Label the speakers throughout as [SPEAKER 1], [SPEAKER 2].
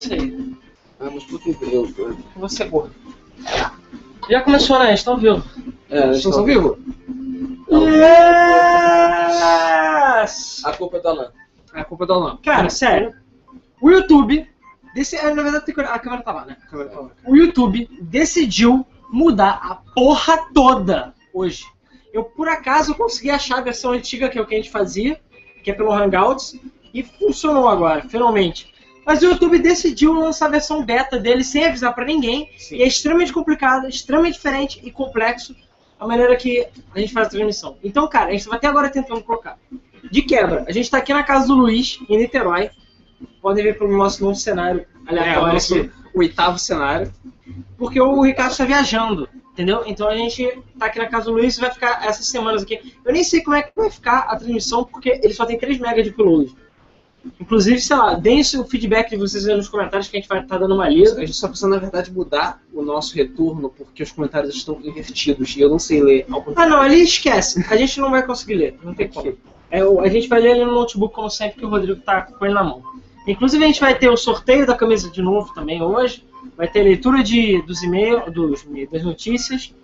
[SPEAKER 1] sei.
[SPEAKER 2] Vamos pro que deu, cara.
[SPEAKER 1] Você é gordo. Já começou, né? Estão vivo.
[SPEAKER 2] É,
[SPEAKER 3] Vocês
[SPEAKER 4] tá
[SPEAKER 3] estão vivos?
[SPEAKER 1] Yes!
[SPEAKER 2] A culpa é da Lan.
[SPEAKER 3] A culpa é do Alan.
[SPEAKER 1] Cara, sério.
[SPEAKER 3] O YouTube. Desse, ah, na verdade, tem que olhar- a câmera tá lá, né? A câmera tá lá. O YouTube decidiu mudar a porra toda hoje. Eu, por acaso, consegui achar a versão antiga, que é o que a gente fazia, que é pelo Hangouts, e funcionou agora, finalmente. Mas o YouTube decidiu lançar a versão beta dele sem avisar pra ninguém, e é extremamente complicado, extremamente diferente e complexo a maneira que a gente faz a transmissão. Então, cara, a gente estava até agora tentando colocar. De quebra, a gente tá aqui na casa do Luiz, em Niterói. Podem ver pelo nosso novo cenário
[SPEAKER 4] É, o
[SPEAKER 3] aleatório.
[SPEAKER 4] nosso
[SPEAKER 3] aqui.
[SPEAKER 4] oitavo cenário.
[SPEAKER 3] Porque o Ricardo está viajando, entendeu? Então a gente tá aqui na casa do Luiz e vai ficar essas semanas aqui. Eu nem sei como é que vai ficar a transmissão, porque ele só tem 3 megas de upload. Inclusive, sei lá, deem o feedback de vocês aí nos comentários que a gente vai estar dando uma
[SPEAKER 4] A
[SPEAKER 3] lida.
[SPEAKER 4] gente só precisa, na verdade, mudar o nosso retorno, porque os comentários estão invertidos e eu não sei ler. Algum... tipo
[SPEAKER 3] Ah não, ali esquece. A gente não vai conseguir ler, não tem como. É, o- a gente vai ler ele no notebook, como sempre, que o Rodrigo tá com ele na mão. Inclusive, a gente vai ter o sorteio da camisa de novo também hoje. Vai ter leitura de, dos e-mails, dos, das notícias.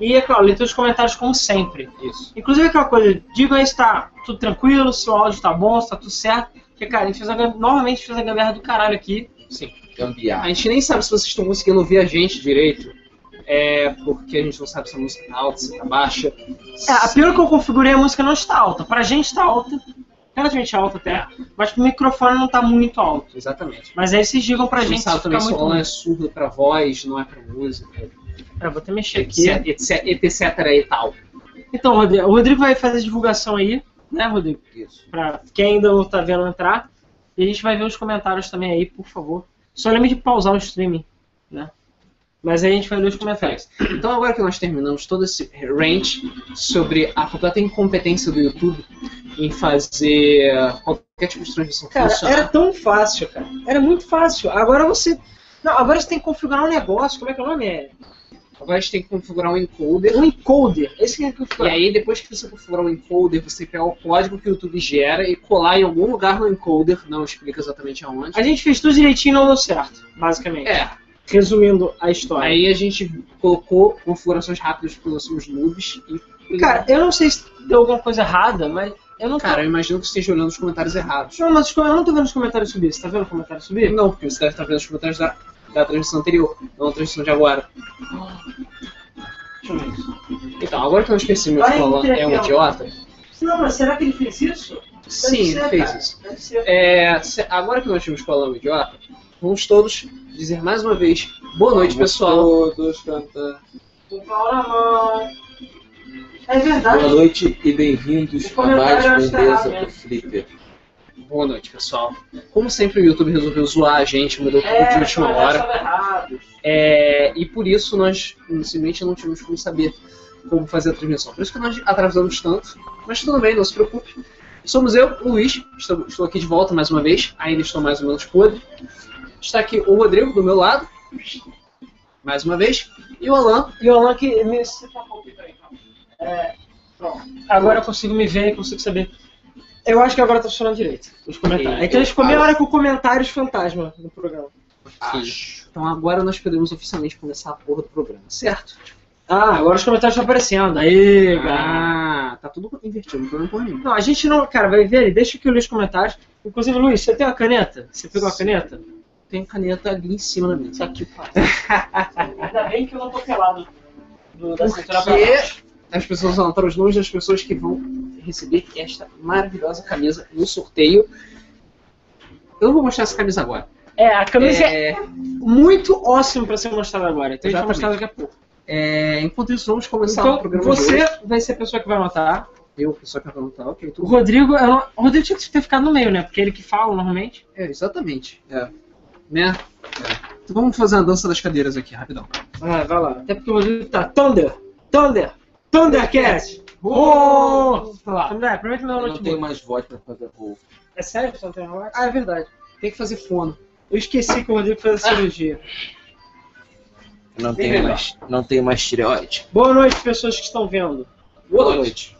[SPEAKER 3] E, é claro, leitura dos comentários, como sempre.
[SPEAKER 4] Isso.
[SPEAKER 3] Inclusive aquela coisa, digam aí se tá tudo tranquilo, se o áudio tá bom, se tá tudo certo. Porque, cara, a gente fez a, gam- novamente fez a gamberra do caralho aqui.
[SPEAKER 4] A
[SPEAKER 2] Gambiarra.
[SPEAKER 4] gente nem sabe se vocês estão conseguindo ouvir a gente direito. É porque a gente não sabe se a música tá alta, se tá baixa.
[SPEAKER 3] É, a- pelo que eu configurei, a música não está alta. Pra gente tá alta, relativamente alta até, mas pro microfone não tá muito alto.
[SPEAKER 4] Exatamente.
[SPEAKER 3] Mas aí vocês digam pra
[SPEAKER 4] a gente
[SPEAKER 3] gente
[SPEAKER 4] não sabe
[SPEAKER 3] se
[SPEAKER 4] também
[SPEAKER 3] ficar
[SPEAKER 4] se o
[SPEAKER 3] muito...
[SPEAKER 4] Alan é
[SPEAKER 3] ruim.
[SPEAKER 4] surdo pra voz, não é pra música,
[SPEAKER 3] Pera, vou até mexer aqui.
[SPEAKER 4] etc, etc,
[SPEAKER 2] é?
[SPEAKER 4] etc e tal.
[SPEAKER 3] Então, Rodrigo, o Rodrigo vai fazer a divulgação aí, né, Rodrigo?
[SPEAKER 2] Isso.
[SPEAKER 3] Pra quem ainda não tá vendo entrar. E a gente vai ver os comentários também aí, por favor. Só lembre de pausar o streaming, né? Mas aí a gente vai ler os comentários.
[SPEAKER 4] Então agora que nós terminamos todo esse rant sobre a completa incompetência do YouTube em fazer qualquer tipo de transmissão
[SPEAKER 3] Cara,
[SPEAKER 4] funcionar,
[SPEAKER 3] era tão fácil, cara. Era muito fácil. Agora você. Não, agora você tem que configurar um negócio. Como é que é o nome? É
[SPEAKER 4] agora a gente tem que configurar um encoder.
[SPEAKER 3] um encoder. Esse que é configurar.
[SPEAKER 4] E aí depois que você configurar um encoder, você pega o código que o YouTube gera e colar em algum lugar no encoder, não explica exatamente aonde.
[SPEAKER 3] A gente fez tudo direitinho e não deu certo, basicamente.
[SPEAKER 4] É,
[SPEAKER 3] Resumindo a história.
[SPEAKER 4] aí a gente colocou configurações rápidas para nossos noobs e...
[SPEAKER 3] Cara, eu não sei se deu alguma coisa errada, mas eu não
[SPEAKER 4] Cara, eu imagino que você esteja olhando os comentários errados.
[SPEAKER 3] tô. Não, mas eu não tô vendo os comentários subir. Você tá vendo o comentário subir?
[SPEAKER 4] Não, porque você deve estar vendo os comentários da, da transmissão anterior, não da transmissão de agora.
[SPEAKER 3] Deixa eu ver isso.
[SPEAKER 4] Então, agora que eu esqueci meu
[SPEAKER 3] Olha aí,
[SPEAKER 4] Alan é um
[SPEAKER 3] Trefel.
[SPEAKER 4] idiota.
[SPEAKER 3] Não, mas será que ele fez isso?
[SPEAKER 4] Sim,
[SPEAKER 3] ser,
[SPEAKER 4] ele fez
[SPEAKER 3] cara.
[SPEAKER 4] isso.
[SPEAKER 3] Deve ser.
[SPEAKER 4] É, se- agora que nós vimos que o Alan é um idiota, vamos todos dizer mais uma vez boa noite,
[SPEAKER 2] Vamos
[SPEAKER 4] pessoal.
[SPEAKER 2] Todos cantar.
[SPEAKER 3] Com o pau na mão. É verdade.
[SPEAKER 2] Boa noite e bem-vindos
[SPEAKER 3] O
[SPEAKER 2] a mais
[SPEAKER 3] comentário
[SPEAKER 2] um
[SPEAKER 3] está errado,
[SPEAKER 2] Mesa
[SPEAKER 3] né?
[SPEAKER 2] do Flipper.
[SPEAKER 4] Boa noite, pessoal. Como sempre, o YouTube resolveu zoar a gente, mudou tudo
[SPEAKER 3] É,
[SPEAKER 4] de última
[SPEAKER 3] comentários
[SPEAKER 4] hora.
[SPEAKER 3] estavam errados.
[SPEAKER 4] É, e por isso nós, inicialmente, não tínhamos como saber como fazer a transmissão. Por isso que nós atrasamos tanto. Mas tudo bem, não se preocupe. Somos eu, o Luiz. Estou, estou aqui de volta mais uma vez. Ainda estou mais ou menos podre. Está aqui o Rodrigo do meu lado. Mais uma vez. E o Alan.
[SPEAKER 3] E o Alan que me cita um pouquinho também, calma. É, pronto. Agora eu consigo me ver e consigo saber. Eu acho que agora tá funcionando direito. Os comentários.
[SPEAKER 4] E-
[SPEAKER 3] É que a gente ficou meia hora com comentários fantasma no programa.
[SPEAKER 4] Então agora nós podemos oficialmente começar a porra do programa, certo?
[SPEAKER 3] Ah, agora os comentários estão aparecendo. Aí, cara.
[SPEAKER 4] Ah, tá tudo invertido, não tem problema nenhum.
[SPEAKER 3] Não, a gente não. Cara, vai ver ali. Deixa aqui eu ler os comentários. Inclusive, Luiz, você tem uma caneta? Você pegou uma caneta?
[SPEAKER 4] Tem caneta ali em cima da mesa.
[SPEAKER 3] que Ainda bem que eu não tô pelado. Do, da cintura pra
[SPEAKER 4] Porque
[SPEAKER 3] baixo.
[SPEAKER 4] as pessoas anotaram os nomes das pessoas que vão receber esta maravilhosa camisa no sorteio. Eu não vou mostrar essa camisa agora.
[SPEAKER 3] É, a camisa é,
[SPEAKER 4] É,
[SPEAKER 3] muito ótima pra ser mostrada agora. Então a gente vai mostrar
[SPEAKER 4] Exatamente.
[SPEAKER 3] daqui a pouco.
[SPEAKER 4] é, enquanto isso, vamos começar o
[SPEAKER 3] Então,
[SPEAKER 4] programa de
[SPEAKER 3] você
[SPEAKER 4] hoje.
[SPEAKER 3] vai ser a pessoa que vai anotar.
[SPEAKER 4] Eu, que só quero anotar, ok.
[SPEAKER 3] O
[SPEAKER 4] Tudo...
[SPEAKER 3] Rodrigo. eu não- O Rodrigo tinha que ter ficado no meio, né? Porque ele que fala normalmente.
[SPEAKER 4] É, exatamente.
[SPEAKER 2] É.
[SPEAKER 4] Né? Então vamos fazer uma dança das cadeiras aqui, rapidão.
[SPEAKER 3] Ah, vai lá. Até porque o Rodrigo tá. Thunder! Thunder! Thundercat! Oh! André, aproveita meu um
[SPEAKER 2] Eu não
[SPEAKER 3] notebook.
[SPEAKER 2] tenho mais voz pra fazer o
[SPEAKER 3] É sério que você não tem relógio?
[SPEAKER 4] Ah, é verdade. Tem que fazer fono.
[SPEAKER 3] Eu esqueci que o Rodrigo fez a cirurgia.
[SPEAKER 2] Eu não tenho mais, não tenho mais tireoide.
[SPEAKER 3] Boa noite, pessoas que estão vendo.
[SPEAKER 4] Boa noite.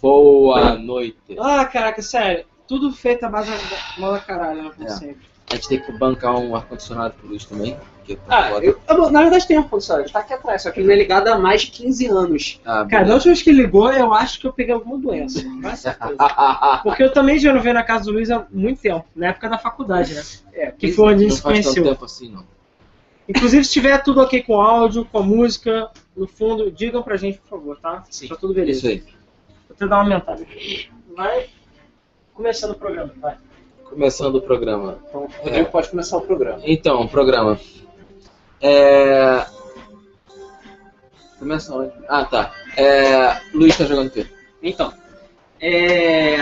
[SPEAKER 2] Boa noite.
[SPEAKER 3] Ah, caraca, sério. Tudo feito à base da mola caralho, né? Como
[SPEAKER 2] É.
[SPEAKER 3] sempre.
[SPEAKER 2] A gente tem que bancar um ar-condicionado por isso também. Que tá
[SPEAKER 4] Ah,
[SPEAKER 2] foda.
[SPEAKER 4] eu, eu- na verdade tem um condicionado, ele tá aqui atrás, só que ele não é ligado há mais de 15 anos.
[SPEAKER 2] Ah,
[SPEAKER 3] Cara, da
[SPEAKER 2] beleza.
[SPEAKER 3] última vez que ligou, eu acho que eu peguei alguma doença. Com
[SPEAKER 2] Ah,
[SPEAKER 3] certeza. Porque eu também já não venho na casa do Luiz há muito tempo, na época da faculdade, né?
[SPEAKER 4] É,
[SPEAKER 3] Que foi onde a gente
[SPEAKER 2] Não
[SPEAKER 3] se
[SPEAKER 2] faz tanto
[SPEAKER 3] conheceu.
[SPEAKER 2] tempo assim, não.
[SPEAKER 3] Inclusive, se tiver tudo ok com o áudio, com a música, no fundo, digam pra gente, por favor, tá?
[SPEAKER 2] Sim.
[SPEAKER 3] Tá tudo
[SPEAKER 2] É
[SPEAKER 3] beleza.
[SPEAKER 2] Isso aí.
[SPEAKER 3] Vou até dar uma aumentada. Vai começando o programa, vai.
[SPEAKER 2] Começando o programa.
[SPEAKER 4] Então, o Rodrigo pode começar o programa.
[SPEAKER 2] Então, programa. É. Começa onde? Ah, tá. É... Luiz tá jogando o quê?
[SPEAKER 4] Então, é,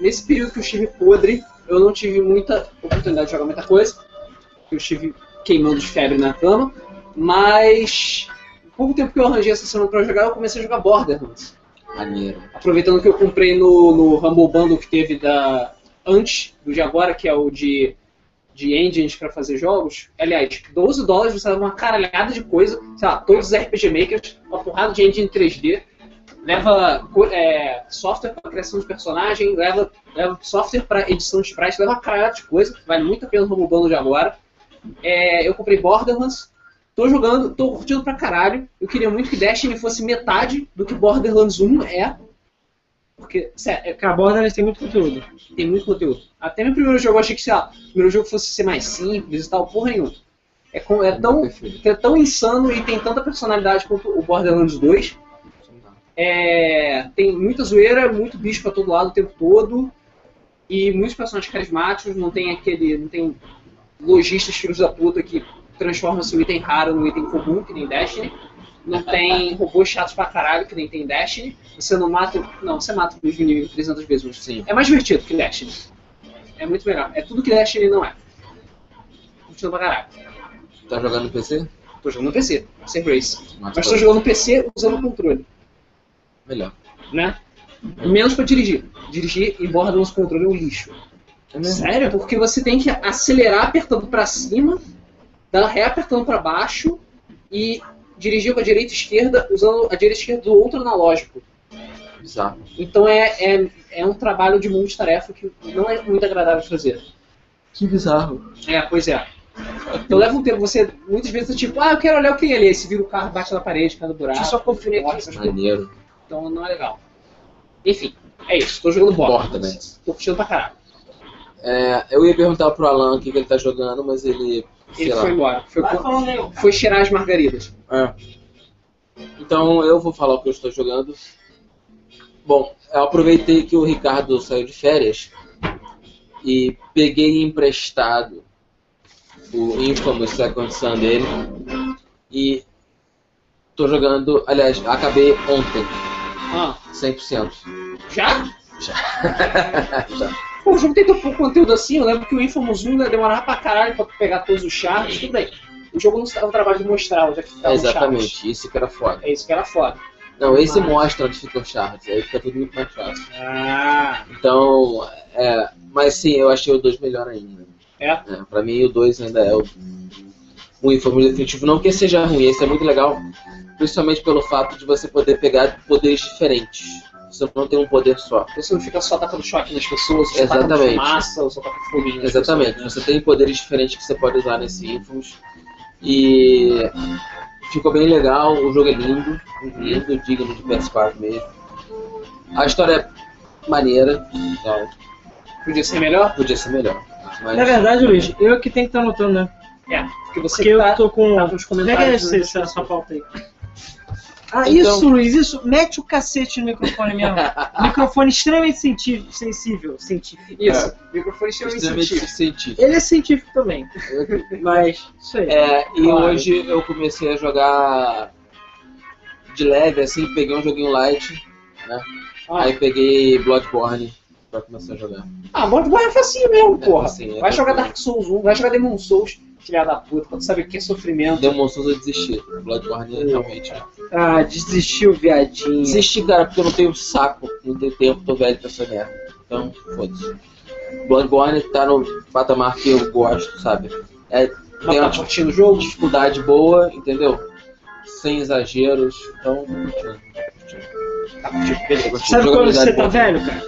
[SPEAKER 4] nesse período que eu estive podre, eu não tive muita oportunidade de jogar muita coisa. Eu estive queimando de febre na cama, mas pouco tempo que eu arranjei essa semana pra jogar, eu comecei a jogar Borderlands.
[SPEAKER 2] Maneiro.
[SPEAKER 4] Aproveitando que eu comprei no, no Humble Bundle que teve da antes do de agora, que é o de, de engines pra fazer jogos. Aliás, 12 dólares você dava uma caralhada de coisa, sei lá, todos os RPG Makers, uma porrada de engine 3D leva co- é, software para criação de personagem, leva, leva software para edição de sprites, leva uma caralhada de coisa, vale muito a pena no bando de agora. É, eu comprei Borderlands, tô jogando, tô curtindo pra caralho. Eu queria muito que Destiny fosse metade do que Borderlands 1 é. Porque, sério,
[SPEAKER 3] Cara, a Borderlands tem muito conteúdo.
[SPEAKER 4] tem muito conteúdo. Até meu primeiro jogo eu achei que, sei lá, o primeiro jogo fosse ser mais simples e tal, porra nenhuma. É, com-
[SPEAKER 2] Tá
[SPEAKER 4] é, tão,
[SPEAKER 2] Perfeito.
[SPEAKER 4] é tão insano e tem tanta personalidade quanto o Borderlands 2. É, tem muita zoeira, muito bicho pra todo lado o tempo todo. E muitos personagens carismáticos, não tem aquele. não tem lojistas filhos da puta que transforma seu item raro no item comum, que nem Destiny. Não tem robôs chatos pra caralho, que nem tem Destiny. Você não mata. Não, você mata o mesmo inimigo 300 vezes, mas
[SPEAKER 2] Sim.
[SPEAKER 4] é mais divertido que Destiny. É muito melhor. É tudo que Destiny não é. Curtindo pra caralho.
[SPEAKER 2] Tá jogando no PC?
[SPEAKER 4] Tô jogando no PC, sem Race.
[SPEAKER 2] Mas tá
[SPEAKER 4] Mas tô jogando no PC usando o controle
[SPEAKER 2] Melhor.
[SPEAKER 4] né? Menos pra dirigir. Dirigir em Borderlands controle é um lixo.
[SPEAKER 2] É
[SPEAKER 3] Né?
[SPEAKER 2] mesmo?
[SPEAKER 4] Sério? Porque você tem que acelerar apertando pra cima, dar ré apertando pra baixo e dirigir com a direita e esquerda usando a direita e esquerda do outro analógico.
[SPEAKER 2] Bizarro.
[SPEAKER 4] Então é, é, é um trabalho de multitarefa que não é muito agradável de fazer.
[SPEAKER 2] Que bizarro.
[SPEAKER 4] É, pois é. Então leva um tempo, você muitas vezes é tipo, ah, eu quero olhar o que ele é. Aí Você vira o carro, bate na parede, cai no buraco.
[SPEAKER 3] Deixa eu só conferir aqui.
[SPEAKER 4] Nossa,
[SPEAKER 2] Maneiro.
[SPEAKER 4] Então não é legal. Enfim, é isso. Tô jogando Borderlands.
[SPEAKER 2] Borderlands.
[SPEAKER 4] Tô curtindo pra caralho.
[SPEAKER 2] É, eu ia perguntar pro Alan o que, que ele tá jogando, mas ele. Sei
[SPEAKER 4] Ele
[SPEAKER 2] lá.
[SPEAKER 4] foi embora. Foi,
[SPEAKER 3] Vai
[SPEAKER 4] co-
[SPEAKER 3] falando aí, ó.
[SPEAKER 4] foi cheirar as margaridas.
[SPEAKER 2] É. Então eu vou falar o que eu estou jogando. Bom, eu aproveitei que o Ricardo saiu de férias e peguei emprestado o Infamous Second Son dele e tô jogando, aliás, acabei ontem,
[SPEAKER 4] Ah,
[SPEAKER 2] 100%.
[SPEAKER 4] já? Pô, o jogo tem tão pouco conteúdo assim. Eu lembro que o Infamous 1 né, demorava pra caralho pra pegar todos os charts. Tudo bem. O jogo não se dava o trabalho de mostrar onde é que
[SPEAKER 2] É,
[SPEAKER 4] ficava
[SPEAKER 2] exatamente, isso que era foda.
[SPEAKER 4] É isso que era foda.
[SPEAKER 2] Não, esse
[SPEAKER 4] Mas-
[SPEAKER 2] mostra onde ficam os shards, aí fica tudo muito mais fácil.
[SPEAKER 4] Ah,
[SPEAKER 2] Então, é, mas sim, eu achei o 2 melhor ainda.
[SPEAKER 4] é.
[SPEAKER 2] É, pra mim o 2 ainda é o, o informe definitivo. Não que seja ruim, esse é muito legal, principalmente pelo fato de você poder pegar poderes diferentes. Você não tem um poder só.
[SPEAKER 4] Então, Você não fica só tacando choque nas pessoas, você só taca
[SPEAKER 2] Exatamente.
[SPEAKER 4] fumaça, ou só taca foguinho. né? nas
[SPEAKER 2] Exatamente,
[SPEAKER 4] pessoas,
[SPEAKER 2] você tem poderes diferentes que você pode usar nesse Infamous. E ficou bem legal, o jogo é lindo, lindo, digno de PS4 mesmo. A história é maneira, então
[SPEAKER 4] né? Podia ser melhor?
[SPEAKER 2] podia ser melhor. mas-
[SPEAKER 3] Na verdade, Luiz, eu que tenho que estar anotando, né?
[SPEAKER 4] É. Porque você
[SPEAKER 3] Porque
[SPEAKER 4] tá...
[SPEAKER 3] eu tô com.
[SPEAKER 4] tá com os
[SPEAKER 3] Pega
[SPEAKER 4] comentários
[SPEAKER 3] esse-
[SPEAKER 4] das
[SPEAKER 3] é essa,
[SPEAKER 4] pessoas.
[SPEAKER 3] essa pauta aí. Ah,
[SPEAKER 2] Então-
[SPEAKER 3] isso, Luiz, isso. Mete o cacete no microfone mesmo. microfone extremamente sensível, sensível, científico.
[SPEAKER 4] Isso. Microfone é extremamente
[SPEAKER 2] Extremamente
[SPEAKER 4] sensitivo.
[SPEAKER 2] científico.
[SPEAKER 3] Ele é científico também, mas isso aí.
[SPEAKER 2] É, e
[SPEAKER 4] Claro.
[SPEAKER 2] hoje eu comecei a jogar de leve, assim, peguei um joguinho light, né?
[SPEAKER 4] Ah,
[SPEAKER 2] aí peguei Bloodborne pra começar a jogar.
[SPEAKER 4] Ah, Bloodborne é facinho mesmo,
[SPEAKER 2] É
[SPEAKER 4] porra.
[SPEAKER 2] facinho, é
[SPEAKER 4] vai jogar
[SPEAKER 2] facinho.
[SPEAKER 4] Dark Souls 1, vai jogar Demon Souls, filha da puta, pra tu saber o que é sofrimento.
[SPEAKER 2] Demon Souls um eu desisti, Bloodborne
[SPEAKER 4] Hum.
[SPEAKER 2] é realmente.
[SPEAKER 3] Ah, desistiu, viadinho.
[SPEAKER 2] Desisti, cara, porque eu não tenho saco, não tenho tempo, tô velho pra essa merda. Então, foda-se. Bloodborne tá no patamar que eu gosto, sabe? É,
[SPEAKER 4] Mas
[SPEAKER 2] tem
[SPEAKER 4] tá
[SPEAKER 2] uma
[SPEAKER 4] curtindo o jogo?
[SPEAKER 2] dificuldade boa, entendeu? Sem exageros, então.
[SPEAKER 4] Tá curtindo,
[SPEAKER 2] Eu
[SPEAKER 3] Tipo,
[SPEAKER 4] beleza.
[SPEAKER 2] gosto de
[SPEAKER 3] Sabe quando
[SPEAKER 2] jogabilidade
[SPEAKER 3] você tá
[SPEAKER 2] boa.
[SPEAKER 3] velho, cara?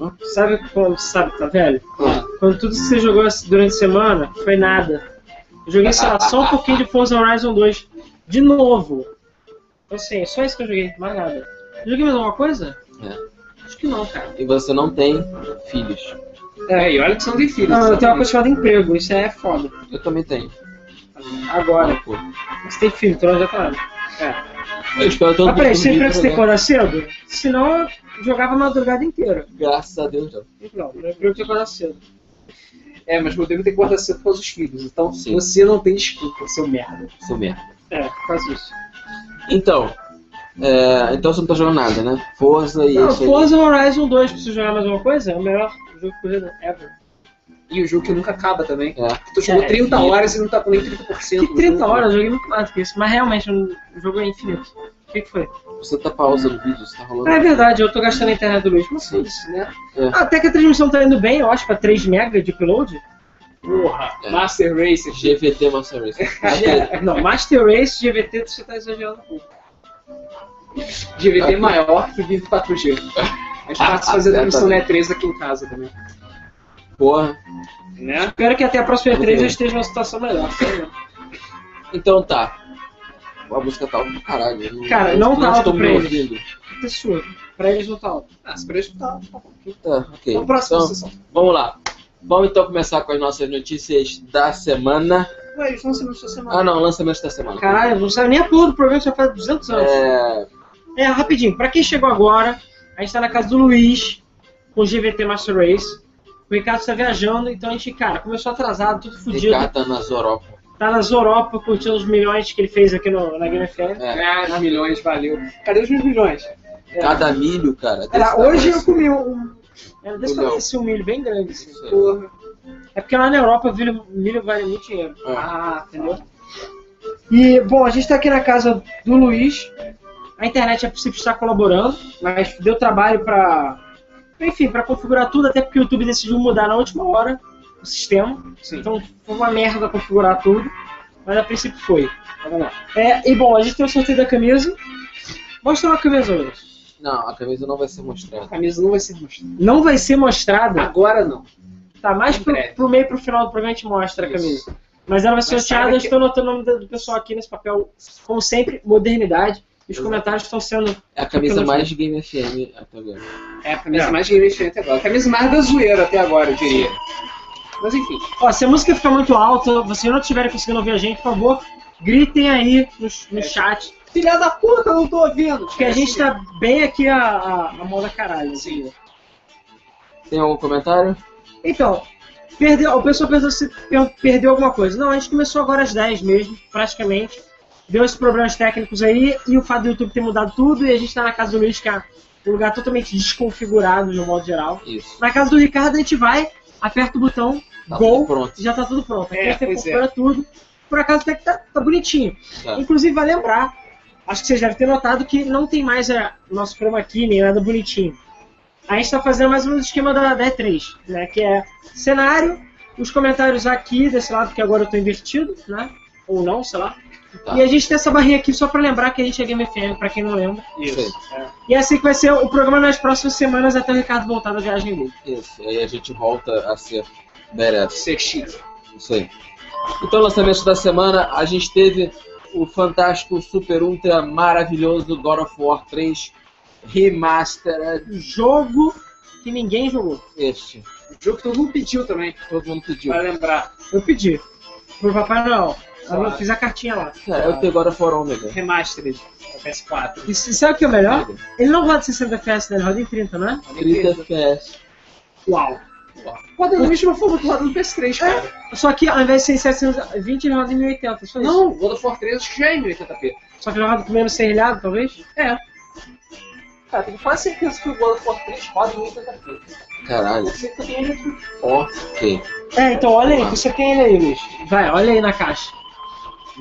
[SPEAKER 2] Hã?
[SPEAKER 3] Sabe quando você sabe que tá velho?
[SPEAKER 4] Ah,
[SPEAKER 3] Quando Quando tudo que você jogou durante a semana foi nada. Eu joguei, sei lá, só um pouquinho de Forza Horizon 2. De novo. Então, assim, é só isso que eu joguei, mais nada. Eu joguei mais alguma coisa? Acho que não, cara.
[SPEAKER 2] É. E você não tem filhos.
[SPEAKER 4] É, e olha que você não tem filho.
[SPEAKER 3] Não, eu tenho uma coisa chamada emprego, isso é foda.
[SPEAKER 2] Eu também tenho.
[SPEAKER 3] Agora. Você tem filho, então já tá.
[SPEAKER 2] Eu espero todo
[SPEAKER 3] Ah, peraí,
[SPEAKER 2] mundo
[SPEAKER 3] você emprego
[SPEAKER 2] vivo
[SPEAKER 3] você tem que
[SPEAKER 2] jogando.
[SPEAKER 3] acordar cedo? Senão eu jogava a madrugada inteira.
[SPEAKER 2] Graças a Deus, não.
[SPEAKER 3] Não, meu emprego tem que acordar cedo.
[SPEAKER 4] É, mas meu tempo tem que guardar cedo por causa dos filhos. Então
[SPEAKER 2] Sim.
[SPEAKER 4] você não tem desculpa, seu merda.
[SPEAKER 2] Isso mesmo.
[SPEAKER 3] É, quase isso.
[SPEAKER 2] Então, é, então você não tá jogando nada, né? Forza e
[SPEAKER 3] Não,
[SPEAKER 2] isso aí.
[SPEAKER 3] Forza Horizon 2, pra você jogar mais uma coisa, é o melhor jogo de corrida ever.
[SPEAKER 4] E o jogo que nunca acaba também.
[SPEAKER 2] É.
[SPEAKER 4] Tu jogou
[SPEAKER 3] É,
[SPEAKER 4] 30
[SPEAKER 2] e-
[SPEAKER 4] horas e não tá com nem 30%.
[SPEAKER 3] Que 30 horas, eu joguei muito mais do que isso, mas realmente o jogo é infinito. O que, que foi?
[SPEAKER 2] Você tá pausa no vídeo, você tá rolando.
[SPEAKER 3] Ah, é verdade, eu tô gastando a internet do Luiz, mas
[SPEAKER 2] Sim.
[SPEAKER 3] foda-se, né?
[SPEAKER 2] É.
[SPEAKER 3] Até que a transmissão tá indo bem, eu acho, pra 3 mega de upload.
[SPEAKER 4] Porra,
[SPEAKER 2] É.
[SPEAKER 4] Master Race.
[SPEAKER 2] GVT Master Race. Acho que-
[SPEAKER 3] É, Não, Master Race GVT você tá exagerando um pouco.
[SPEAKER 4] GVT
[SPEAKER 2] Aqui.
[SPEAKER 4] é maior que vive 4G. A gente tá passa a fazer
[SPEAKER 2] É,
[SPEAKER 4] transmissão
[SPEAKER 2] tá.
[SPEAKER 4] na E3 aqui em casa também.
[SPEAKER 2] Porra.
[SPEAKER 4] Né?
[SPEAKER 3] Espero que até a próxima
[SPEAKER 2] Muito
[SPEAKER 3] E3 eu
[SPEAKER 2] bem.
[SPEAKER 3] esteja numa situação melhor. Tá sei lá.
[SPEAKER 2] Então tá. A música tá alto pra caralho. eu
[SPEAKER 3] Cara,
[SPEAKER 2] eu
[SPEAKER 3] não tá alto
[SPEAKER 2] estou me
[SPEAKER 3] pra eles.
[SPEAKER 2] ouvindo.
[SPEAKER 3] Isso é sua. Pra eles não tá alto.
[SPEAKER 4] Ah, se pra escutar, tá bom.
[SPEAKER 2] Tá, ok.
[SPEAKER 4] Então, próxima
[SPEAKER 2] Então,
[SPEAKER 4] sessão.
[SPEAKER 2] vamos lá. Vamos então começar com as nossas notícias da semana.
[SPEAKER 4] Ué, eles vão ser na sua semana.
[SPEAKER 2] Ah, não, lançamento da semana.
[SPEAKER 3] Caralho, não sabe nem a porra do programa que já faz 200 anos.
[SPEAKER 2] É,
[SPEAKER 3] É, rapidinho, pra quem chegou agora, a gente tá na casa do Luiz, com o GVT Master Race. O Ricardo tá viajando, então a gente, cara, começou atrasado, tudo fudido.
[SPEAKER 2] Ricardo nas Europa.
[SPEAKER 3] Tá nas Europa curtindo os milhões que ele fez aqui no, na Game FM.
[SPEAKER 2] É.
[SPEAKER 4] Ah, os milhões, valeu. Cadê os meus milhões?
[SPEAKER 2] Cada milho, cara. desse
[SPEAKER 4] Era, hoje eu
[SPEAKER 2] tamanho.
[SPEAKER 4] comi um.
[SPEAKER 3] Era desse
[SPEAKER 2] Milhão.
[SPEAKER 3] tamanho assim, um milho bem grande. assim.
[SPEAKER 2] Isso aí.
[SPEAKER 4] Porra.
[SPEAKER 3] É porque lá na Europa o milho, milho vale muito dinheiro,
[SPEAKER 2] Ah,
[SPEAKER 4] Ah,
[SPEAKER 3] entendeu? E, bom, a gente tá aqui na casa do Luiz. A internet é possível estar colaborando, mas deu trabalho pra. Enfim, pra configurar tudo, até porque o YouTube decidiu mudar na última hora o sistema.
[SPEAKER 4] Sim.
[SPEAKER 3] Então foi uma merda configurar tudo, mas a princípio foi. Tá vendo? É, e bom, a gente tem o sorteio da camisa. Mostra uma camisa hoje.
[SPEAKER 2] Não, a camisa não vai ser
[SPEAKER 4] A
[SPEAKER 2] mostrada.
[SPEAKER 4] camisa não vai ser mostrada.
[SPEAKER 3] Não vai ser mostrada,
[SPEAKER 4] Agora não.
[SPEAKER 3] tá mais pro,
[SPEAKER 4] breve.
[SPEAKER 3] pro meio pro final do programa a gente mostra a
[SPEAKER 4] Isso.
[SPEAKER 3] camisa. Mas ela vai ser
[SPEAKER 4] Mas
[SPEAKER 3] sorteada,
[SPEAKER 4] saiba
[SPEAKER 3] eu estou anotando o nome do do pessoal aqui nesse papel, como sempre, modernidade. Os
[SPEAKER 2] Exato.
[SPEAKER 3] comentários estão sendo.
[SPEAKER 2] É a camisa mais Game FM até agora.
[SPEAKER 4] É a camisa mais divertida até agora. A camisa mais da zoeira até agora, eu diria. Mas enfim.
[SPEAKER 3] Ó, se a música ficar muito alta, vocês não estiverem conseguindo ouvir a gente, por favor, gritem aí no, no
[SPEAKER 4] É.
[SPEAKER 3] chat.
[SPEAKER 4] Filha da puta, não tô ouvindo!
[SPEAKER 2] É
[SPEAKER 3] Porque a
[SPEAKER 2] assim
[SPEAKER 3] gente tá bem aqui a, a, a mão da caralho. Sim.
[SPEAKER 2] Tem algum comentário?
[SPEAKER 3] Então, perdeu, o pessoal pensou se per- assim, perdeu alguma coisa. Não, a gente começou agora às 10 mesmo, praticamente. Deu esses problemas técnicos aí e o fato do YouTube ter mudado tudo e a gente tá na casa do Luiz, que é um lugar totalmente desconfigurado de um modo geral.
[SPEAKER 2] Isso.
[SPEAKER 3] Na casa do Ricardo a gente vai, aperta o botão,
[SPEAKER 2] Tá
[SPEAKER 3] gol,
[SPEAKER 2] tudo pronto.
[SPEAKER 3] já tá tudo pronto. Aqui
[SPEAKER 4] É,
[SPEAKER 3] a gente
[SPEAKER 4] pois é.
[SPEAKER 3] configura tudo. Por acaso até que tá, tá bonitinho.
[SPEAKER 2] Tá.
[SPEAKER 3] Inclusive, vai lembrar, acho que vocês devem ter notado que não tem mais é, nosso chroma key nem nada bonitinho. A gente está fazendo mais ou menos o esquema da, da E3, né? Que é cenário, os comentários aqui desse lado, que agora eu tô invertido, né? Ou não, sei lá.
[SPEAKER 2] Tá.
[SPEAKER 3] E a gente tem essa barrinha aqui só para lembrar que a gente é Game FM, para quem não lembra.
[SPEAKER 2] Isso.
[SPEAKER 3] E é assim que vai ser o programa nas próximas semanas até o Ricardo voltar da viagem dele.
[SPEAKER 2] Isso. Aí a gente volta a ser badass.
[SPEAKER 4] Ser chique.
[SPEAKER 2] Isso aí. Então, lançamento da semana, a gente teve o fantástico, super, ultra, maravilhoso God of War é 3 Remastered.
[SPEAKER 3] Jogo que ninguém jogou.
[SPEAKER 2] Este.
[SPEAKER 4] O jogo que todo mundo pediu também,
[SPEAKER 2] Todo mundo pediu.
[SPEAKER 4] pra lembrar.
[SPEAKER 3] Eu pedi. Pro Papai Noel. Eu
[SPEAKER 4] Claro.
[SPEAKER 3] fiz a cartinha lá.
[SPEAKER 2] Cara, É, eu tenho God of War Omega.
[SPEAKER 4] Remastered pra PS4.
[SPEAKER 3] E s- sabe o que é o melhor? Ele não roda 60 FPS, né? Ele roda em 30, né?
[SPEAKER 2] 30 FPS.
[SPEAKER 3] Uau.
[SPEAKER 4] Roda da mesma forma que roda no PS3, cara.
[SPEAKER 3] é? Só que ao invés de ser em 720, ele roda em 1080, só isso.
[SPEAKER 4] Não, o God of War 3 acho que já é em 80p.
[SPEAKER 3] Só que ele roda com menos serrilhado, talvez?
[SPEAKER 4] É. Cara, tenho quase certeza que o God of War 3 roda em 80p.
[SPEAKER 2] Caralho.
[SPEAKER 4] Você que eu tenho medo.
[SPEAKER 2] Ok.
[SPEAKER 3] É, então olha aí, você tem ele aí, Luiz. Vai, olha aí na caixa.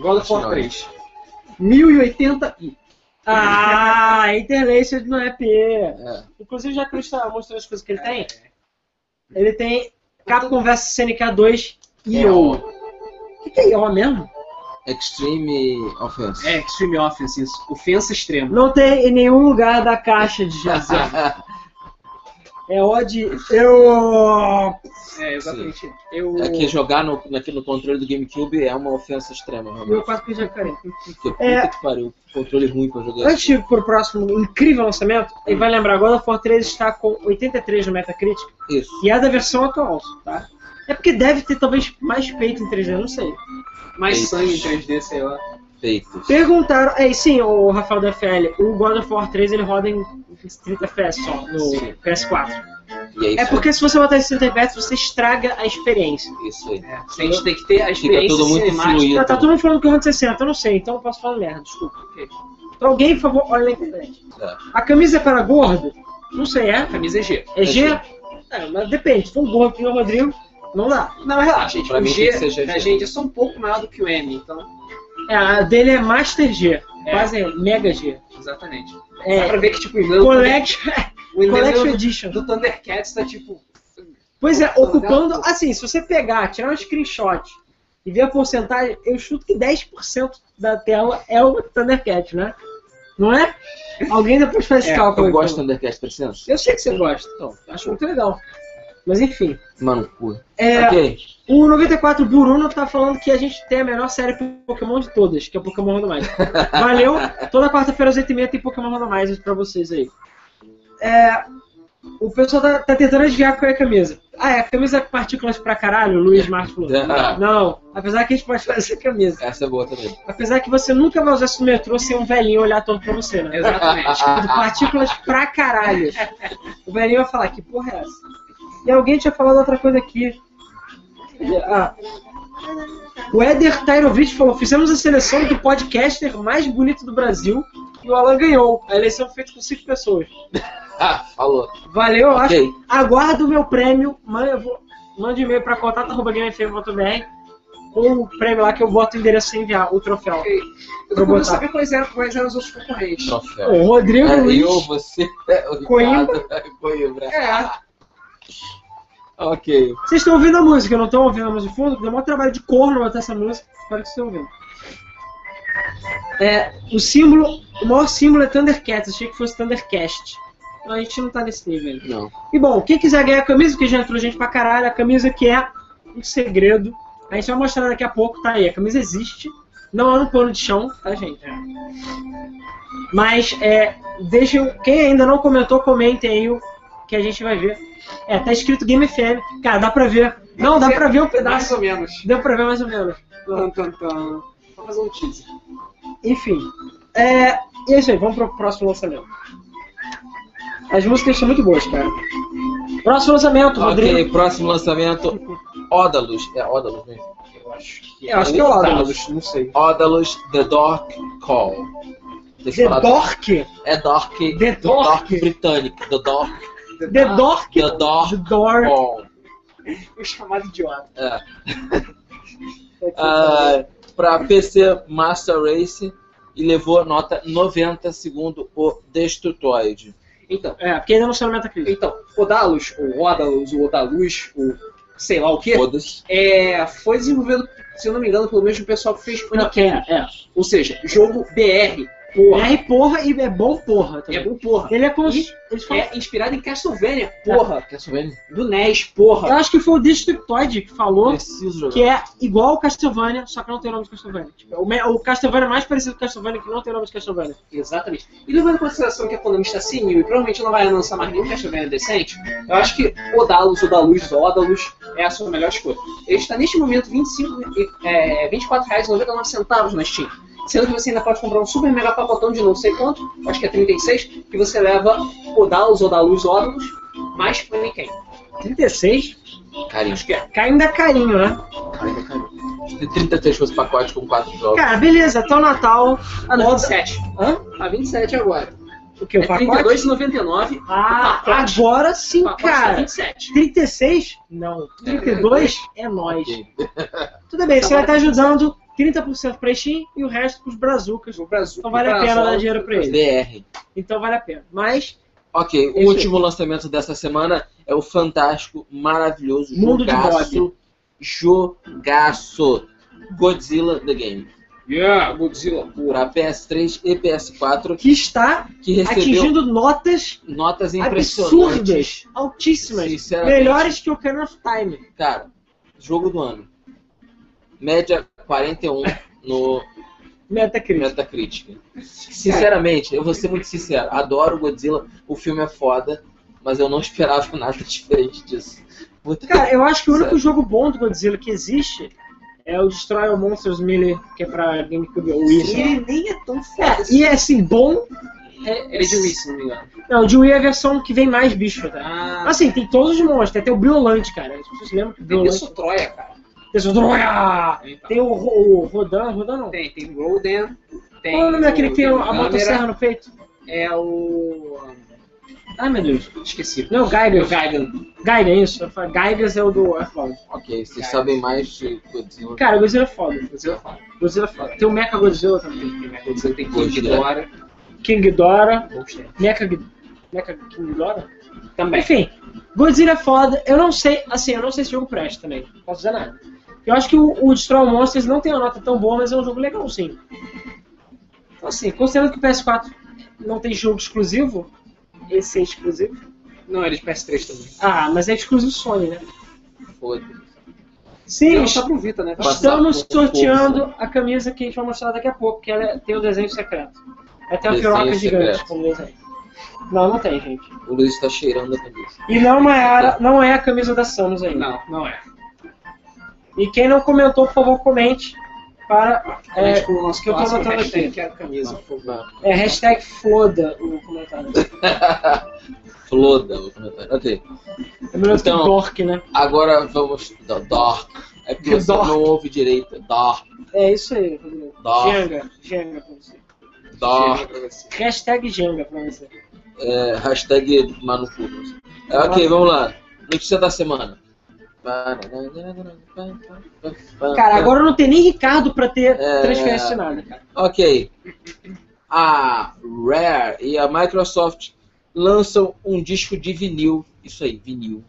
[SPEAKER 4] God of War
[SPEAKER 2] Senhora.
[SPEAKER 4] 3. 1080i.
[SPEAKER 3] Ah, Interlaced no EP.
[SPEAKER 2] É.
[SPEAKER 3] Inclusive, já que o Luiz tá- mostrou as coisas que ele tem, ele tem Capcom vs SNK 2 IO.
[SPEAKER 2] É,
[SPEAKER 3] O que, que é IO mesmo?
[SPEAKER 2] Extreme Offense.
[SPEAKER 4] É, Extreme Offense, isso. Ofensa extrema.
[SPEAKER 3] Não tem em nenhum lugar da caixa de Jazão. É odd. Eu.
[SPEAKER 4] É, exatamente.
[SPEAKER 3] Eu.
[SPEAKER 2] É que jogar no, aqui no controle do GameCube é uma ofensa extrema,
[SPEAKER 4] Eu
[SPEAKER 2] realmente.
[SPEAKER 4] quase perdi a carinha.
[SPEAKER 2] Porque puta
[SPEAKER 3] É.
[SPEAKER 2] que pariu, controle ruim pra jogar.
[SPEAKER 3] Antes de ir pro próximo incrível lançamento, e vai lembrar, God of War 3 está com 83 no Metacritic,
[SPEAKER 2] Isso.
[SPEAKER 3] e é da versão atual, tá? É porque deve ter talvez mais peito em 3D, não sei.
[SPEAKER 4] Mais
[SPEAKER 2] Eita.
[SPEAKER 4] sangue em 3D, sei lá.
[SPEAKER 2] Feitos.
[SPEAKER 3] Perguntaram, é sim, o Rafael da FL, o God of War 3 ele roda em 30 FPS só, no
[SPEAKER 2] Sim.
[SPEAKER 3] PS4.
[SPEAKER 2] E é isso.
[SPEAKER 3] É porque se você botar em 30 FPS, você estraga a experiência.
[SPEAKER 2] Isso aí.
[SPEAKER 4] É. A gente tem que ter a
[SPEAKER 2] Fica
[SPEAKER 4] experiência
[SPEAKER 2] tudo muito
[SPEAKER 4] cinemática.
[SPEAKER 2] fluido.
[SPEAKER 3] Tá, tá todo mundo falando que eu rodo 60, eu não sei, então eu posso falar merda, desculpa.
[SPEAKER 4] Ok.
[SPEAKER 3] Então alguém, por favor, olha na internet.
[SPEAKER 2] É.
[SPEAKER 3] A camisa é para gordo? Não sei, é?
[SPEAKER 4] Camisa é G.
[SPEAKER 3] É G? É, mas depende, se for um gordo que nem o Rodrigo, não dá.
[SPEAKER 4] Não, mas relaxa, gente.
[SPEAKER 2] Pra
[SPEAKER 4] o
[SPEAKER 2] mim tem que ser
[SPEAKER 4] G,
[SPEAKER 2] G.
[SPEAKER 4] pra gente, é só um pouco maior do que o M, então.
[SPEAKER 3] É, a dele é Master G,
[SPEAKER 4] É.
[SPEAKER 3] quase é Mega G.
[SPEAKER 4] Exatamente. Dá
[SPEAKER 3] É,
[SPEAKER 4] pra ver que, tipo, o Inlano.
[SPEAKER 3] Collection,
[SPEAKER 4] O
[SPEAKER 3] Collection
[SPEAKER 4] Inlano
[SPEAKER 3] Edition.
[SPEAKER 4] do Thundercats tá, tipo.
[SPEAKER 3] Pois é, ocupando. Assim, se você pegar, tirar um screenshot e ver a porcentagem, eu chuto que 10% da tela é o Thundercat, né? Não é? Alguém depois faz esse
[SPEAKER 4] É,
[SPEAKER 3] cálculo.
[SPEAKER 2] Eu
[SPEAKER 3] aí,
[SPEAKER 2] gosto do
[SPEAKER 3] então.
[SPEAKER 2] Undercast 300.
[SPEAKER 3] Eu sei que você gosta, então. Acho
[SPEAKER 4] um
[SPEAKER 3] muito legal. Mas enfim.
[SPEAKER 2] Mano, cu.
[SPEAKER 3] É,
[SPEAKER 2] Ok.
[SPEAKER 3] O 94 Bruno tá falando que a gente tem a melhor série Pokémon de todas, que é Pokémon Randomize. Valeu. Toda quarta-feira às 8h30 tem Pokémon Randomize pra vocês aí. É, o pessoal tá, tá tentando adivinhar qual é a camisa. Ah, é a camisa com partículas pra caralho, Luiz Martins falou.
[SPEAKER 2] Ah,
[SPEAKER 3] Não, apesar que a gente pode fazer camisa.
[SPEAKER 2] Essa é boa também.
[SPEAKER 3] Apesar que você nunca vai usar isso no metrô sem um velhinho olhar todo pra você, né?
[SPEAKER 4] Ah, Exatamente.
[SPEAKER 3] De partículas pra caralho. O velhinho vai falar, que porra é essa? E alguém tinha falado outra coisa aqui. Ah, o Éder Tairovic falou, fizemos a seleção do podcaster mais bonito do Brasil e o Alan ganhou. A eleição foi feita com cinco pessoas.
[SPEAKER 2] Ah, falou.
[SPEAKER 3] Valeu, eu acho.
[SPEAKER 2] Ok.
[SPEAKER 3] Aguardo o meu prêmio. Man, eu vou, mande um e-mail pra contato.gamefm.br com o prêmio lá que eu boto o endereço sem enviar, o troféu.
[SPEAKER 4] Ok. Eu não
[SPEAKER 3] Pra botar.
[SPEAKER 4] quero saber quais eram, quais eram os outros concorrentes.
[SPEAKER 2] Troféu.
[SPEAKER 3] O Rodrigo
[SPEAKER 2] É,
[SPEAKER 3] Luiz.
[SPEAKER 2] eu, você, o
[SPEAKER 3] Coimbra.
[SPEAKER 2] Ricardo, Coimbra.
[SPEAKER 4] É,
[SPEAKER 2] Ok.
[SPEAKER 3] Vocês estão ouvindo a música, não estão ouvindo a música de fundo? Deu maior trabalho de corno botar essa música, espero que vocês estão ouvindo. É, o símbolo, o maior símbolo é Thundercats, achei que fosse Thundercast. Não, a gente não tá nesse nível ainda.
[SPEAKER 2] Não.
[SPEAKER 3] E bom, quem quiser ganhar a camisa, que já entrou gente pra caralho, a camisa que é um segredo. A gente vai mostrar daqui a pouco, tá aí. A camisa existe, não é no pano de chão, tá, gente? Mas, é, deixem, quem ainda não comentou, comentem aí o que a gente vai ver. É, tá escrito Game FM. Cara, dá pra ver. Não, dá pra ver um
[SPEAKER 4] é mais
[SPEAKER 3] pedaço.
[SPEAKER 4] ou menos.
[SPEAKER 3] Deu pra ver mais ou menos.
[SPEAKER 4] Tan, tan, tan. Vou fazer um teaser.
[SPEAKER 3] Enfim. É, e é isso aí, vamos pro próximo lançamento. As músicas são muito boas, cara. Próximo lançamento, Rodrigo.
[SPEAKER 2] Ok, próximo lançamento. Ódalus. É Ódalus mesmo?
[SPEAKER 4] Eu acho que
[SPEAKER 3] Eu acho que é o Odalus.
[SPEAKER 4] Não sei.
[SPEAKER 2] Ódalus The Dark Call. Deixa eu
[SPEAKER 3] The
[SPEAKER 2] falar-
[SPEAKER 3] Dork?
[SPEAKER 2] É Dark.
[SPEAKER 3] The Dork?
[SPEAKER 2] britânico. The Dark.
[SPEAKER 3] The Dork?
[SPEAKER 2] The Oh. Dark
[SPEAKER 3] The Dork.
[SPEAKER 2] Call.
[SPEAKER 4] O chamado idiota.
[SPEAKER 2] É. Ah, pra PC Master Race e levou a nota 90 segundo o Destrutoid.
[SPEAKER 4] Então,
[SPEAKER 3] É, porque ainda não saiu no Metacritic.
[SPEAKER 4] então, Odalus, ou Odalus, ou Odalus, ou sei lá o que,
[SPEAKER 2] Foda-se.
[SPEAKER 4] é, foi desenvolvido, se eu não me engano, pelo mesmo pessoal que fez
[SPEAKER 3] Não,
[SPEAKER 4] Panic.
[SPEAKER 3] que é, é.
[SPEAKER 4] Ou seja, jogo BR, porra.
[SPEAKER 3] É porra e é bom porra
[SPEAKER 4] É,
[SPEAKER 3] também.
[SPEAKER 4] bom, porra.
[SPEAKER 3] Ele é com
[SPEAKER 4] E-
[SPEAKER 3] eles falam-
[SPEAKER 4] É inspirado em Castlevania, porra.
[SPEAKER 2] Quer saber?
[SPEAKER 4] Do NES,
[SPEAKER 3] Eu
[SPEAKER 4] porra.
[SPEAKER 3] acho que foi o Destructoid que falou
[SPEAKER 2] Preciso jogar.
[SPEAKER 3] que é igual ao Castlevania, só que não tem nome de Castlevania. Tipo, o, me- o Castlevania mais parecido com Castlevania que não tem nome de Castlevania.
[SPEAKER 4] Exatamente. E levando em consideração que a Konami está senil e provavelmente não vai lançar mais nenhum Castlevania decente, eu acho que Odalus, Odalus, Odalus é a sua melhor escolha. Ele está neste momento R$ 25, e- é, R$ 24,99 na Steam. Sendo que você ainda pode comprar um super mega pacotão de não sei quanto, acho que é 36, que você leva Odalus, Odalus, Odalus, mais Paniquem.
[SPEAKER 3] 36?
[SPEAKER 2] Carinho.
[SPEAKER 4] Acho que é.
[SPEAKER 3] Caindo a carinho, né?
[SPEAKER 2] Carinho, carinho. Tem 33 coisas pacote com 4 jogos.
[SPEAKER 3] Cara, beleza, até o Natal.
[SPEAKER 4] Ah, não, 27.
[SPEAKER 3] Hã?
[SPEAKER 4] Ah, 27 agora.
[SPEAKER 3] O que?
[SPEAKER 4] É
[SPEAKER 3] O pacote?
[SPEAKER 4] 32,99.
[SPEAKER 3] Ah,
[SPEAKER 4] Pacote.
[SPEAKER 3] agora sim,
[SPEAKER 4] pacote tá
[SPEAKER 3] cara.
[SPEAKER 4] 27.
[SPEAKER 3] 36? Não. 32 é nós.
[SPEAKER 2] Ok.
[SPEAKER 3] Tudo bem, você vai estar ajudando 30% pra Steam e o resto pros brazucas.
[SPEAKER 4] O Brasil.
[SPEAKER 3] Então vale a
[SPEAKER 4] Brasil-
[SPEAKER 3] pena dar dinheiro pra ele.
[SPEAKER 2] BR.
[SPEAKER 3] Então vale a pena. Mas,
[SPEAKER 2] Ok, o
[SPEAKER 3] Esse-
[SPEAKER 2] último lançamento dessa semana é o fantástico, maravilhoso
[SPEAKER 3] Mundo de
[SPEAKER 2] jogaço, jogaço Godzilla The Game.
[SPEAKER 4] Yeah, Godzilla.
[SPEAKER 2] Para PS3 e PS4,
[SPEAKER 3] Que está
[SPEAKER 2] que recebeu
[SPEAKER 3] atingindo notas
[SPEAKER 2] notas impressionantes.
[SPEAKER 3] absurdas, altíssimas,
[SPEAKER 2] Sinceramente.
[SPEAKER 3] melhores que o Can of Time.
[SPEAKER 2] Cara, jogo do ano. Média 41 no
[SPEAKER 3] Metacritic.
[SPEAKER 2] Metacritic. Sinceramente, eu vou ser muito sincero. Adoro Godzilla, o filme é foda, mas eu não esperava nada diferente disso. Puta
[SPEAKER 3] Cara, eu acho que o único
[SPEAKER 2] Sério.
[SPEAKER 3] jogo bom do Godzilla que existe é o Destroy All Monsters Melee, que é pra GameCube ou Wii.
[SPEAKER 4] Ele nem é tão foda.
[SPEAKER 3] É, e é assim, bom.
[SPEAKER 4] É, ele é de Wii, se não me engano.
[SPEAKER 3] Não, de Wii é a versão que vem mais bicho, tá?
[SPEAKER 4] Ah,
[SPEAKER 3] Assim, tem todos os monstros, tem até o Briolante, cara. As pessoas lembram que o
[SPEAKER 4] tem
[SPEAKER 3] Briolante.
[SPEAKER 4] isso Troia, cara.
[SPEAKER 3] Isso. Droga! Tem o, Ro- o Rodan, Rodan não.
[SPEAKER 4] Tem, tem Roden, tem.
[SPEAKER 3] Qual é o nome daquele que tem a
[SPEAKER 4] câmera,
[SPEAKER 3] motosserra no peito?
[SPEAKER 4] É o.
[SPEAKER 3] Ai meu Deus.
[SPEAKER 4] Esqueci.
[SPEAKER 3] Não,
[SPEAKER 4] O
[SPEAKER 3] Gaigas.
[SPEAKER 4] Gaiden.
[SPEAKER 3] Gaigas, é isso. Eu falo, Gaigas é o do Earthbound.
[SPEAKER 2] Ok, vocês
[SPEAKER 4] Cara.
[SPEAKER 2] sabem mais de Godzilla.
[SPEAKER 3] Cara, o Godzilla é foda.
[SPEAKER 4] Godzilla fala.
[SPEAKER 3] Godzilla é foda. Tem o Mecha Godzilla também.
[SPEAKER 4] Godzilla tem
[SPEAKER 2] Godzilla.
[SPEAKER 4] King Ghidorah.
[SPEAKER 3] King Dora.
[SPEAKER 4] Gostei.
[SPEAKER 3] Mecha, Ghid- Mecha King Dora?
[SPEAKER 4] Também.
[SPEAKER 3] Enfim, Godzilla é foda. Eu não sei, assim, eu não sei se o jogo presta também. Não posso dizer nada. Eu acho que o, o Destroy All Monsters não tem uma nota tão boa, mas é um jogo legal, sim. Então, assim, considerando que o PS4 não tem jogo exclusivo, esse é exclusivo.
[SPEAKER 4] Não, ele é de PS3 também.
[SPEAKER 3] Ah, mas é exclusivo Sony, né?
[SPEAKER 2] Foda-se.
[SPEAKER 3] Sim,
[SPEAKER 4] Não, só pro Vita, né?
[SPEAKER 2] Mas-
[SPEAKER 3] estamos
[SPEAKER 2] passar por-
[SPEAKER 3] sorteando a camisa que a gente vai mostrar daqui a pouco, que ela é- tem o desenho secreto. Ela tem uma
[SPEAKER 2] Desenho
[SPEAKER 3] piroca gigante
[SPEAKER 2] secreto.
[SPEAKER 3] como desenho. Não, não tem, gente.
[SPEAKER 2] O Luiz tá cheirando a cabeça.
[SPEAKER 3] E não é, a- não é a camisa da Samus ainda.
[SPEAKER 4] Não, não é.
[SPEAKER 3] E quem não comentou, por favor, comente para
[SPEAKER 4] É,
[SPEAKER 3] é,
[SPEAKER 4] tipo, o nosso
[SPEAKER 3] que eu tô
[SPEAKER 4] clássico
[SPEAKER 3] anotando
[SPEAKER 4] hashtag
[SPEAKER 3] aqui.
[SPEAKER 4] Quero camisa.
[SPEAKER 3] é, hashtag foda o comentário.
[SPEAKER 2] Floda, o comentário. Ok.
[SPEAKER 3] É melhor do que
[SPEAKER 2] Então-
[SPEAKER 3] dork, né?
[SPEAKER 2] Agora vamos. da- Dark. É porque você
[SPEAKER 3] Dark.
[SPEAKER 2] não ouve direito. Dark.
[SPEAKER 3] É isso aí, Rodrigo.
[SPEAKER 2] Dork.
[SPEAKER 3] Jenga, Jenga pra você.
[SPEAKER 2] Dark.
[SPEAKER 3] Hashtag Jenga pra você.
[SPEAKER 2] É, hashtag Manucu. É, ok, vamos lá. Notícia da semana.
[SPEAKER 3] Cara, agora não tem nem Ricardo pra ter
[SPEAKER 2] É.
[SPEAKER 3] transferência de nada, cara.
[SPEAKER 2] Ok. A Rare e a Microsoft lançam um disco de vinil. Isso aí, vinil.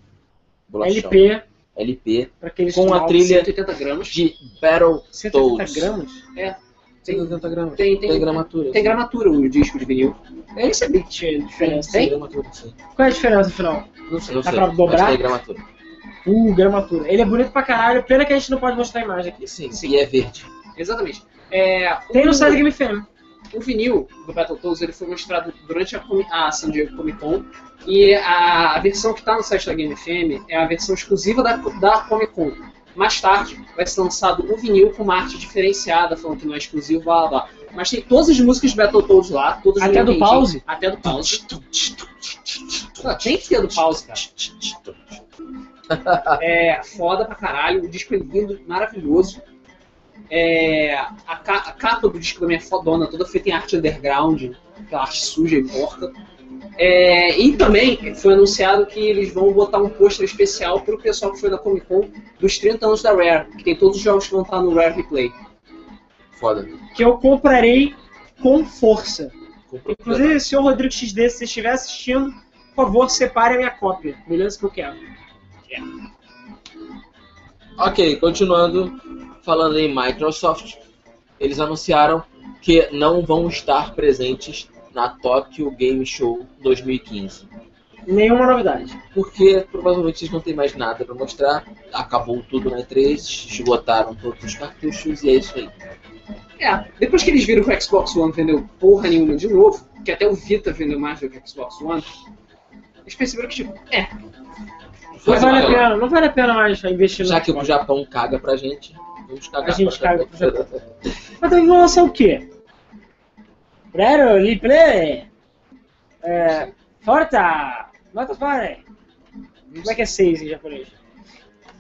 [SPEAKER 2] Bolachão.
[SPEAKER 3] LP,
[SPEAKER 2] LP.
[SPEAKER 3] pra aqueles
[SPEAKER 2] Com a
[SPEAKER 3] mal-
[SPEAKER 2] trilha
[SPEAKER 4] 180 gramas.
[SPEAKER 2] de Battle
[SPEAKER 3] 180
[SPEAKER 2] Toads.
[SPEAKER 3] gramas?
[SPEAKER 4] Tem,
[SPEAKER 2] 180 gramas.
[SPEAKER 4] tem, tem,
[SPEAKER 2] Tem gramatura.
[SPEAKER 4] tem gramatura o disco de vinil.
[SPEAKER 3] Eu nem sabia que tinha diferença.
[SPEAKER 2] Tem
[SPEAKER 3] Tem?
[SPEAKER 2] gramatura, sim.
[SPEAKER 3] Qual é a diferença afinal?
[SPEAKER 2] Não sei, não
[SPEAKER 3] Dá
[SPEAKER 2] sei.
[SPEAKER 3] pra
[SPEAKER 2] Mas
[SPEAKER 3] dobrar?
[SPEAKER 2] tem gramatura.
[SPEAKER 3] Uh, gramatura. Ele é bonito pra caralho, pena que a gente não pode mostrar a imagem aqui.
[SPEAKER 2] Sim, E é verde.
[SPEAKER 4] Exatamente. É,
[SPEAKER 3] Tem
[SPEAKER 4] o,
[SPEAKER 3] no site da Game FM.
[SPEAKER 4] o vinil do Battletoads ele foi mostrado durante a, Comi- a San Diego Comic Con. E a, a versão que está no site da Game FM é a versão exclusiva da, da Comic Con. Mais tarde vai ser lançado o vinil com uma arte diferenciada, falando que não é exclusivo, blá blá blá. Mas tem todas as músicas do Battletoads lá, todas
[SPEAKER 3] Até do
[SPEAKER 4] Nintendinho,
[SPEAKER 3] Pause?
[SPEAKER 4] Até do pause. Ah, tem que ter do pause, cara. É foda pra caralho, o disco é lindo, maravilhoso. É, a, ca- a capa do disco também é fodona, toda feita em arte underground, aquela arte suja e morta. É, e também foi anunciado que eles vão botar um pôster especial pro pessoal que foi na Comic Con dos 30 anos da Rare, que tem todos os jogos que vão estar no Rare Replay.
[SPEAKER 2] Foda.
[SPEAKER 3] Que eu comprarei com força.
[SPEAKER 2] Comprou.
[SPEAKER 3] Inclusive, senhor Rodrigo XD, se você estiver assistindo, por favor, separe a minha cópia. Beleza? Que eu quero.
[SPEAKER 2] Ok, continuando, falando em Microsoft, eles anunciaram que não vão estar presentes na Tokyo Game Show 2015.
[SPEAKER 3] Nenhuma novidade.
[SPEAKER 2] Porque provavelmente eles não têm mais nada para mostrar, acabou tudo na E3, esgotaram todos os cartuchos e é isso aí.
[SPEAKER 4] É, depois que eles viram que o Xbox One vendeu porra nenhuma de novo, que até o Vita vendeu mais do que o Xbox One, eles perceberam que, tipo, é,
[SPEAKER 3] Não
[SPEAKER 2] Faz
[SPEAKER 3] vale a
[SPEAKER 2] uma-
[SPEAKER 3] pena, não vale a pena mais investir
[SPEAKER 2] Já
[SPEAKER 3] no
[SPEAKER 2] que o
[SPEAKER 3] Xbox.
[SPEAKER 2] Japão caga pra gente, vamos cagar
[SPEAKER 3] A gente
[SPEAKER 2] pra
[SPEAKER 3] caga pro Japão. Mas também vão lançar o quê? Prero, Liplay! É, Forta! Mata fora! Como é que é seis em japonês?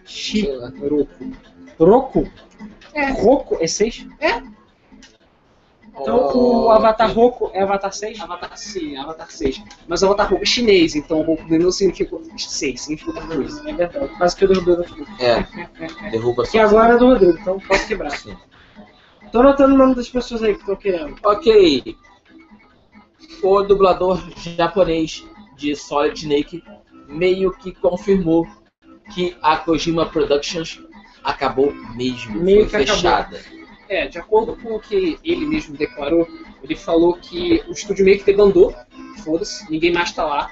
[SPEAKER 3] Shi.
[SPEAKER 2] Sei lá.
[SPEAKER 3] Roku?
[SPEAKER 4] É.
[SPEAKER 3] Roku? É seis? Então o
[SPEAKER 2] Oh,
[SPEAKER 3] Avatar Roku é Avatar 6?
[SPEAKER 4] Avatar sim, Avatar 6. Mas o Avatar Roku é chinês, então o Roku não significa 6, significa outra coisa.
[SPEAKER 3] É verdade. Quase que eu derrubei o notebook.
[SPEAKER 2] É, derruba
[SPEAKER 3] Que
[SPEAKER 2] só.
[SPEAKER 3] agora é do Rodrigo, então posso quebrar.
[SPEAKER 2] Sim.
[SPEAKER 3] Tô anotando o nome das pessoas aí que estão querendo.
[SPEAKER 2] Ok. O dublador japonês de Solid Snake meio que confirmou que a Kojima Productions acabou mesmo,
[SPEAKER 3] Meio
[SPEAKER 2] foi
[SPEAKER 3] que acabou.
[SPEAKER 2] fechada.
[SPEAKER 4] É, de acordo com o que ele mesmo declarou, ele falou que o estúdio meio que debandou, foda-se, ninguém mais tá lá,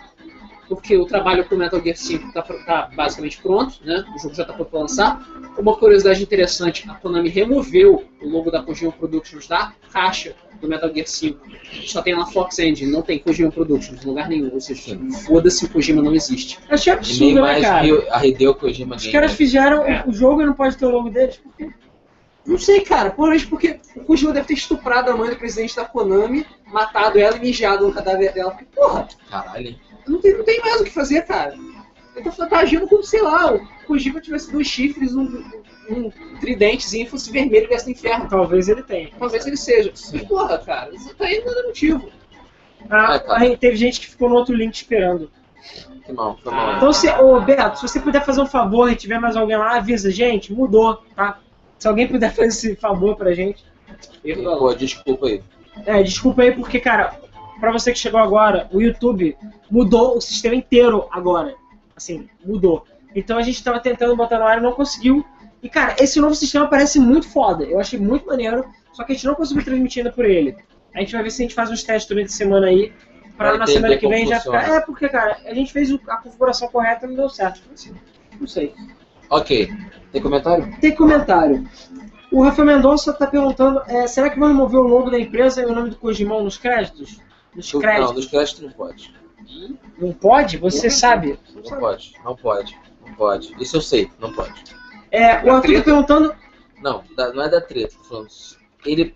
[SPEAKER 4] porque o trabalho pro Metal Gear 5 tá, pro- tá basicamente pronto, né? O jogo já tá pronto pra lançar. Uma curiosidade interessante, a Konami removeu o logo da Kojima Productions da caixa do Metal Gear 5. Só tem lá Fox Engine, não tem Kojima Productions em lugar nenhum, ou seja, foda-se, Kojima não existe.
[SPEAKER 3] Eu achei
[SPEAKER 2] E nem
[SPEAKER 3] absurdo, né,
[SPEAKER 2] mais
[SPEAKER 3] cara?
[SPEAKER 2] Hideo- a Hideo Kojima né?
[SPEAKER 3] Os
[SPEAKER 2] nem
[SPEAKER 3] caras
[SPEAKER 2] mais.
[SPEAKER 3] fizeram
[SPEAKER 4] É.
[SPEAKER 3] o jogo e não pode ter o logo deles. Por quê?
[SPEAKER 4] Não sei, cara. Provavelmente porque o Kojima deve ter estuprado a mãe do presidente da Konami, matado ela e mijado no cadáver dela. Porque, porra,
[SPEAKER 2] Caralho.
[SPEAKER 4] não tem, não tem mais o que fazer, cara. Ele tá, tá agindo como, sei lá, o Kojima tivesse dois chifres, um, um tridentezinho, e fosse vermelho e viesse do inferno.
[SPEAKER 3] Talvez ele tenha.
[SPEAKER 4] Talvez ele seja.
[SPEAKER 2] Sim.
[SPEAKER 4] Porra, cara, isso tá indo dando motivo.
[SPEAKER 3] Ah,
[SPEAKER 2] É, cara.
[SPEAKER 3] aí teve gente que ficou no outro link esperando.
[SPEAKER 2] Que mal, foi mal.
[SPEAKER 3] Então, se, ô Beto, se você puder fazer um favor e tiver mais alguém lá, avisa, gente, mudou, tá? Se alguém puder fazer esse favor pra gente.
[SPEAKER 4] Erro da
[SPEAKER 2] Pô, desculpa aí.
[SPEAKER 3] É, desculpa aí, porque, cara, pra você que chegou agora, o YouTube mudou o sistema inteiro agora. Assim, mudou. Então a gente tava tentando botar no ar e não conseguiu. E, cara, esse novo sistema parece muito foda. Eu achei muito maneiro, só que a gente não conseguiu transmitir ainda por ele. A gente vai ver se a gente faz uns testes durante a semana aí. Pra
[SPEAKER 2] Pra
[SPEAKER 3] na
[SPEAKER 2] entender
[SPEAKER 3] semana que
[SPEAKER 2] como
[SPEAKER 3] vem já ficar.
[SPEAKER 2] funciona.
[SPEAKER 3] É, porque, cara, a gente fez o- a configuração correta e não deu certo. Assim, não sei.
[SPEAKER 2] Ok. Tem comentário?
[SPEAKER 3] Tem comentário. O Rafael Mendonça tá perguntando: é, será que vão remover o logo da empresa e o nome do Cojimão nos créditos? Nos
[SPEAKER 2] Tu- Não,
[SPEAKER 3] créditos?
[SPEAKER 2] dos créditos não pode.
[SPEAKER 3] Não, pode? Você sabe.
[SPEAKER 2] Não pode, não pode, não pode. Isso eu sei, não pode.
[SPEAKER 3] É, o Arthur tá perguntando:
[SPEAKER 2] Não, da- não é da treta, tô falando. Ele,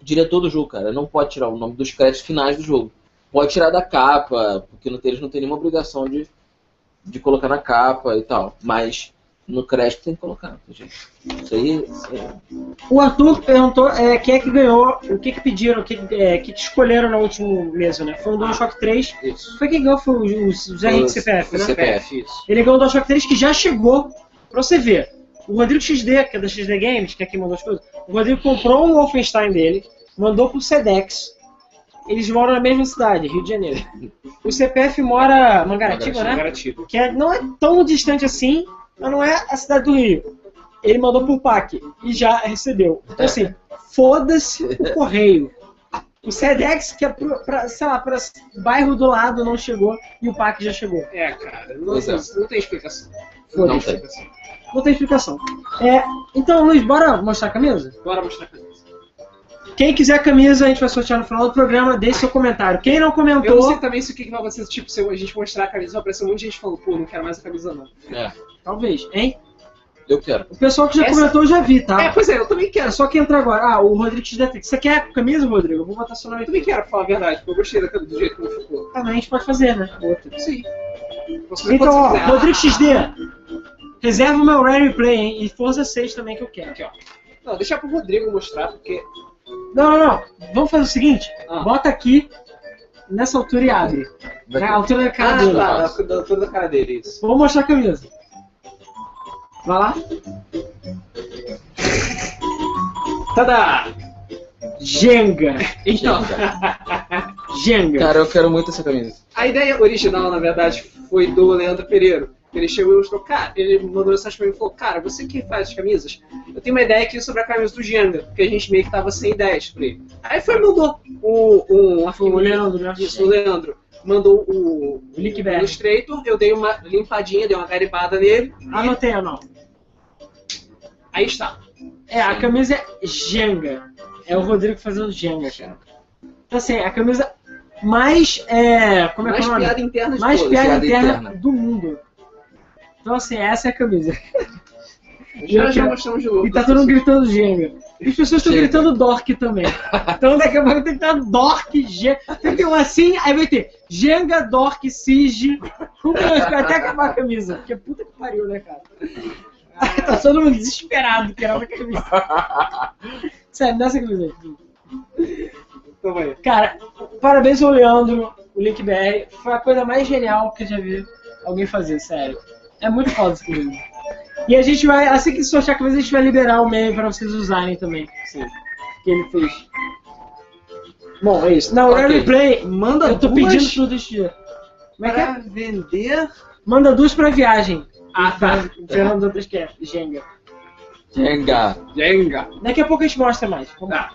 [SPEAKER 2] o diretor do jogo, cara, não pode tirar o nome dos créditos finais do jogo. Pode tirar da capa, porque não tem- eles não têm nenhuma obrigação de, de colocar na capa e tal. Mas no crédito tem que colocar, tá, gente. Isso aí, é, isso aí.
[SPEAKER 3] o Arthur perguntou é, quem é que ganhou, o que que pediram, o que, que- é, que que escolheram no último mês, né? Foi o DualShock 3.
[SPEAKER 2] Isso. É
[SPEAKER 3] Foi quem ganhou, foi o, o, o Zé Henrique CPF,
[SPEAKER 2] O
[SPEAKER 3] né?
[SPEAKER 2] CPF,
[SPEAKER 4] isso.
[SPEAKER 3] Ele ganhou o DualShock 3 que já chegou pra você ver. O Rodrigo XD, que é da XD Games, que é quem mandou as coisas, o Rodrigo comprou um Wolfenstein dele, mandou pro Sedex. Eles moram na mesma cidade, Rio de Janeiro. O CPF mora em Mangaratiba, né?
[SPEAKER 4] Garatiba.
[SPEAKER 3] Que é- não é tão distante assim, mas não é a cidade do Rio. Ele mandou por PAC e já recebeu. Então, assim, foda-se o correio. O Sedex, que é pro, pra, sei lá, para bairro do lado, não chegou e o PAC já chegou.
[SPEAKER 4] É, cara, não,
[SPEAKER 2] Pois é.
[SPEAKER 4] não tem explicação.
[SPEAKER 3] Foda-se.
[SPEAKER 2] Não tem.
[SPEAKER 4] explicação.
[SPEAKER 3] Não tem explicação. É, então, Luiz, bora mostrar a camisa?
[SPEAKER 4] Bora mostrar a camisa.
[SPEAKER 3] Quem quiser a camisa, a gente vai sortear no final do programa, deixe seu comentário. Quem não
[SPEAKER 4] Eu não sei
[SPEAKER 3] comentou,
[SPEAKER 4] também se o que que vai acontecer, tipo, se a gente mostrar a camisa, vai aparecer um monte de gente falando, pô, não quero mais a camisa não.
[SPEAKER 2] É,
[SPEAKER 3] talvez, hein?
[SPEAKER 2] eu quero.
[SPEAKER 3] O pessoal que já
[SPEAKER 4] Essa-
[SPEAKER 3] comentou, eu já vi, tá?
[SPEAKER 4] É, pois é, eu também
[SPEAKER 3] É
[SPEAKER 4] quero.
[SPEAKER 3] só que entra agora. Ah, o Rodrigo Xdetrix. Você quer a camisa, Rodrigo? Eu vou botar seu nome
[SPEAKER 4] Eu
[SPEAKER 3] aqui.
[SPEAKER 4] também quero pra falar a verdade, porque eu gostei da camisa do jeito como ficou.
[SPEAKER 3] Também a gente pode fazer, né? Outra.
[SPEAKER 4] Sim. Posso fazer
[SPEAKER 3] Então,
[SPEAKER 4] quantas
[SPEAKER 3] ó,
[SPEAKER 4] quiser.
[SPEAKER 3] Rodrigo XD, reserva o meu Rare Play, hein? E Forza 6 também que eu quero.
[SPEAKER 4] Aqui, ó. Não, deixa pro Rodrigo mostrar, porque.
[SPEAKER 3] Não, não, não. Vamos fazer o seguinte:
[SPEAKER 4] Ah.
[SPEAKER 3] bota aqui, nessa altura e abre. Na altura da cara
[SPEAKER 4] Ah,
[SPEAKER 3] dele.
[SPEAKER 4] tá, da, da, toda a cara dele, isso.
[SPEAKER 3] Vou mostrar a camisa. Vai lá.
[SPEAKER 4] Tadá!
[SPEAKER 3] Jenga.
[SPEAKER 4] Então,
[SPEAKER 3] Jenga.
[SPEAKER 2] Cara, eu quero muito essa camisa.
[SPEAKER 4] a ideia original, na verdade, foi do Leandro Pereira. Ele chegou e falou, cara, ele mandou mensagem pra mim e falou, cara, você que faz as camisas, eu tenho uma ideia aqui sobre a camisa do Jenga, porque a gente meio que tava sem ideias pra ele. Aí foi, mandou um, um
[SPEAKER 3] Foi
[SPEAKER 4] arquivo
[SPEAKER 3] o Leandro, né?
[SPEAKER 4] Isso, o Leandro mandou o,
[SPEAKER 3] O link
[SPEAKER 4] o
[SPEAKER 3] BR.
[SPEAKER 4] Illustrator, eu dei uma limpadinha, dei uma garibada nele,
[SPEAKER 3] Anotei ou não?
[SPEAKER 4] aí está.
[SPEAKER 3] É, a camisa é Jenga. É o Rodrigo fazendo Jenga, cara. Então, assim, a camisa mais. É, como é que é
[SPEAKER 4] Mais
[SPEAKER 3] o nome?
[SPEAKER 4] piada interna de
[SPEAKER 3] mais
[SPEAKER 4] todas.
[SPEAKER 3] piada,
[SPEAKER 2] piada
[SPEAKER 3] interna,
[SPEAKER 2] interna.
[SPEAKER 3] do mundo. Então, assim, essa é a camisa.
[SPEAKER 4] Já, já
[SPEAKER 3] Jenga.
[SPEAKER 4] mostramos de novo.
[SPEAKER 3] E tá todo mundo gritando Jenga. E as pessoas estão
[SPEAKER 2] Jenga.
[SPEAKER 3] gritando Dork também. Então daqui a pouco tem que estar Dork, Jenga. Tem que ter um assim, aí vai ter Jenga, Dork, Sige. Um milhão de coisas, até acabar a camisa. Porque puta que pariu, né, cara? tá todo mundo desesperado que era uma camisa. Sério, nessa camisa.
[SPEAKER 4] Então vai.
[SPEAKER 3] Cara, parabéns ao Leandro, o Link BR. Foi a coisa mais genial que eu já vi alguém fazer, sério. É muito foda esse livro. E a gente vai, assim que sortear a camisa, a gente vai liberar o meme pra vocês usarem também.
[SPEAKER 4] Sim.
[SPEAKER 3] Que ele fez. Bom, é isso. Na hora
[SPEAKER 2] Ok.
[SPEAKER 3] do play, manda Eu tô
[SPEAKER 4] duas
[SPEAKER 3] pedindo tudo este dia. Como é que é?
[SPEAKER 4] vender.
[SPEAKER 3] Manda duas pra viagem.
[SPEAKER 4] Ah, tá.
[SPEAKER 3] Fernando Dantas quer, Jenga.
[SPEAKER 2] Jenga.
[SPEAKER 4] Jenga.
[SPEAKER 3] Daqui a pouco a gente mostra mais. Vamos lá.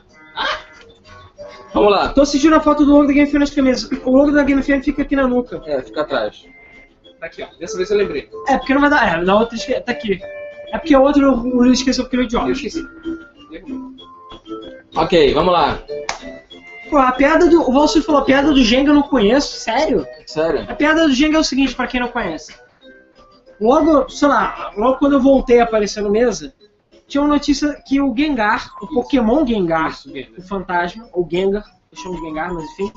[SPEAKER 2] Vamos lá.
[SPEAKER 3] Tô sentindo a falta do logo da Game Fan nas camisas. O logo da Game Fan fica aqui na nuca.
[SPEAKER 2] É, fica atrás.
[SPEAKER 4] Tá aqui, ó. Dessa vez eu lembrei.
[SPEAKER 3] É, porque não vai dar. É, na outra esque... tá aqui. É porque a outra o Luiz esqueceu porque ele é
[SPEAKER 4] Eu
[SPEAKER 3] idiota.
[SPEAKER 4] esqueci. Derrubou.
[SPEAKER 2] Ok, vamos lá.
[SPEAKER 3] Pô, a piada do. O Valsur falou, a piada do Jenga eu não conheço, sério?
[SPEAKER 2] Sério?
[SPEAKER 3] A piada do Jenga é o seguinte, pra quem não conhece. Logo, sei lá, logo quando eu voltei a aparecer no mesa, tinha uma notícia que o Gengar, o Pokémon Gengar,
[SPEAKER 4] Isso, Gengar.
[SPEAKER 3] o fantasma, ou Gengar, eu chamo de Gengar, mas enfim,